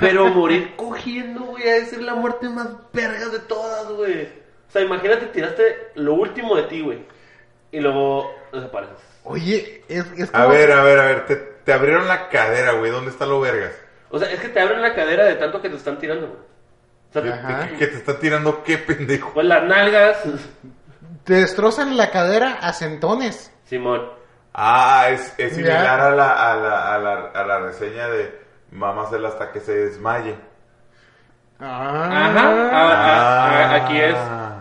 [SPEAKER 5] Pero morir cogiendo, güey, ha de ser la muerte más verga de todas, güey. O sea, imagínate, tiraste lo último de ti, güey. Y luego desapareces.
[SPEAKER 2] Oye, es, es
[SPEAKER 4] A ver, a ver, a ver. Te, te abrieron la cadera, güey. ¿Dónde están los vergas?
[SPEAKER 5] O sea, es que te abren la cadera de tanto que te están tirando, güey. O sea,
[SPEAKER 4] Que,
[SPEAKER 2] Ajá.
[SPEAKER 4] que- que te está tirando qué pendejo.
[SPEAKER 5] pues las nalgas.
[SPEAKER 2] Te destrozan la cadera a centones.
[SPEAKER 5] Simón.
[SPEAKER 4] Ah, es, es
[SPEAKER 2] Ya.
[SPEAKER 4] similar a la, a, la, a, la, a la reseña de mamá hacerla hasta que se desmaye.
[SPEAKER 5] Ajá.
[SPEAKER 2] Ah.
[SPEAKER 5] a- a- a-
[SPEAKER 4] Ah.
[SPEAKER 5] aquí es,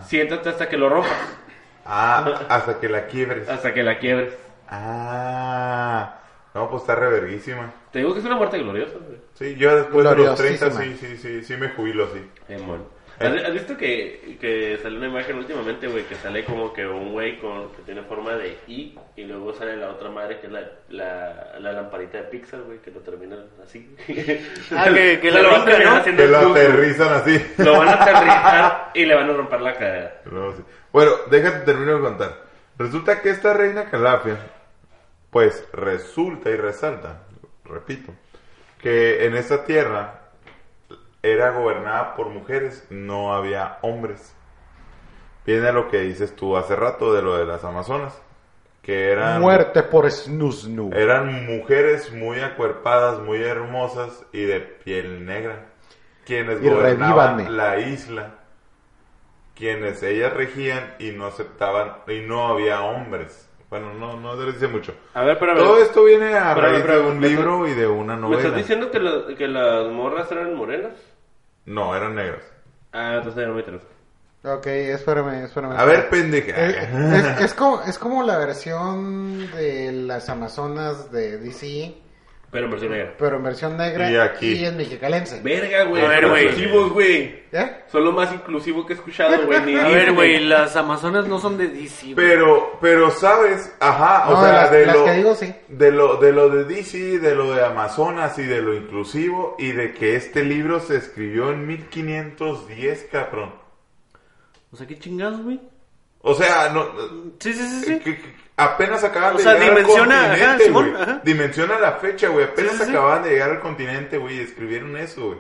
[SPEAKER 5] siéntate hasta que lo rompas.
[SPEAKER 4] Ah, hasta que la quiebres.
[SPEAKER 5] Hasta que la quiebres.
[SPEAKER 4] Ah, no, pues está reverguísima.
[SPEAKER 5] Te digo que es una muerte gloriosa, güey.
[SPEAKER 4] Sí, yo después de los 30, sí,
[SPEAKER 2] Gloriosísima.
[SPEAKER 4] sí, sí, sí me jubilo, sí.
[SPEAKER 5] Simón.
[SPEAKER 4] Eh.
[SPEAKER 5] ¿Has, has visto que, que sale una imagen últimamente, güey? Que sale como que un güey con, que tiene forma de I y luego sale la otra madre que es la, la, la lamparita de Pixar, güey, que lo terminan así.
[SPEAKER 1] Ah, que- que
[SPEAKER 5] Se
[SPEAKER 1] la
[SPEAKER 5] lo van a
[SPEAKER 1] brinca,
[SPEAKER 5] terminar
[SPEAKER 1] ¿no?
[SPEAKER 5] haciendo
[SPEAKER 4] Que lo
[SPEAKER 5] el culo.
[SPEAKER 4] aterrizan así.
[SPEAKER 5] Lo van a aterrizar y le van a romper la cadera.
[SPEAKER 4] No, sí. Bueno, déjate, termino de contar. Resulta que esta reina Calafia, pues resulta y resalta, repito, que en esta tierra era gobernada por mujeres, no había hombres. Viene lo que dices tú hace rato de lo de las Amazonas, que eran...
[SPEAKER 2] Muerte por snusnu.
[SPEAKER 4] Eran mujeres muy acuerpadas, muy hermosas y de piel negra, quienes
[SPEAKER 2] Y
[SPEAKER 4] gobernaban
[SPEAKER 2] revívanme.
[SPEAKER 4] la isla, quienes ellas regían y no aceptaban, y no había hombres. Bueno, no, no se les dice mucho.
[SPEAKER 5] A ver, pero
[SPEAKER 4] Todo esto viene a
[SPEAKER 5] Pero,
[SPEAKER 4] raíz
[SPEAKER 5] pero,
[SPEAKER 4] de un
[SPEAKER 5] ¿me
[SPEAKER 4] libro y de una
[SPEAKER 5] ¿Me estás
[SPEAKER 4] novela.
[SPEAKER 5] diciendo que, la- que las morras eran morenas?
[SPEAKER 4] No, eran negras.
[SPEAKER 5] Ah, entonces no me interesa.
[SPEAKER 2] Ok, espérame, espérame.
[SPEAKER 4] A ver, pendeja.
[SPEAKER 2] Eh, es, es como, es como la versión de las Amazonas de DC,
[SPEAKER 5] Pero en versión negra.
[SPEAKER 2] pero en versión negra
[SPEAKER 4] Y aquí.
[SPEAKER 2] en mexicalense.
[SPEAKER 5] Verga, güey.
[SPEAKER 4] A ver, güey.
[SPEAKER 5] Inclusivos, güey.
[SPEAKER 2] ¿Eh?
[SPEAKER 5] Son lo más inclusivo que Ah, he escuchado, güey. Ni-
[SPEAKER 1] A ver, güey, las Amazonas no son de DC, güey.
[SPEAKER 4] Pero, pero sabes, ajá, o
[SPEAKER 2] No,
[SPEAKER 4] sea,
[SPEAKER 2] de las-
[SPEAKER 4] de
[SPEAKER 2] las
[SPEAKER 4] lo,
[SPEAKER 2] que digo, sí.
[SPEAKER 4] de lo, de lo de DC, de lo de Amazonas y de lo inclusivo y de que este libro se escribió en 1510, cabrón.
[SPEAKER 1] O sea, qué chingados, güey.
[SPEAKER 4] O sea, no,
[SPEAKER 1] Sí, sí, sí,
[SPEAKER 4] eh,
[SPEAKER 1] sí.
[SPEAKER 4] que- que apenas acaban
[SPEAKER 1] O
[SPEAKER 4] de
[SPEAKER 1] sea,
[SPEAKER 4] llegar al
[SPEAKER 1] dimensiona,
[SPEAKER 4] continente,
[SPEAKER 1] ajá, Simón,
[SPEAKER 4] güey.
[SPEAKER 1] ajá.
[SPEAKER 4] Dimensiona la fecha, güey. Apenas
[SPEAKER 1] Sí, sí, sí.
[SPEAKER 4] acaban de llegar al continente, güey, y escribieron eso, güey.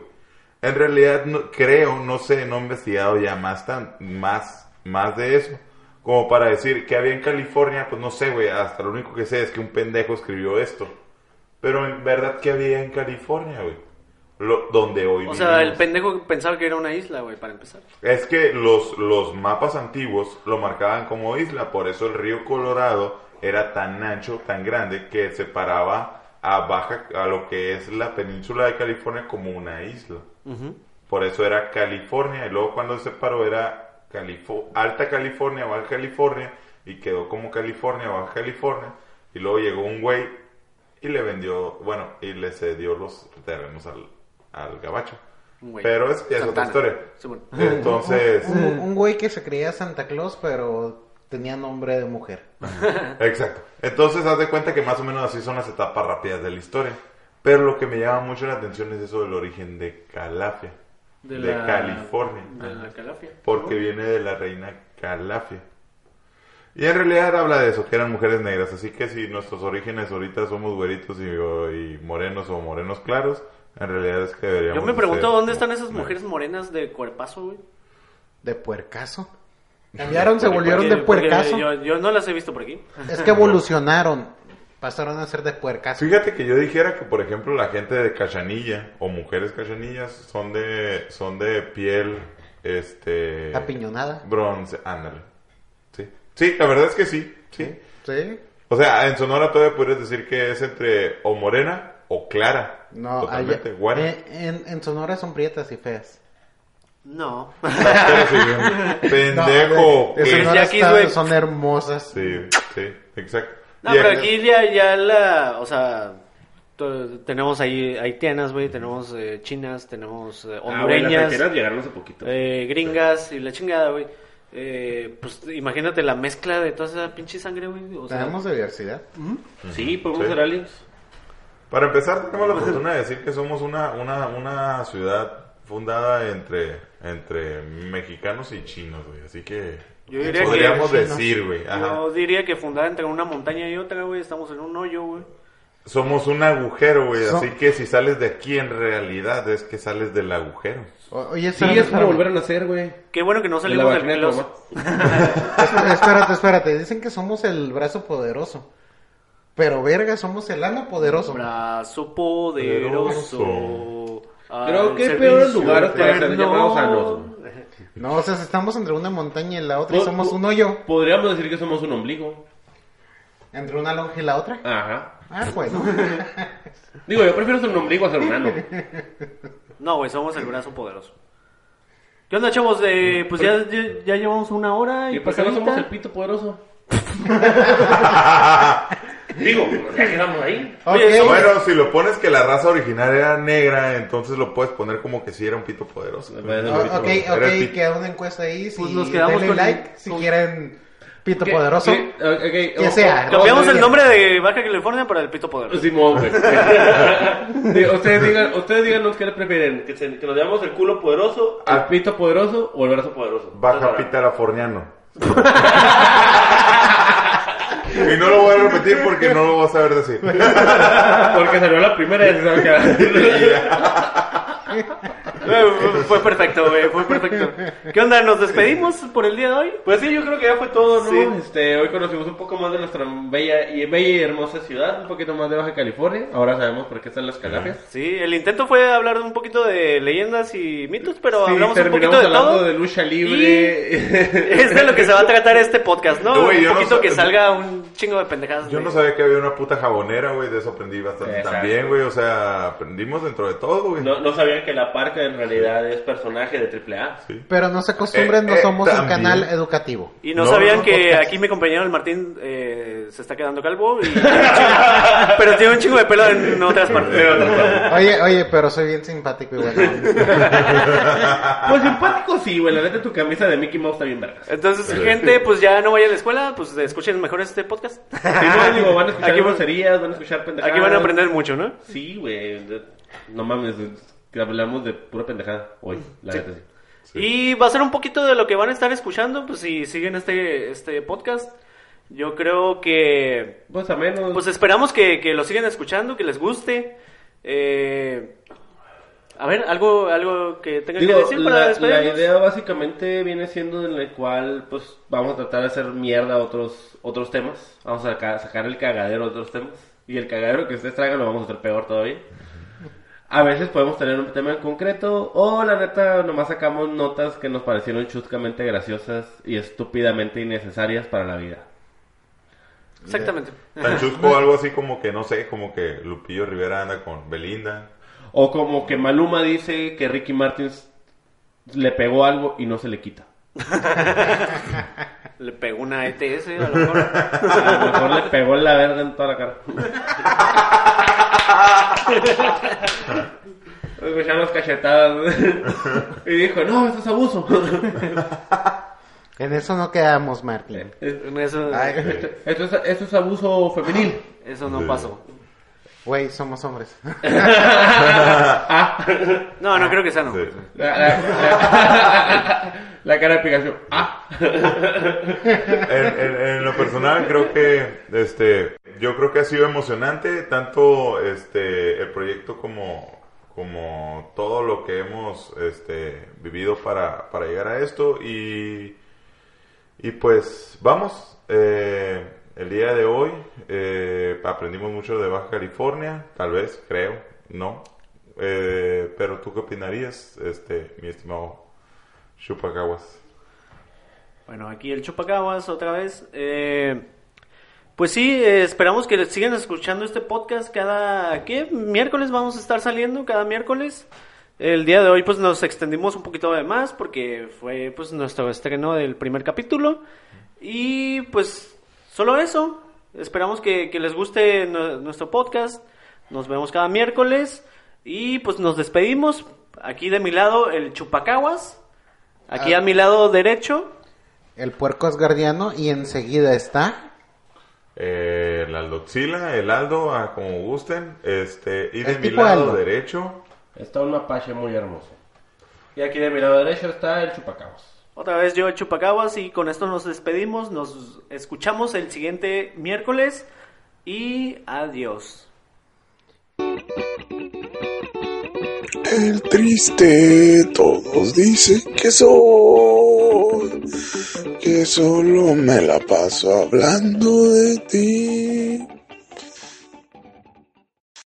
[SPEAKER 4] En realidad, no- creo, no sé, no he investigado ya más, tan, más, más de eso. Como para decir que había en California, pues no sé, güey. Hasta lo único que sé es que un pendejo escribió esto. Pero en verdad, que había en California, güey? Lo- Donde hoy
[SPEAKER 1] O sea, el
[SPEAKER 4] vivimos.
[SPEAKER 1] pendejo pensaba que era una isla, güey, para empezar.
[SPEAKER 4] Es que los, los mapas antiguos lo marcaban como isla, por eso el río Colorado era tan ancho, tan grande, que separaba a Baja, a lo que es la península de California como una isla. Por eso era California, y luego cuando se separó era Califo- Alta California, Baja California, y quedó como California, Baja California, y luego llegó un güey y le vendió, bueno, y le cedió los terrenos al, al gabacho.
[SPEAKER 1] Güey.
[SPEAKER 4] Pero es, ya es otra
[SPEAKER 1] Santana.
[SPEAKER 4] historia.
[SPEAKER 1] Sí, bueno.
[SPEAKER 4] Entonces,
[SPEAKER 2] Un, un güey que se creía Santa Claus, pero tenía nombre de mujer.
[SPEAKER 4] Exacto. Entonces, haz de cuenta que más o menos así son las etapas rápidas de la historia. Pero lo que me llama mucho la atención es eso del origen de Calafia, de,
[SPEAKER 5] la-
[SPEAKER 4] California,
[SPEAKER 5] De la calafia.
[SPEAKER 4] porque viene de la reina Calafia. Y en realidad habla de eso, que eran mujeres negras. Así que si nuestros orígenes ahorita somos güeritos y, o- y morenos o morenos claros, en realidad es que deberíamos.
[SPEAKER 1] Yo me pregunto
[SPEAKER 4] ser
[SPEAKER 1] dónde están esas
[SPEAKER 4] negros.
[SPEAKER 1] mujeres morenas de cuerpazo, güey.
[SPEAKER 2] De puercaso. Cambiaron, se
[SPEAKER 1] Porque-
[SPEAKER 2] volvieron de
[SPEAKER 1] porque
[SPEAKER 2] puercaso.
[SPEAKER 1] Yo, yo no las he visto por aquí.
[SPEAKER 2] Es que evolucionaron. Pasaron a ser de puercaso.
[SPEAKER 4] Fíjate que yo dijera que, por ejemplo, la gente de Cachanilla o mujeres cachanillas son de, son de piel, este...
[SPEAKER 2] Apiñonada.
[SPEAKER 4] Bronce, ándale. Sí. Sí, la verdad es que sí, sí.
[SPEAKER 2] ¿Sí?
[SPEAKER 4] O sea, en Sonora todavía podrías decir que es entre o morena o clara.
[SPEAKER 2] No,
[SPEAKER 4] Totalmente
[SPEAKER 2] allá-
[SPEAKER 4] guara.
[SPEAKER 2] eh, en, en Sonora son prietas y feas.
[SPEAKER 1] No.
[SPEAKER 4] Pero sí,
[SPEAKER 2] No,
[SPEAKER 4] pendejo.
[SPEAKER 2] de- de
[SPEAKER 4] que-
[SPEAKER 2] Sonora
[SPEAKER 1] Yaquis,
[SPEAKER 2] está-
[SPEAKER 1] güey.
[SPEAKER 2] son hermosas.
[SPEAKER 4] Sí, sí, exacto.
[SPEAKER 1] No,
[SPEAKER 4] Y
[SPEAKER 1] pero
[SPEAKER 4] en-
[SPEAKER 1] aquí ya, ya la, o sea, to- tenemos ahí haitianas, güey, tenemos eh, chinas, tenemos eh,
[SPEAKER 5] Ah, güey, las
[SPEAKER 1] hondureñas,
[SPEAKER 5] taqueras llegaron hace poquito.
[SPEAKER 1] eh, gringas y la chingada, güey. Eh, pues imagínate la mezcla de toda esa pinche sangre, güey. O sea,
[SPEAKER 2] Tenemos diversidad.
[SPEAKER 5] Sí, podemos
[SPEAKER 4] Sí.
[SPEAKER 5] ser aliens.
[SPEAKER 4] Para empezar, tenemos la fortuna de decir que somos una, una, una ciudad fundada entre, entre mexicanos y chinos, güey. Así que
[SPEAKER 1] Yo diría que
[SPEAKER 4] podríamos
[SPEAKER 2] chinos.
[SPEAKER 4] decir, güey. ajá.
[SPEAKER 1] yo diría que fundada entre una montaña y otra, güey, estamos en un hoyo, güey.
[SPEAKER 4] Somos un agujero, güey.
[SPEAKER 2] So-
[SPEAKER 4] Así que si sales de aquí, en realidad es que sales del agujero.
[SPEAKER 2] O- oye,
[SPEAKER 5] Sí,
[SPEAKER 2] espérate,
[SPEAKER 5] es como
[SPEAKER 2] espérate.
[SPEAKER 5] volver a nacer, güey.
[SPEAKER 1] Qué bueno que no
[SPEAKER 5] De la
[SPEAKER 1] salimos del
[SPEAKER 5] vagina de tu
[SPEAKER 1] closet.
[SPEAKER 5] mamá.
[SPEAKER 2] Espérate, espérate, espérate. Dicen que somos el brazo poderoso. Pero verga, somos el ano poderoso.
[SPEAKER 1] Brazo poderoso.
[SPEAKER 4] Poderoso.
[SPEAKER 1] al
[SPEAKER 5] Creo que hay
[SPEAKER 1] ah, servicio
[SPEAKER 5] peores lugares para ser
[SPEAKER 1] eterno.
[SPEAKER 5] llamados sanos. güey.
[SPEAKER 2] No, o sea, estamos entre una montaña y la otra y
[SPEAKER 5] No,
[SPEAKER 2] somos
[SPEAKER 5] no.
[SPEAKER 2] un hoyo.
[SPEAKER 5] Podríamos decir que somos un ombligo.
[SPEAKER 2] Entre una lonja y la otra.
[SPEAKER 5] Ajá.
[SPEAKER 2] Ah, bueno.
[SPEAKER 5] Digo, yo prefiero ser un ombligo a ser un ano.
[SPEAKER 1] No, güey, somos el brazo poderoso. ¿Qué onda, chavos? Eh, pues ya, ya, ya llevamos una hora y,
[SPEAKER 5] ¿Y por qué pues no somos
[SPEAKER 1] pasadita.
[SPEAKER 5] el pito poderoso? Digo, ya quedamos ahí.
[SPEAKER 1] Oye,
[SPEAKER 2] Ok.
[SPEAKER 4] Bueno, si lo pones que la raza original era negra, entonces lo puedes poner como que si era un pito poderoso.
[SPEAKER 2] O- ok, ok,
[SPEAKER 4] Era el pito.
[SPEAKER 2] queda una encuesta ahí. Si
[SPEAKER 1] Pues nos quedamos
[SPEAKER 2] denle
[SPEAKER 1] con-
[SPEAKER 2] like si
[SPEAKER 1] con-
[SPEAKER 2] quieren Pito Poderoso.
[SPEAKER 5] ¿Qué? Ok, ok.
[SPEAKER 2] Que
[SPEAKER 5] O-
[SPEAKER 2] sea.
[SPEAKER 1] Cambiamos
[SPEAKER 2] No,
[SPEAKER 1] el
[SPEAKER 2] no,
[SPEAKER 1] nombre de Baja California para el pito
[SPEAKER 5] o-
[SPEAKER 1] poderoso.
[SPEAKER 5] Simón, güey. Sí, ustedes digan, ustedes díganos qué le prefieren, que, se- que nos llamamos el culo poderoso, el
[SPEAKER 4] Ah.
[SPEAKER 5] pito poderoso o el brazo poderoso.
[SPEAKER 4] Baja pitalaforniano. y no lo voy a repetir porque no lo vas a saber decir.
[SPEAKER 5] Porque salió la primera y se sabe que-
[SPEAKER 1] Eh, Fue perfecto, güey, fue perfecto. ¿Qué onda? ¿Nos despedimos por el día de hoy?
[SPEAKER 5] Pues sí, yo creo que ya fue todo, ¿no?
[SPEAKER 1] Sí.
[SPEAKER 5] Este, hoy conocimos un poco más de nuestra bella y bella y hermosa ciudad, un poquito más de Baja California. Ahora sabemos por qué están las calafias.
[SPEAKER 1] Sí, el intento fue hablar un poquito de leyendas y mitos, pero hablamos un
[SPEAKER 5] terminamos
[SPEAKER 1] poquito de
[SPEAKER 5] hablando
[SPEAKER 1] todo.
[SPEAKER 5] de lucha libre.
[SPEAKER 1] Es de lo que se va a tratar este podcast, ¿no?
[SPEAKER 4] Güey,
[SPEAKER 1] un
[SPEAKER 4] yo no
[SPEAKER 1] poquito
[SPEAKER 4] sab-
[SPEAKER 1] que salga un chingo de pendejadas.
[SPEAKER 4] Yo
[SPEAKER 1] de-
[SPEAKER 4] no sabía que había una puta jabonera, güey. De eso aprendí bastante
[SPEAKER 5] Exacto.
[SPEAKER 4] también, güey. O sea, aprendimos dentro de todo, güey.
[SPEAKER 5] No, no sabían que la parca en realidad es personaje de AAA.
[SPEAKER 2] Pero no se acostumbren, no
[SPEAKER 4] Eh, eh,
[SPEAKER 2] somos un
[SPEAKER 4] también.
[SPEAKER 2] canal educativo.
[SPEAKER 1] Y no,
[SPEAKER 4] No,
[SPEAKER 1] sabían
[SPEAKER 4] no,
[SPEAKER 1] que
[SPEAKER 4] podcast.
[SPEAKER 1] aquí mi compañero el Martín eh, se está quedando calvo, y- pero tiene un chingo de pelo en otras partes.
[SPEAKER 2] Oye, oye, pero soy bien simpático y bueno.
[SPEAKER 5] Pues simpático sí, güey. La neta tu camisa de Mickey Mouse está bien verga.
[SPEAKER 1] Entonces, gente, pues ya no vaya a la escuela, pues escuchen mejor este podcast.
[SPEAKER 5] Sí, no, digo, van a escuchar
[SPEAKER 1] Aquí van-
[SPEAKER 5] groserías, van a escuchar pendejadas.
[SPEAKER 1] Aquí van a aprender mucho, ¿no?
[SPEAKER 5] Sí, güey. de- No mames, de- que hablamos de pura pendejada hoy. La neta sí.
[SPEAKER 1] Y va a ser un poquito de lo que van a estar escuchando, pues si siguen este, este podcast. Yo creo que,
[SPEAKER 5] Pues a menos.
[SPEAKER 1] pues esperamos que, que lo sigan escuchando, que les guste. Eh, a ver, algo, algo que tengan
[SPEAKER 5] Digo,
[SPEAKER 1] que decir para
[SPEAKER 5] la, la
[SPEAKER 1] despedirnos.
[SPEAKER 5] idea básicamente viene siendo en la cual pues vamos a tratar de hacer mierda otros otros temas, vamos a saca- sacar el cagadero de otros temas y el cagadero que ustedes traigan lo vamos a hacer peor todavía. A veces podemos tener un tema en concreto o la neta nomás sacamos notas que nos parecieron chuscamente graciosas y estúpidamente innecesarias para la vida.
[SPEAKER 1] Exactamente.
[SPEAKER 4] Tan chusco algo así como que, no sé, como que Lupillo Rivera anda con Belinda.
[SPEAKER 5] O como que Maluma dice que Ricky Martins le pegó algo y no se le quita.
[SPEAKER 1] Le pegó una ETS a lo mejor.
[SPEAKER 5] A lo mejor le pegó la verga en toda la cara. pues, Escucharon las cachetadas. Y dijo, no, esto es abuso.
[SPEAKER 2] En eso no quedamos, Martín.
[SPEAKER 1] Eso,
[SPEAKER 2] Ay,
[SPEAKER 5] Esto es, esto es abuso femenil.
[SPEAKER 1] eso no pasó.
[SPEAKER 2] Güey, somos hombres.
[SPEAKER 1] No,
[SPEAKER 5] Ah,
[SPEAKER 1] no creo que sea no.
[SPEAKER 4] Sí.
[SPEAKER 5] La, la- la- la cara de Pikachu. Ah,
[SPEAKER 4] en, en- en lo personal creo que este yo creo que ha sido emocionante tanto este el proyecto como como todo lo que hemos este vivido para, para llegar a esto y y pues vamos eh, el día de hoy eh, aprendimos mucho de Baja California tal vez creo no Eh, pero tú qué opinarías este mi estimado Chupacaguas
[SPEAKER 1] Bueno, aquí el Chupacaguas otra vez. Eh, pues sí, eh, esperamos que sigan escuchando este podcast cada... ¿Qué? Miércoles vamos a estar saliendo, cada miércoles. El día de hoy pues nos extendimos un poquito de más porque fue pues nuestro estreno del primer capítulo. Y pues solo eso. Esperamos que, que les guste nu- nuestro podcast. Nos vemos cada miércoles. Y pues nos despedimos. Aquí de mi lado el Chupacaguas. Aquí
[SPEAKER 2] Ah.
[SPEAKER 1] a mi lado derecho.
[SPEAKER 2] El puerco asgardiano y enseguida está...
[SPEAKER 4] Eh, la Aldoxila, el Aldo, a como gusten. Este, y de
[SPEAKER 2] El
[SPEAKER 4] mi
[SPEAKER 2] tipo
[SPEAKER 4] lado
[SPEAKER 2] Aldo.
[SPEAKER 4] derecho,
[SPEAKER 5] está un mapache muy hermoso. Y aquí de mi lado derecho está el chupacabos.
[SPEAKER 1] Otra vez yo, Chupacaguas, y con esto nos despedimos. Nos escuchamos el siguiente miércoles. Y adiós.
[SPEAKER 10] El triste, todos dicen que soy, que solo me la paso hablando de ti.